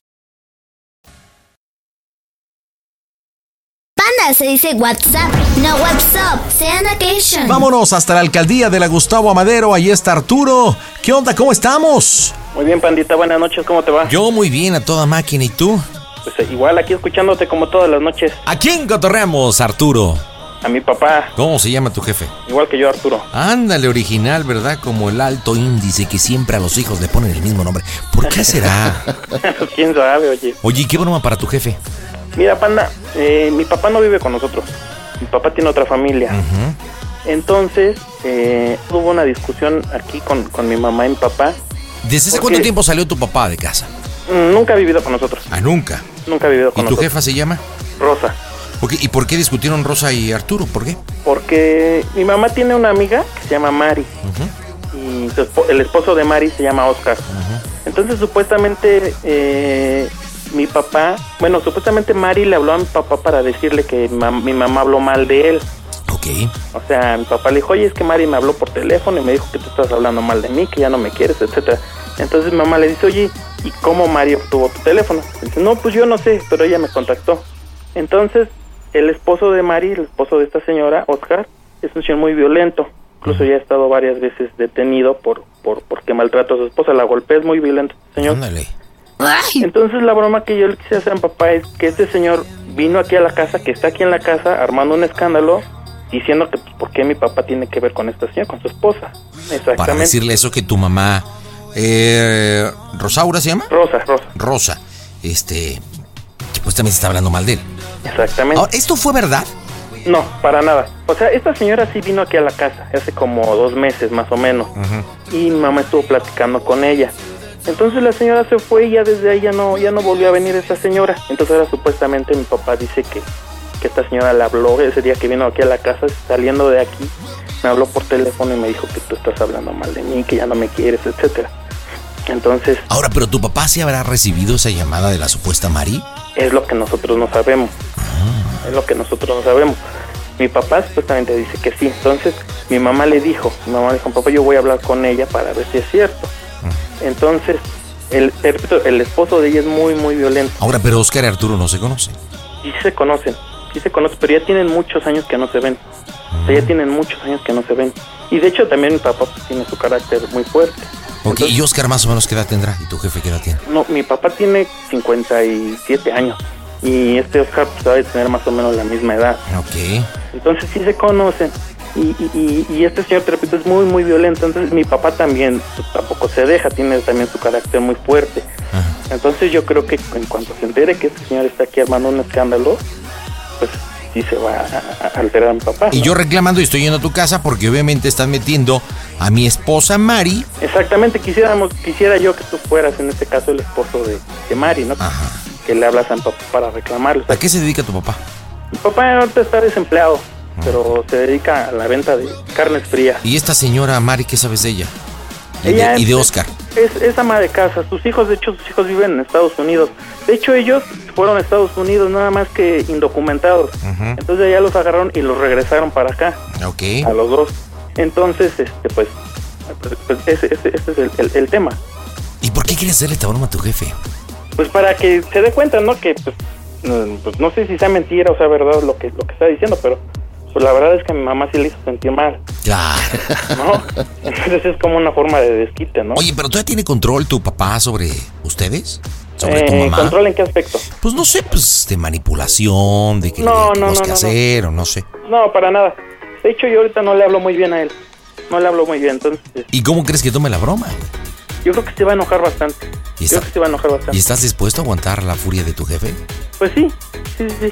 [SPEAKER 7] Panda se dice WhatsApp, no WhatsApp, sean occasion.
[SPEAKER 2] Vámonos hasta la alcaldía de la Gustavo Amadero. Ahí está Arturo. ¿Qué onda? ¿Cómo estamos?
[SPEAKER 20] Muy bien, Pandita, buenas noches, ¿cómo te va?
[SPEAKER 2] Yo muy bien, a toda máquina. ¿Y tú?
[SPEAKER 20] Pues eh, igual aquí escuchándote como todas las noches.
[SPEAKER 2] ¿A quién cotorreamos, Arturo?
[SPEAKER 20] A mi papá,
[SPEAKER 2] ¿Cómo se llama tu jefe?
[SPEAKER 20] igual que yo, Arturo.
[SPEAKER 2] Ándale, original, ¿verdad? Como el alto índice que siempre a los hijos le ponen el mismo nombre. ¿Por qué será?
[SPEAKER 20] Pues, ¿Quién sabe, oye?
[SPEAKER 2] Oye, ¿y qué broma para tu jefe?
[SPEAKER 20] Mira, Panda, eh, mi papá no vive con nosotros. Mi papá tiene otra familia. Entonces, eh, hubo una discusión aquí con, con mi mamá y mi papá.
[SPEAKER 2] ¿Desde hace
[SPEAKER 20] Porque
[SPEAKER 2] cuánto tiempo salió tu papá de casa?
[SPEAKER 20] Nunca ha vivido con nosotros.
[SPEAKER 2] Ah, nunca.
[SPEAKER 20] Nunca ha vivido
[SPEAKER 2] ¿Y
[SPEAKER 20] con
[SPEAKER 2] tu
[SPEAKER 20] nosotros.
[SPEAKER 2] jefa se llama?
[SPEAKER 20] Rosa.
[SPEAKER 2] Ok, ¿Y por qué discutieron Rosa y Arturo? ¿Por qué?
[SPEAKER 20] Porque mi mamá tiene una amiga que se llama Mari. Y su espo- el esposo de Mari se llama Oscar. Entonces, supuestamente, eh, mi papá, bueno, supuestamente Mari le habló a mi papá para decirle que mam- mi mamá habló mal de él.
[SPEAKER 2] Ok.
[SPEAKER 20] O sea, mi papá le dijo, oye, es que Mari me habló por teléfono y me dijo que tú estás hablando mal de mí, que ya no me quieres, etcétera. Entonces mi mamá le dice, oye, ¿y cómo Mari obtuvo tu teléfono? Le dice, no, pues yo no sé, pero ella me contactó. Entonces, el esposo de Mari, el esposo de esta señora, Oscar, es un señor muy violento. Incluso ya ha estado varias veces detenido por, por porque maltrata a su esposa, la golpea, es muy violento este señor. Entonces la broma que yo le quise hacer a mi papá es que este señor vino aquí a la casa, que está aquí en la casa, armando un escándalo, diciendo que pues, por qué mi papá tiene que ver con esta señora, con su esposa.
[SPEAKER 2] Para
[SPEAKER 20] Exactamente.
[SPEAKER 2] decirle eso que tu mamá... eh, ¿Rosaura se llama?
[SPEAKER 20] Rosa, Rosa.
[SPEAKER 2] Rosa. Este... Pues también se está hablando mal de él.
[SPEAKER 20] Exactamente.
[SPEAKER 2] Ahora, ¿esto fue verdad?
[SPEAKER 20] No, para nada. O sea, esta señora sí vino aquí a la casa, hace como dos meses más o menos. y mi mamá estuvo platicando con ella. Entonces la señora se fue y ya desde ahí ya no, ya no volvió a venir esa señora. Entonces ahora supuestamente mi papá dice que, que esta señora le habló ese día que vino aquí a la casa, saliendo de aquí, me habló por teléfono y me dijo que tú estás hablando mal de mí, que ya no me quieres, etcétera. Entonces
[SPEAKER 2] Ahora, pero tu papá sí habrá recibido esa llamada de la supuesta Mari.
[SPEAKER 20] es lo que nosotros no sabemos. Es lo que nosotros no sabemos. Mi papá supuestamente dice que sí. Entonces mi mamá le dijo, mi mamá le dijo, papá, yo voy a hablar con ella para ver si es cierto. Entonces, el, te repito, el esposo de ella es muy, muy violento.
[SPEAKER 2] Ahora, pero Oscar y Arturo no se conocen.
[SPEAKER 20] Sí se conocen, sí se conocen, pero ya tienen muchos años que no se ven. O sea, ya tienen muchos años que no se ven. Y de hecho también mi papá pues, tiene su carácter muy fuerte.
[SPEAKER 2] Ok, ¿y Oscar más o menos qué edad tendrá? ¿Y tu jefe qué edad tiene?
[SPEAKER 20] No, mi papá tiene 57 años y este Oscar pues, debe tener más o menos la misma edad.
[SPEAKER 2] Ok.
[SPEAKER 20] Entonces sí se conocen. Y, y- y- y este señor, te repito, es muy, muy violento. Entonces mi papá también pues, tampoco se deja, tiene también su carácter muy fuerte. Entonces yo creo que en cuanto se entere que este señor está aquí armando un escándalo, pues sí se va a, a- a alterar a mi papá.
[SPEAKER 2] Y yo reclamando y estoy yendo a tu casa porque obviamente estás metiendo a mi esposa Mari.
[SPEAKER 20] Exactamente, quisiéramos, quisiera yo que tú fueras en este caso el esposo de, de Mari, ¿no? Que le hablas a mi papá para reclamarlo.
[SPEAKER 2] ¿A qué se dedica tu papá?
[SPEAKER 20] Mi papá ahorita está desempleado, pero se dedica a la venta de carnes frías.
[SPEAKER 2] ¿Y esta señora Mari qué sabes de ella? Y,
[SPEAKER 20] Ella
[SPEAKER 2] de,
[SPEAKER 20] es-
[SPEAKER 2] y de Oscar.
[SPEAKER 20] es, es ama de casa. Sus hijos, de hecho, sus hijos viven en Estados Unidos. De hecho, ellos fueron a Estados Unidos nada más que indocumentados. Entonces allá los agarraron y los regresaron para acá.
[SPEAKER 2] Ok.
[SPEAKER 20] A los dos. Entonces, este, pues, pues, pues, ese, ese- ese es el, el- el tema.
[SPEAKER 2] ¿Y por qué quieres hacerle esta broma a tu jefe?
[SPEAKER 20] Pues para que se dé cuenta, ¿no? Que, pues, mm, pues, no sé si sea mentira o sea verdad lo que, lo que está diciendo, pero pues la verdad es que a mi mamá sí le hizo sentir mal,
[SPEAKER 2] Claro.
[SPEAKER 20] ¿no? Entonces es como una forma de desquite, ¿no?
[SPEAKER 2] Oye, pero todavía tiene control tu papá sobre ustedes? ¿Sobre tu
[SPEAKER 20] Eh,
[SPEAKER 2] mamá?
[SPEAKER 20] ¿Control en qué aspecto?
[SPEAKER 2] Pues no sé, pues de manipulación, de que
[SPEAKER 20] No,
[SPEAKER 2] le
[SPEAKER 20] no,
[SPEAKER 2] tenemos
[SPEAKER 20] no,
[SPEAKER 2] que
[SPEAKER 20] no, no.
[SPEAKER 2] hacer o no sé.
[SPEAKER 20] No, para nada. De hecho, yo ahorita no le hablo muy bien a él. No le hablo muy bien, entonces
[SPEAKER 2] ¿Y cómo crees que tome la broma?
[SPEAKER 20] yo creo que se va a enojar bastante.
[SPEAKER 2] ¿Y, está-
[SPEAKER 20] Yo creo que se va a enojar
[SPEAKER 2] ¿Y
[SPEAKER 20] bastante.
[SPEAKER 2] estás dispuesto a aguantar la furia de tu jefe?
[SPEAKER 20] Pues sí, sí, sí. sí.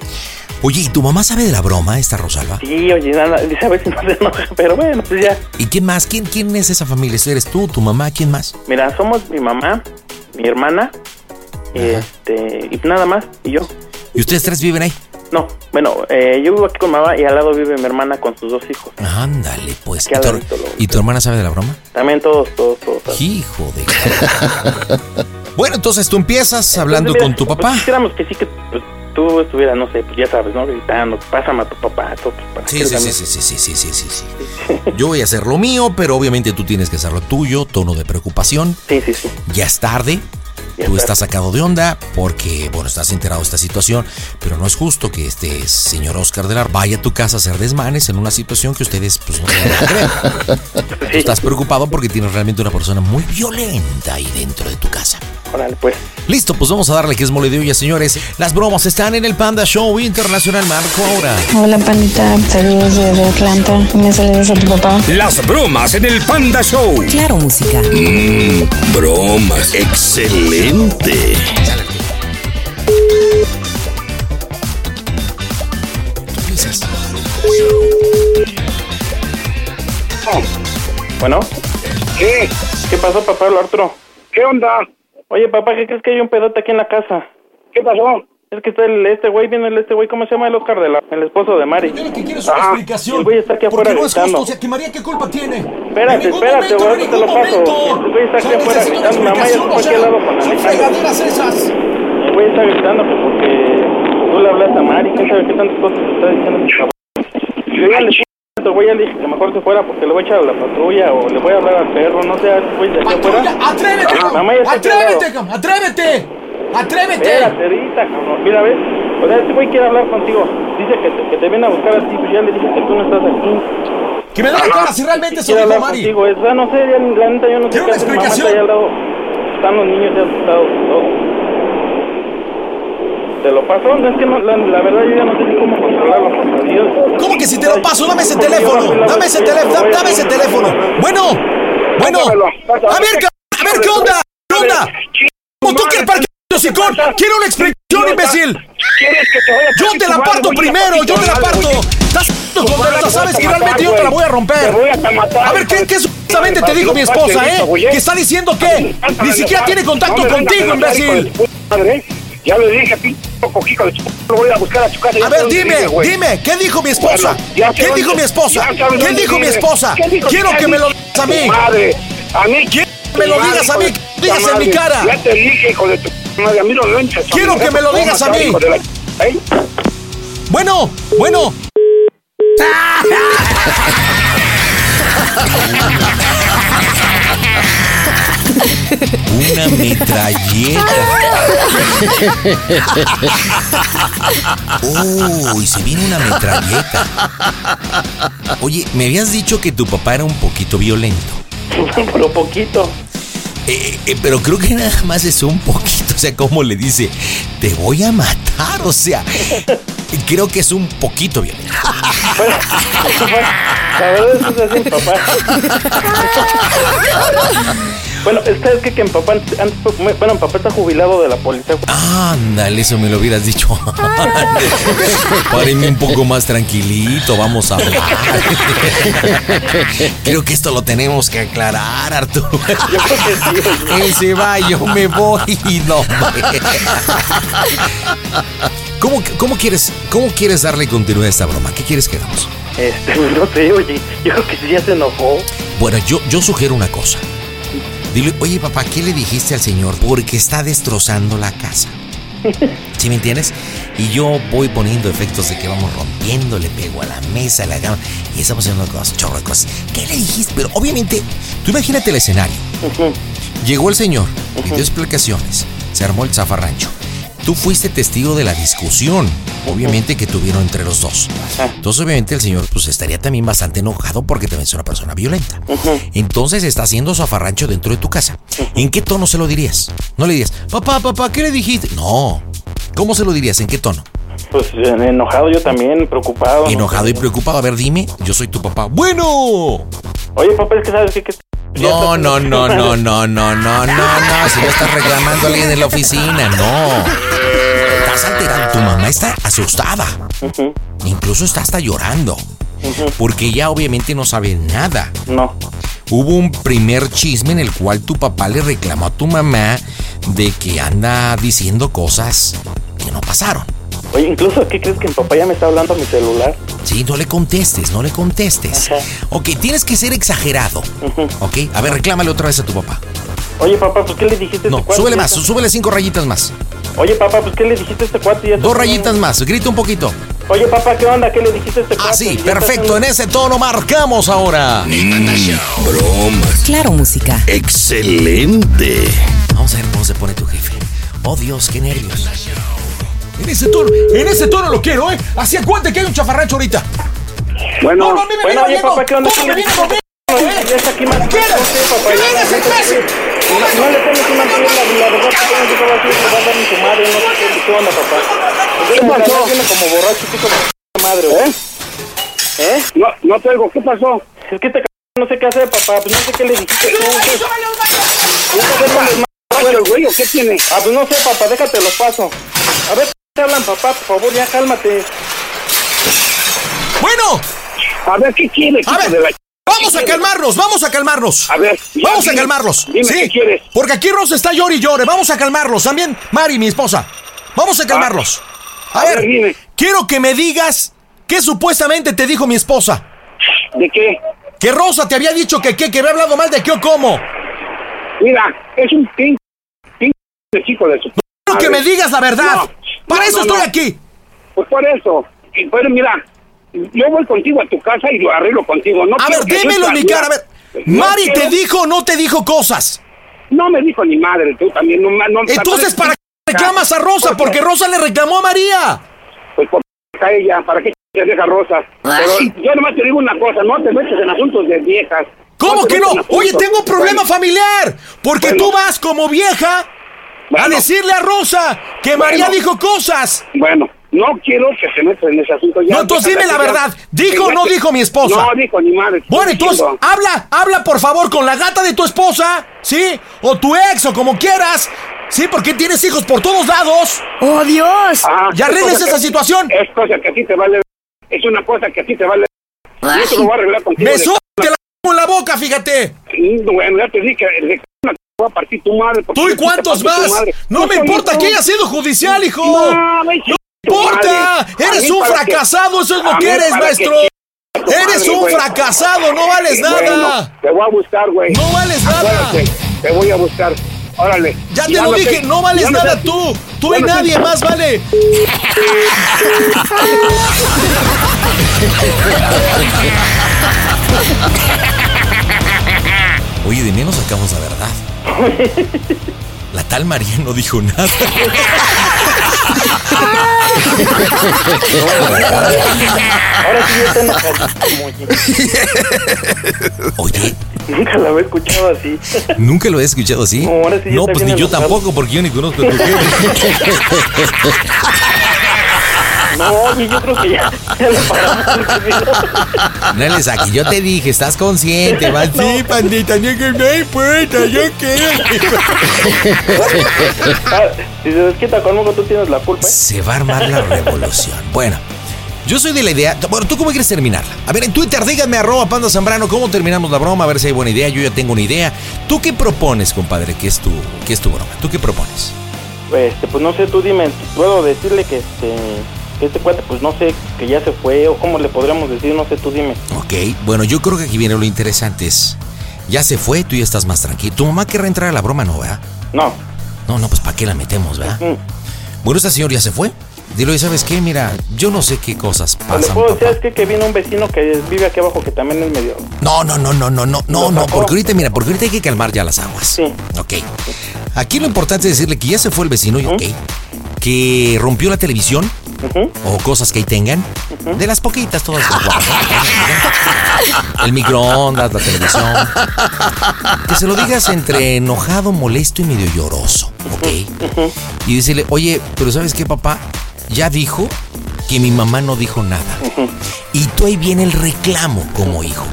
[SPEAKER 2] Oye, ¿y tu mamá sabe de la broma, esta Rosalba?
[SPEAKER 20] Sí, oye, nada, dice a ver si no se enoja, pero bueno, pues ya.
[SPEAKER 2] ¿Y quién más? ¿Quién, quién es esa familia? ¿Eres tú, tu mamá? ¿Quién más?
[SPEAKER 20] Mira, somos mi mamá, mi hermana, y este, y nada más, y yo.
[SPEAKER 2] ¿Y ustedes tres viven ahí?
[SPEAKER 20] No, bueno, eh, yo vivo aquí con mamá y al lado vive mi hermana con sus dos hijos.
[SPEAKER 2] Ándale, pues.
[SPEAKER 20] Aquí
[SPEAKER 2] ¿Y
[SPEAKER 20] al
[SPEAKER 2] tu,
[SPEAKER 20] ladito, lo-
[SPEAKER 2] y tu hermana sabe de la broma?
[SPEAKER 20] También todos, todos, todos. todos.
[SPEAKER 2] Hijo de... bueno, entonces tú empiezas hablando
[SPEAKER 20] Entonces,
[SPEAKER 2] con tu
[SPEAKER 20] pues,
[SPEAKER 2] papá.
[SPEAKER 20] quisiéramos que sí que pues, tú estuvieras, no sé, pues ya sabes, ¿no? Gritando, pásame a tu papá, tú, pues, para
[SPEAKER 2] Sí,
[SPEAKER 20] que
[SPEAKER 2] sí,
[SPEAKER 20] él
[SPEAKER 2] sí,
[SPEAKER 20] también-
[SPEAKER 2] sí, sí, sí, sí, sí, sí, sí. Yo voy a hacer lo mío, pero obviamente tú tienes que hacer lo tuyo, tono de preocupación.
[SPEAKER 20] Sí, sí, sí.
[SPEAKER 2] Ya es tarde.
[SPEAKER 20] Ya
[SPEAKER 2] Tú
[SPEAKER 20] es
[SPEAKER 2] estás sacado de onda porque, bueno, estás enterado de esta situación, pero no es justo que este señor Oscar Delar vaya a tu casa a hacer desmanes en una situación que ustedes, pues, no van a creer. Tú estás preocupado porque tienes realmente una persona muy violenta ahí dentro de tu casa.
[SPEAKER 20] Órale, pues.
[SPEAKER 2] Listo, pues vamos a darle que es mole de olla, señores. Las bromas están en el Panda Show Internacional Marco ahora.
[SPEAKER 11] Hola pandita, saludos desde Atlanta. Me saludos a tu papá.
[SPEAKER 6] Las bromas en el Panda Show.
[SPEAKER 11] Claro, música.
[SPEAKER 6] Mm, bromas. Excelente.
[SPEAKER 20] Bueno. ¿Qué? ¿Qué pasó, papá Pablo Arturo? ¿Qué onda? Oye, papá, ¿qué crees que hay un pedote aquí en la casa? ¿Qué pasó? Es que está el, este güey, viene el este güey, ¿cómo se llama el Oscar de la, el esposo de Mari? Yo lo que quiero es una explicación. El güey está aquí afuera gritando.
[SPEAKER 2] que María, ¿qué culpa tiene?
[SPEAKER 20] Espérate, espérate, güey, ahorita te lo paso. El güey está aquí afuera gritando, mamá, ya se fue aquí al lado con Alejandro.
[SPEAKER 2] esas.
[SPEAKER 20] El güey está gritando que porque tú le hablas a Mari, ¿quién sabe qué tantas cosas te está diciendo este cabrón? Yo ya le dije, güey, ya le dije que mejor se fuera porque le voy a echar a la patrulla o le voy a hablar al perro, no sé, al güey de aquí afuera.
[SPEAKER 2] ¡Atrévete,
[SPEAKER 20] Ajá. Mamá, ya está aquí al lado.
[SPEAKER 2] ¡Atrévete, cabrón! ¡Atrévete! ¡Atrévete!
[SPEAKER 20] Espérate ahorita, cabrón. Mira, ves. O sea, este güey quiere hablar contigo. Dice que te, que te viene a buscar a ti, pero ya le dije que tú no estás aquí.
[SPEAKER 2] Que me dé la cara si realmente soy
[SPEAKER 20] Quiere hablar
[SPEAKER 2] yo, Mari.
[SPEAKER 20] contigo. Es, ah, no sé, ya, la neta, yo no sé qué hacer. Mamá está allá al lado. Están los niños ya asustados y todo. ¿Te lo paso? No, es que no, la, la verdad yo ya no sé ni cómo controlarlo. por Dios.
[SPEAKER 2] ¿Cómo que si te lo paso? Dame ese teléfono. Dame ese teléfono. Dame, ese teléfono. Bueno, bueno. A ver, ca- a ver, ¿qué onda? ¿Qué onda? ¿Cómo tú quieres parque hocicón? Quiero una explicación, imbécil. Yo te la parto primero, yo te la parto. Estás contra- sabes que realmente yo te la voy a romper. A ver, ¿qué, qué supuestamente te dijo mi esposa, eh? Que está diciendo que ni siquiera tiene contacto contigo, imbécil.
[SPEAKER 5] Ya le dije, pinto cojico de chico, lo voy a buscar a su casa.
[SPEAKER 2] A ver, dime, dime, ¿qué dijo mi esposa? ¿Qué dijo mi esposa? ¿Qué dijo mi esposa? Quiero que me lo digas a mí.
[SPEAKER 5] Madre, a mí.
[SPEAKER 2] Quiero que me lo
[SPEAKER 5] Madre,
[SPEAKER 2] digas a mí,
[SPEAKER 5] hijo
[SPEAKER 2] que
[SPEAKER 5] de
[SPEAKER 2] digas
[SPEAKER 5] puta
[SPEAKER 2] en mi
[SPEAKER 5] madre.
[SPEAKER 2] cara.
[SPEAKER 5] Ya te dije, hijo de tu madre, a mí no lo enchas.
[SPEAKER 2] Quiero que me lo digas a mí.
[SPEAKER 5] Hijo de la- ¿Eh?
[SPEAKER 2] Bueno, bueno. Una metralleta. Uy, se viene una metralleta. Oye, me habías dicho que tu papá era un poquito violento.
[SPEAKER 20] Pero poquito.
[SPEAKER 2] Eh, eh, pero creo que nada más es un poquito. O sea, como le dice, te voy a matar. O sea, creo que es un poquito violento.
[SPEAKER 20] La verdad es que es así, papá. bueno, ¿sabes qué? Que mi papá, antes, antes fue- bueno, mi papá está jubilado de la policía.
[SPEAKER 2] Ándale, eso me lo hubieras dicho. Párenme un poco más tranquilito, vamos a hablar. Creo que esto lo tenemos que aclarar, Arturo. Él se va, yo me voy. No, hombre. ¿Cómo, cómo quieres, ¿Cómo quieres darle continuidad a esta broma? ¿Qué quieres que hagamos?
[SPEAKER 20] Este, no sé, oye, yo creo que sí ya se enojó.
[SPEAKER 2] Bueno, yo, yo sugiero una cosa. Dile, oye papá, ¿qué le dijiste al señor? Porque está destrozando la casa. ¿Sí me entiendes? Y yo voy poniendo efectos de que vamos rompiendo, le pego a la mesa, a la cama, y estamos haciendo cosas, chorro de cosas. ¿Qué le dijiste? Pero obviamente, tú imagínate el escenario. Llegó el señor, pidió explicaciones, se armó el zafarrancho. Tú fuiste testigo de la discusión, obviamente, que tuvieron entre los dos. Entonces, obviamente, el señor pues estaría también bastante enojado porque también es una persona violenta. Entonces, está haciendo zafarrancho dentro de tu casa. ¿En qué tono se lo dirías? No le dirías, papá, papá, ¿qué le dijiste? No. ¿Cómo se lo dirías? ¿En qué tono?
[SPEAKER 20] Pues eh, enojado yo también, preocupado. ¿no?
[SPEAKER 2] Enojado y preocupado. A ver, dime, yo soy tu papá. ¡Bueno!
[SPEAKER 20] Oye, papá, es que sabes que... que-
[SPEAKER 2] No, no, no, no, no, no, no, no, no. Si ya estás reclamando a alguien en la oficina, no. Estás alterando. Tu mamá está asustada. Incluso está hasta llorando. Porque ya obviamente no sabe nada.
[SPEAKER 20] No.
[SPEAKER 2] Hubo un primer chisme en el cual tu papá le reclamó a tu mamá de que anda diciendo cosas que no pasaron.
[SPEAKER 20] Oye, incluso, ¿qué crees que mi papá ya me está hablando a mi celular?
[SPEAKER 2] Sí, no le contestes, no le contestes. Ok, tienes que ser exagerado. Ok, a ver, reclámale otra vez a tu papá.
[SPEAKER 20] Oye, papá, pues ¿qué le dijiste a
[SPEAKER 2] No,
[SPEAKER 20] este cuate?
[SPEAKER 2] súbele
[SPEAKER 20] Ya
[SPEAKER 2] más,
[SPEAKER 20] está-
[SPEAKER 2] súbele cinco rayitas más.
[SPEAKER 20] Oye, papá, pues ¿qué le dijiste a este cuate? Ya está-
[SPEAKER 2] Dos rayitas más, grita un poquito.
[SPEAKER 20] Oye, papá, ¿qué onda? ¿Qué le dijiste a este cuate?
[SPEAKER 2] Ah, sí, perfecto, en ese tono marcamos ahora.
[SPEAKER 8] Bromas.
[SPEAKER 12] Claro, música.
[SPEAKER 8] Excelente.
[SPEAKER 2] Vamos a ver cómo se pone tu jefe. Oh Dios, qué nervios. En ese tono, en ese tono lo quiero, ¿eh? ¿Hacia cuánto que hay un chafarracho ahorita?
[SPEAKER 20] Bueno,
[SPEAKER 2] no, no, a mí me
[SPEAKER 20] bueno,
[SPEAKER 2] viene
[SPEAKER 20] oye,
[SPEAKER 2] oliendo.
[SPEAKER 20] papá, ¿qué onda?
[SPEAKER 2] ¿Cómo me viene oliendo?
[SPEAKER 20] Ya está aquí más.
[SPEAKER 2] ¿Quieres?
[SPEAKER 20] papá,
[SPEAKER 2] ¡Que
[SPEAKER 20] ya.
[SPEAKER 2] vengas en clase!
[SPEAKER 20] No, no le pones una piedra, la verdad que tengo que estar aquí, te va a dar mi tu madre, no sé qué- qué onda, papá. Yo
[SPEAKER 5] ¿Qué
[SPEAKER 20] la verdad,
[SPEAKER 5] pasó?
[SPEAKER 20] viene como borracho, chico, este de madre, ¿eh? ¿Eh? No, no te oigo, ¿qué pasó? Es que te c- no sé qué hacer, papá, pues no sé qué le dijiste tú. ¿qué? Nunca sé cómo es más borracho, güey, ¿o ¿qué tiene? Ah, pues no sé, papá, déjate los paso. A ver, te hablan, papá, por favor, ya cálmate.
[SPEAKER 2] Bueno.
[SPEAKER 5] A ver, ¿qué quiere?
[SPEAKER 2] A ver, vamos a calmarnos, Pues vamos a calmarnos. A ver, vamos a
[SPEAKER 5] dime,
[SPEAKER 2] calmarnos.
[SPEAKER 5] dime
[SPEAKER 2] sí,
[SPEAKER 5] qué quieres.
[SPEAKER 2] Porque aquí Rosa está llori y llore. Vamos a calmarlos también, Mari, mi esposa. Vamos a calmarlos. Ah. A, ver, quiero que me digas qué supuestamente te dijo mi esposa.
[SPEAKER 5] ¿De qué?
[SPEAKER 2] Que Rosa te había dicho que qué, que había hablado mal de qué o cómo.
[SPEAKER 5] Mira, es un pin, pin de chico de su.
[SPEAKER 2] Quiero que me digas la verdad. Para eso estoy aquí.
[SPEAKER 5] Pues por eso. Y bueno, mira, yo voy contigo a tu casa y lo arreglo contigo. No
[SPEAKER 2] A
[SPEAKER 5] quiero
[SPEAKER 2] ver,
[SPEAKER 5] que
[SPEAKER 2] dímelo en mi
[SPEAKER 5] sufras, mira.
[SPEAKER 2] cara. A ver,
[SPEAKER 5] No
[SPEAKER 2] Mari, ¿te
[SPEAKER 5] quiero-
[SPEAKER 2] dijo o no te dijo cosas?
[SPEAKER 5] No me dijo ni madre, tú también. No, no,
[SPEAKER 2] Entonces, ¿para qué reclamas a Rosa? Porque Rosa le reclamó a María.
[SPEAKER 5] Pues por a ella, ¿para qué te deja Rosa? Pero yo nomás te digo una cosa, no te metes en asuntos de viejas.
[SPEAKER 2] ¿Cómo
[SPEAKER 5] te
[SPEAKER 2] que no?
[SPEAKER 5] metas en asuntos.
[SPEAKER 2] Oye, tengo un problema
[SPEAKER 5] Bueno,
[SPEAKER 2] familiar. Porque tú vas como vieja a decirle a Rosa que María
[SPEAKER 5] Bueno.
[SPEAKER 2] dijo cosas.
[SPEAKER 5] Bueno, no quiero que se metas en ese asunto. Ya,
[SPEAKER 2] No, entonces dime la
[SPEAKER 5] déjala, ya.
[SPEAKER 2] verdad. ¿Dijo o no
[SPEAKER 5] Déjate.
[SPEAKER 2] dijo mi esposa?
[SPEAKER 5] No dijo ni madre.
[SPEAKER 2] Bueno, entonces,
[SPEAKER 5] Diciendo.
[SPEAKER 2] habla, habla por favor con la gata de tu esposa, ¿sí? O tu ex, o como quieras. Sí, porque tienes hijos por todos lados.
[SPEAKER 12] ¡Oh, Dios!
[SPEAKER 5] Ah,
[SPEAKER 2] Ya
[SPEAKER 5] es
[SPEAKER 2] arregles
[SPEAKER 5] cosa que-
[SPEAKER 2] esa situación.
[SPEAKER 5] Es cosa que a ti te vale. Es una cosa que a ti te vale. Y eso lo voy a arreglar contigo.
[SPEAKER 2] Me
[SPEAKER 5] de-
[SPEAKER 2] suelta la en la boca, fíjate.
[SPEAKER 5] Mm, Bueno, ya te dije que de- una- voy a partir tu madre. porque
[SPEAKER 2] ¿Tú y
[SPEAKER 5] te
[SPEAKER 2] cuántos
[SPEAKER 5] partí tu
[SPEAKER 2] más?
[SPEAKER 5] madre.
[SPEAKER 2] No me
[SPEAKER 5] soy
[SPEAKER 2] importa
[SPEAKER 5] yo.
[SPEAKER 2] que haya sido judicial, hijo.
[SPEAKER 5] No, me
[SPEAKER 2] No
[SPEAKER 5] tu
[SPEAKER 2] importa.
[SPEAKER 5] madre. A
[SPEAKER 2] Eres
[SPEAKER 5] mí
[SPEAKER 2] un
[SPEAKER 5] para que-
[SPEAKER 2] fracasado, eso es
[SPEAKER 5] a
[SPEAKER 2] lo
[SPEAKER 5] mí
[SPEAKER 2] que eres,
[SPEAKER 5] para que
[SPEAKER 2] maestro.
[SPEAKER 5] chingue tu
[SPEAKER 2] Eres
[SPEAKER 5] madre,
[SPEAKER 2] un
[SPEAKER 5] güey.
[SPEAKER 2] fracasado, no vales
[SPEAKER 5] Eh, bueno,
[SPEAKER 2] nada.
[SPEAKER 5] te voy a buscar, güey.
[SPEAKER 2] No vales nada.
[SPEAKER 5] Acuérdate, te voy a buscar. Órale.
[SPEAKER 2] Ya te lo
[SPEAKER 5] no
[SPEAKER 2] dije,
[SPEAKER 5] sé-
[SPEAKER 2] no
[SPEAKER 5] ya
[SPEAKER 2] vales
[SPEAKER 5] no
[SPEAKER 2] nada
[SPEAKER 5] sé-
[SPEAKER 2] tú. Tú
[SPEAKER 5] ya
[SPEAKER 2] y
[SPEAKER 5] no sé-
[SPEAKER 2] nadie más vale. Oye, de menos sacamos la verdad. La tal María no dijo nada.
[SPEAKER 20] Ahora sí, yo te enojas.
[SPEAKER 2] Oye,
[SPEAKER 20] Nunca la había escuchado así.
[SPEAKER 2] nunca lo he escuchado así.
[SPEAKER 20] No, ahora sí ya
[SPEAKER 2] no,
[SPEAKER 20] está
[SPEAKER 2] pues ni
[SPEAKER 20] bien
[SPEAKER 2] yo
[SPEAKER 20] enojado.
[SPEAKER 2] tampoco, porque yo ni conozco a tu jefe.
[SPEAKER 20] No, oye, yo creo que ya, ya le paramos.
[SPEAKER 2] No le saques, yo te dije, estás consciente, vas sí, pandita, no que no importa, yo qué.
[SPEAKER 20] Ah, Si se desquita conmigo, tú tienes la culpa. ¿eh?
[SPEAKER 2] Se va a armar la revolución. Bueno, yo soy de la idea. Bueno, ¿tú cómo quieres terminarla? A ver, en Twitter, díganme arroba panda Zambrano, ¿cómo terminamos la broma? A ver si hay buena idea, yo ya tengo una idea. ¿Tú qué propones, compadre? ¿Qué es tu, qué es tu broma? ¿Tú qué propones?
[SPEAKER 20] Este, pues no sé, tú dime, puedo decirle que este, que este cuate, pues no sé, que ya se fue o cómo le podríamos decir, no sé, tú dime.
[SPEAKER 2] Ok, bueno, yo creo que aquí viene lo interesante. Es Ya se fue, tú ya estás más tranquilo. Tu mamá querrá entrar a la broma, ¿no, verdad?
[SPEAKER 18] No.
[SPEAKER 2] No, no, pues ¿para qué la metemos, verdad? Bueno, esta señora ya se fue. Dilo, ¿y sabes qué? Mira, yo no sé qué cosas
[SPEAKER 18] Le
[SPEAKER 2] pasan.
[SPEAKER 18] puedo decir, es que, que vino un vecino que vive aquí abajo que también es medio...
[SPEAKER 2] No, no, no, no, no, no, no, no, porque ahorita, mira, porque ahorita hay que calmar ya las aguas.
[SPEAKER 18] Sí.
[SPEAKER 2] Ok. Aquí lo importante es decirle que ya se fue el vecino y ok. Que rompió la televisión. O cosas que ahí tengan. De las poquitas, todas. guau, El microondas, la televisión. Que se lo digas entre enojado, molesto y medio lloroso. ¿Ok? Y decirle, oye, pero ¿sabes qué, papá? Ya dijo que mi mamá no dijo nada. Y tú ahí viene el reclamo como hijo.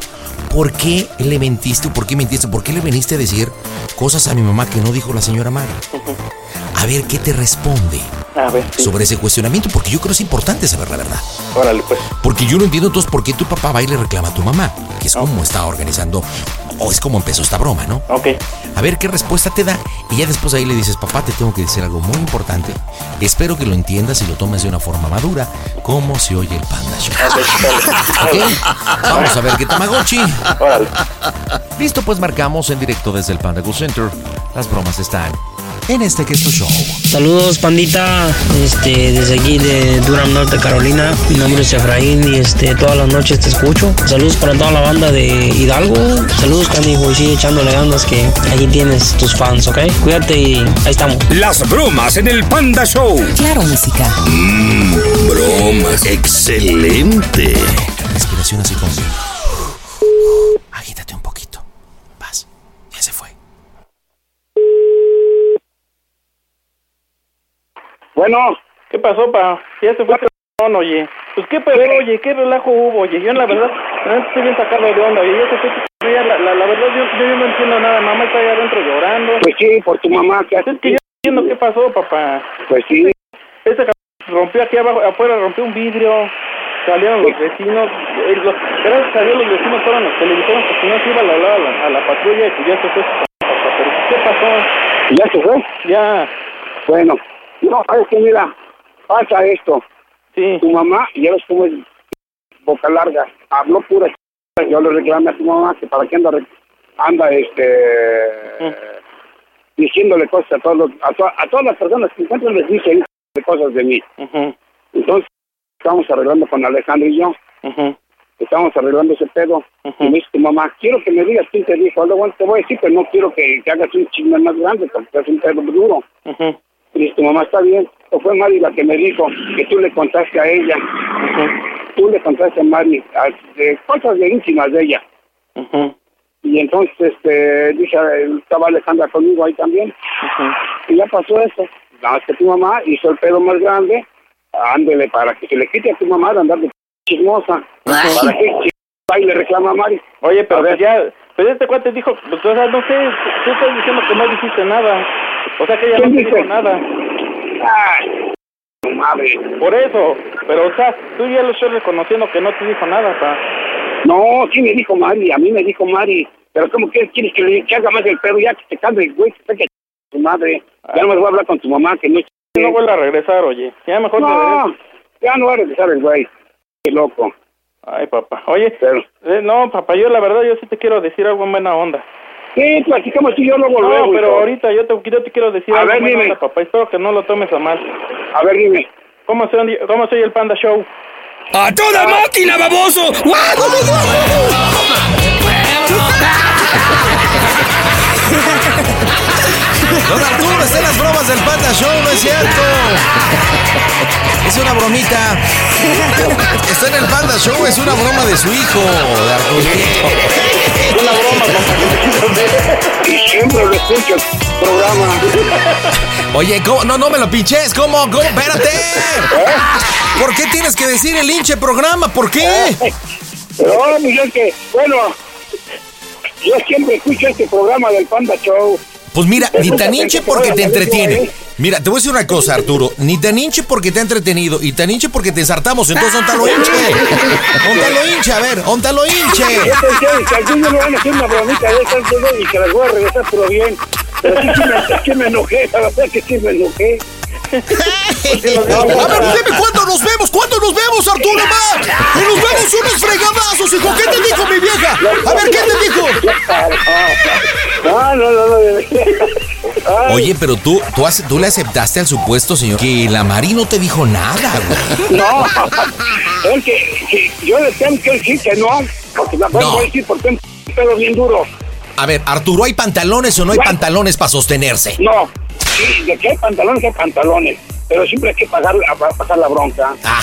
[SPEAKER 2] ¿Por qué le mentiste? ¿Por qué mentiste? ¿Por qué le veniste a decir cosas a mi mamá que no dijo la señora Mara? A ver qué te responde
[SPEAKER 18] A ver, sí.
[SPEAKER 2] sobre ese cuestionamiento, porque yo creo que es importante saber la verdad.
[SPEAKER 18] Órale, pues.
[SPEAKER 2] Porque yo no entiendo entonces por qué tu papá va y le reclama a tu mamá, que es como está organizando, o es como empezó esta broma, ¿no?
[SPEAKER 18] Ok.
[SPEAKER 2] A ver qué respuesta te da. Y ya después ahí le dices, papá, te tengo que decir algo muy importante. Espero que lo entiendas y lo tomes de una forma madura, como se oye el Panda Show. Ah, ¿Ok? Vamos a ver qué Tamagotchi. Listo, pues marcamos en directo desde el Panda Go Center. Las bromas están en este que es tu show.
[SPEAKER 12] Saludos pandita, este, desde aquí de Durham, Norte Carolina. Mi nombre es Efraín y este, todas las noches te escucho. Saludos para toda la banda de Hidalgo. Saludos canijo y sigue echándole ganas que aquí tienes tus fans, ¿ok? Cuídate y ahí estamos.
[SPEAKER 6] Las bromas en el Panda Show. Mm,
[SPEAKER 12] Claro, música.
[SPEAKER 8] Bromas. Excelente.
[SPEAKER 2] Respiración así como. Agítate un poquito. Vas. Ya se fue.
[SPEAKER 18] Bueno, ¿qué pasó, pa? Ya se fue no, oye. Pues qué pedo, oye, qué relajo hubo, oye. Yo, la verdad, realmente estoy bien sacado de onda, oye. Yo te estoy yo ya, la, la, la verdad, yo, yo no entiendo nada. Mamá está ahí adentro llorando. Pues sí, por tu mamá. que Es que yo no entiendo qué pasó, papá. Pues sí. Ese cabrón rompió aquí abajo, afuera rompió un vidrio. Salieron los vecinos. eh, los- gracias a Dios, los vecinos fueron los que le dijeron que si no se iba a la, la- la- a la patrulla y que ya se fue su papá. Pero ¿qué pasó?
[SPEAKER 5] ¿Ya se fue?
[SPEAKER 18] Ya.
[SPEAKER 5] Bueno, no, sabes que mira, pasa esto.
[SPEAKER 18] Sí.
[SPEAKER 5] Tu mamá, ya ves cómo es boca larga, habló pura ch- Yo le reclamé a tu mamá que para qué anda, re- anda este, diciéndole cosas a, todos los- a, to- a todas las personas que encuentran les dicen cosas de mí. Entonces, estábamos arreglando con Alejandro y yo, estábamos arreglando ese pedo. Y me dice tu mamá, quiero que me digas quién te dijo. Luego te voy a decir, pero no quiero que te hagas un chisme más grande, porque es un pedo duro. Y dice, tu mamá está bien. O fue Mari la que me dijo que tú le contaste a ella. Tú le contaste a Mari a- de cosas de íntimas de ella. Y entonces este, dije, estaba Alejandra conmigo ahí también. Y ya pasó eso. Nada más que tu mamá hizo el pedo más grande. Ándele para que se le quite a tu mamá de andar de chismosa. ¿Para qué ch- va y le reclama a Mari?
[SPEAKER 18] Oye, pero pues ya, pues este cuate dijo, pues, o sea, no sé, tú estás diciendo que no dijiste nada. O sea, que ella no te dijo nada. Por eso, pero o sea, tú ya lo estás reconociendo que no te dijo nada, pa.
[SPEAKER 5] No, sí me dijo Mari, a mí me dijo Mari. Pero ¿cómo que quieres que le que haga más el pedo? Ya que te calme, güey, que te que tu madre. Ya no me voy a hablar con tu mamá, que no es-
[SPEAKER 18] No vuelva a regresar, oye. Ya mejor te
[SPEAKER 5] No, ya no va a regresar el güey. Qué loco.
[SPEAKER 18] Ay, papá. Oye, Eh, no, papá, yo la verdad, yo sí te quiero decir algo en buena onda.
[SPEAKER 5] Sí, platicamos tú y yo luego,
[SPEAKER 18] No,
[SPEAKER 5] luego,
[SPEAKER 18] pero
[SPEAKER 5] hijo.
[SPEAKER 18] ahorita yo te, yo te quiero decir
[SPEAKER 5] A
[SPEAKER 18] algo
[SPEAKER 5] ver,
[SPEAKER 18] en buena
[SPEAKER 5] dime.
[SPEAKER 18] onda, papá. Espero que no lo tomes a mal.
[SPEAKER 5] A ver, dime.
[SPEAKER 18] ¿Cómo soy, cómo soy el Panda Show?
[SPEAKER 2] ¡Ah,
[SPEAKER 18] Ah.
[SPEAKER 6] ¡A toda máquina, baboso!
[SPEAKER 2] Don Arturo, están las bromas del Panda Show, no es cierto. Es una bromita. Está en el Panda Show, es una broma de su hijo, de Arturito. Una broma,
[SPEAKER 5] Y siempre lo escucho el programa.
[SPEAKER 2] Oye, ¿cómo? No, no me lo pinches. ¿Cómo? ¿Cómo? Espérate.
[SPEAKER 5] ¿Eh?
[SPEAKER 2] ¿Por qué tienes que decir el hinche programa? ¿Por qué?
[SPEAKER 5] No, pues es que, bueno, yo siempre escucho este programa del Panda Show.
[SPEAKER 2] Pues mira, ni tan hinche porque te entretiene.
[SPEAKER 5] entretienen.
[SPEAKER 2] Mira, te voy a decir una cosa, Arturo. Ni tan hinche porque te ha entretenido y tan hinche porque te ensartamos. Entonces, óntalo hinche. Óntalo hinche, a ver, óntalo hinche.
[SPEAKER 5] Yo pensé que algún día me van a hacer una bromita de esas de dos y que las voy a regresar pero bien. Pero sí, sí me, sí me enojé, la verdad que sí me enojé.
[SPEAKER 13] A ver, pues dime cuándo nos vemos, cuándo nos vemos, Arturo Max. Y nos vemos unos fregadazos, hijo. ¿Qué te dijo mi vieja? A ver, ¿qué te dijo?
[SPEAKER 5] No, no, no, no.
[SPEAKER 2] Oye, pero tú, tú, ace- tú le aceptaste al supuesto señor que la Mari no te dijo nada, güey.
[SPEAKER 5] No, es que, que yo le tengo que decir que no, porque la
[SPEAKER 2] No.
[SPEAKER 5] voy a decir porque es un pedo bien duro.
[SPEAKER 2] A ver, Arturo, ¿hay pantalones o no hay pantalones para sostenerse?
[SPEAKER 5] No, sí, de que hay pantalones, hay pantalones, pero siempre hay que pagar, a- a- pasar la bronca.
[SPEAKER 13] Ah.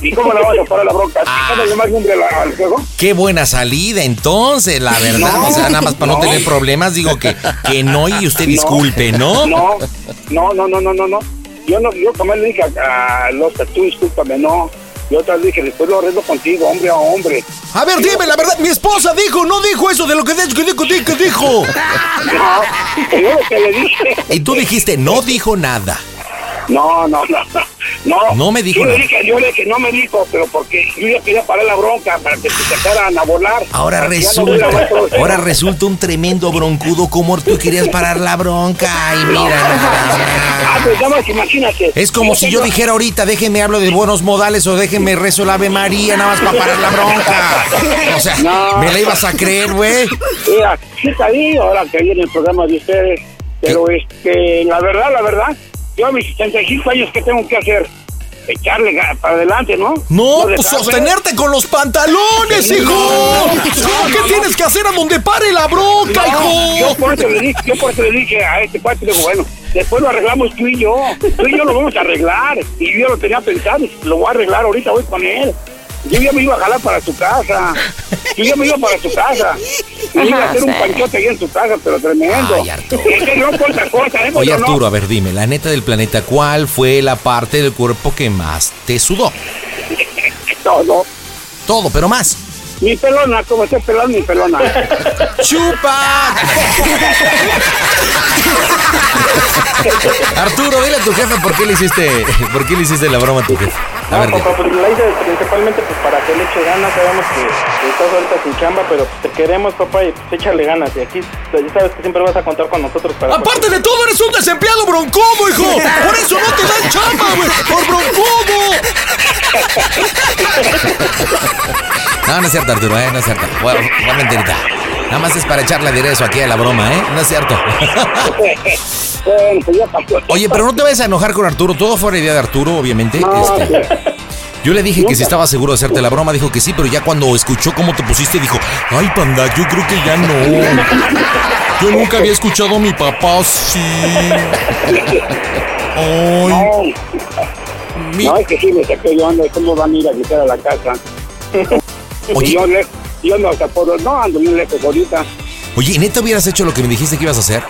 [SPEAKER 5] ¿Y cómo la vamos a pagar la bronca? ¿Sacándole más nombre al, al juego?
[SPEAKER 2] Qué buena salida, entonces, la verdad.
[SPEAKER 5] No,
[SPEAKER 2] o sea, nada más para no,
[SPEAKER 5] no.
[SPEAKER 2] tener problemas, digo que, que no y usted
[SPEAKER 5] No,
[SPEAKER 2] disculpe, ¿no?
[SPEAKER 5] No, no, no, no, no, no, no. Yo no, yo como le dije a, a López, tú discúlpame, no. Yo te dije, después lo arreglo contigo, hombre a hombre.
[SPEAKER 13] A ver, dime la verdad. Mi esposa dijo, no dijo eso de lo que dijo, que dijo, que dijo, que dijo.
[SPEAKER 2] Y tú dijiste, no dijo nada.
[SPEAKER 5] No, no, no, no. No,
[SPEAKER 2] No me dijo
[SPEAKER 5] Yo le
[SPEAKER 2] nada.
[SPEAKER 5] dije, yo le dije, no me dijo, pero porque yo ya quería parar la bronca para que se sacaran a volar.
[SPEAKER 2] Ahora
[SPEAKER 5] Para que ya no hubiera
[SPEAKER 2] resulta,
[SPEAKER 5] otro-
[SPEAKER 2] ahora resulta un tremendo broncudo como tú querías parar la bronca. Ay, mira.
[SPEAKER 5] Ah, pues nada más imagínate.
[SPEAKER 2] Es como si yo
[SPEAKER 5] tengo-
[SPEAKER 2] dijera ahorita, déjenme hablo de buenos modales o déjenme rezo el Ave María nada más para parar la bronca. O sea,
[SPEAKER 5] No.
[SPEAKER 2] me la ibas a creer, güey.
[SPEAKER 5] Mira, sí caí ahora que vi en el programa de ustedes, pero este, la verdad, la verdad, yo a mis 75 años, ¿qué tengo que hacer? Echarle ga- para adelante, ¿no?
[SPEAKER 13] No,
[SPEAKER 5] dejar-
[SPEAKER 13] pues sostenerte con los pantalones,
[SPEAKER 5] No,
[SPEAKER 13] hijo.
[SPEAKER 5] no, no,
[SPEAKER 13] Es
[SPEAKER 5] no,
[SPEAKER 13] lo que
[SPEAKER 5] no,
[SPEAKER 13] tienes que hacer a donde pare la bronca,
[SPEAKER 5] No,
[SPEAKER 13] hijo.
[SPEAKER 5] Yo por eso le dije, yo por eso le dije a este cuate, le digo, bueno, después lo arreglamos tú y yo. Tú y yo lo vamos a arreglar. Y yo ya lo tenía pensado, lo voy a arreglar ahorita, voy con él. Yo ya me iba a jalar para su casa. Yo ya me iba para su casa. Me iba a
[SPEAKER 2] Ajá,
[SPEAKER 5] hacer un
[SPEAKER 2] sí.
[SPEAKER 5] panchote ahí en su casa, pero tremendo.
[SPEAKER 2] Ay, Arturo.
[SPEAKER 5] Es que no por otra cosa, ¿eh?
[SPEAKER 2] Oye,
[SPEAKER 5] No, no.
[SPEAKER 2] Arturo, a ver, dime, la neta del planeta, ¿cuál fue la parte del cuerpo que más te sudó?
[SPEAKER 5] Todo.
[SPEAKER 2] Todo, pero más.
[SPEAKER 5] Mi pelona, como esté pelando mi pelona.
[SPEAKER 2] ¡Chupa! Arturo, dile a tu jefe por qué le hiciste, por qué le hiciste la broma a tu jefe. A ver,
[SPEAKER 20] Papá, pues, la hice principalmente pues, para que le eche ganas, sabemos que que estás ahorita sin chamba, pero te queremos, papá, y pues échale ganas. Y aquí, pues, ya sabes que siempre vas a contar con nosotros
[SPEAKER 2] Ah,
[SPEAKER 20] para...
[SPEAKER 13] Aparte de todo, eres un desempleado broncomo, hijo. Por eso no te dan chamba, güey. Por broncomo.
[SPEAKER 2] No, no es cierto, Arturo, ¿eh? no es cierto. Fue, fue mentirita. Nada más es para echarle aderezo aquí a la broma, ¿eh? No es cierto.
[SPEAKER 5] Bueno, pues ya pasó.
[SPEAKER 2] Oye, pero no te vayas a enojar con Arturo. Todo fue la idea de Arturo, obviamente. Este, yo le dije que si estaba seguro de hacerte la broma, dijo que sí, pero ya cuando escuchó cómo te pusiste, dijo, ay, panda, yo creo que ya no. Yo nunca había escuchado a mi papá así.
[SPEAKER 5] No, no, es que sí, me saqué yo ando, ¿cómo van a ir a gritar a la casa?
[SPEAKER 2] Oye.
[SPEAKER 5] Y yo, le, yo no, hasta por- no ando muy lejos ahorita.
[SPEAKER 2] Oye, ¿y ¿neta hubieras hecho lo que me dijiste que ibas a hacer?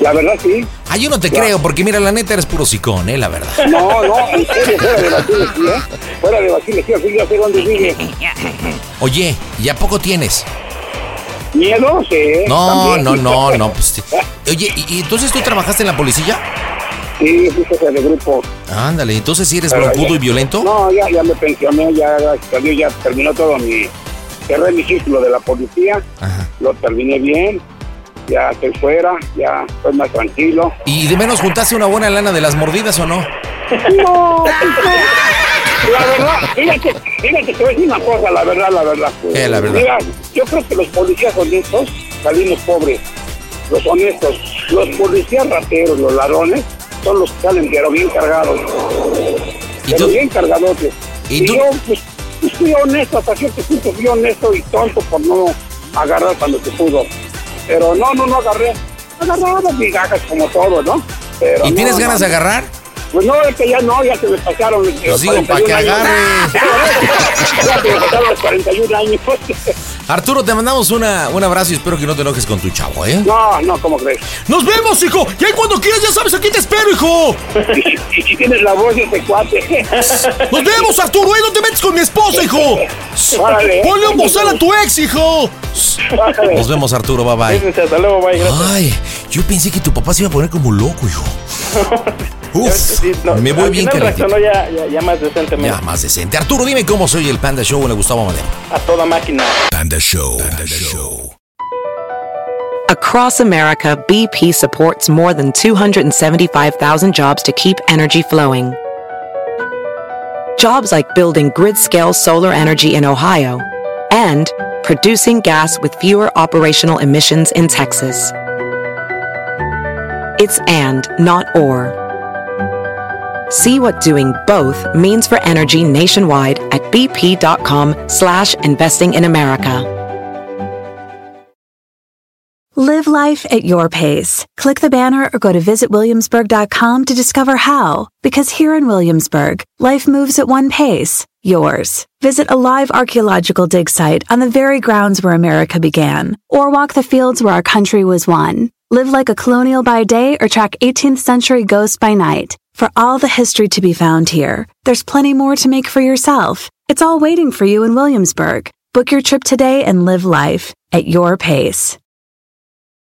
[SPEAKER 5] La verdad, sí.
[SPEAKER 2] Ah, yo no te creo, porque mira, la neta eres puro sicón, ¿eh? La verdad.
[SPEAKER 5] No, no, en serio, fuera de Basile, sí, ¿eh? Fuera de Basile, sí, así yo sé dónde vive.
[SPEAKER 2] Oye, ¿y a poco tienes?
[SPEAKER 5] Miedo, sí.
[SPEAKER 2] No,
[SPEAKER 5] también.
[SPEAKER 2] no, no, no. pues, sí. Oye, ¿y, y entonces tú trabajaste en la policía?
[SPEAKER 5] Sí, fui jefe de grupo.
[SPEAKER 2] Ándale, entonces si eres
[SPEAKER 5] Pero
[SPEAKER 2] broncudo
[SPEAKER 5] ya-
[SPEAKER 2] y violento.
[SPEAKER 5] No, ya, ya me pensioné, ya, salió, ya terminó todo mi... Cerré mi ciclo de la policía, lo terminé bien, ya estoy fuera, ya estoy más tranquilo.
[SPEAKER 2] ¿Y de menos juntaste una buena lana de las mordidas o no?
[SPEAKER 5] No, la verdad, fíjate, fíjate, te voy a decir una cosa, la verdad, la verdad.
[SPEAKER 2] Eh, la verdad.
[SPEAKER 5] Mira, yo creo que los policías honestos salimos pobres, los honestos. Los policías rateros, los ladrones, son los que salen pero bien cargados. Pero bien cargadotes. Y, yo, pues, pues, fui honesto hasta cierto punto, fui honesto y tonto por no agarrar cuando se pudo. Pero no, no, no agarré. Agarraba migajas como todo, ¿no? Pero
[SPEAKER 2] ¿Y
[SPEAKER 5] no,
[SPEAKER 2] tienes
[SPEAKER 5] no,
[SPEAKER 2] ganas de
[SPEAKER 5] no.
[SPEAKER 2] agarrar?
[SPEAKER 5] Pues no, es que ya no, ya se me pasaron. los
[SPEAKER 2] Pues digo,
[SPEAKER 5] 41
[SPEAKER 2] pa' que
[SPEAKER 5] años. Ya se me pasaron los 41 años.
[SPEAKER 2] Arturo, te mandamos una, un abrazo y espero que no te enojes con tu chavo, ¿eh?
[SPEAKER 5] No, no, ¿cómo crees?
[SPEAKER 13] Nos vemos, hijo. Y ahí cuando quieras, ya sabes, aquí te espero, hijo.
[SPEAKER 5] Y si tienes la voz de este cuate.
[SPEAKER 13] Nos vemos, Arturo. Ahí no te metes con mi esposa, hijo.
[SPEAKER 5] Órale.
[SPEAKER 13] Ponle un bozal a tu ex, hijo.
[SPEAKER 2] Nos vemos, Arturo, bye bye.
[SPEAKER 20] Hasta luego, bye, gracias.
[SPEAKER 2] Ay, yo pensé que tu papá se iba a poner como loco, hijo. Uf,
[SPEAKER 20] Sí, no,
[SPEAKER 2] me voy
[SPEAKER 20] pues, al
[SPEAKER 2] bien
[SPEAKER 20] final
[SPEAKER 2] calentito.
[SPEAKER 20] reaccionó ya, ya, ya más decentemente.
[SPEAKER 2] Ya, más decente. Arturo, dime cómo soy el Panda Show en la Gustavo Madero.
[SPEAKER 20] A toda máquina.
[SPEAKER 6] Panda Show. Panda Show.
[SPEAKER 14] Across America, BP supports more than 275,000 jobs to keep energy flowing. Jobs like building grid scale solar energy in Ohio and producing gas with fewer operational emissions in Texas. It's and, not or. See what doing both means for energy nationwide at bp.com slash investing in America.
[SPEAKER 16] Live life at your pace. Click the banner or go to visitwilliamsburg.com to discover how. Because here in Williamsburg, life moves at one pace, yours. Visit a live archaeological dig site on the very grounds where America began, or walk the fields where our country was won. Live like a colonial by day or track 18th century ghosts by night. For all the history to be found here, there's plenty more to make for yourself. It's all waiting for you in Williamsburg. Book your trip today and live life at your pace.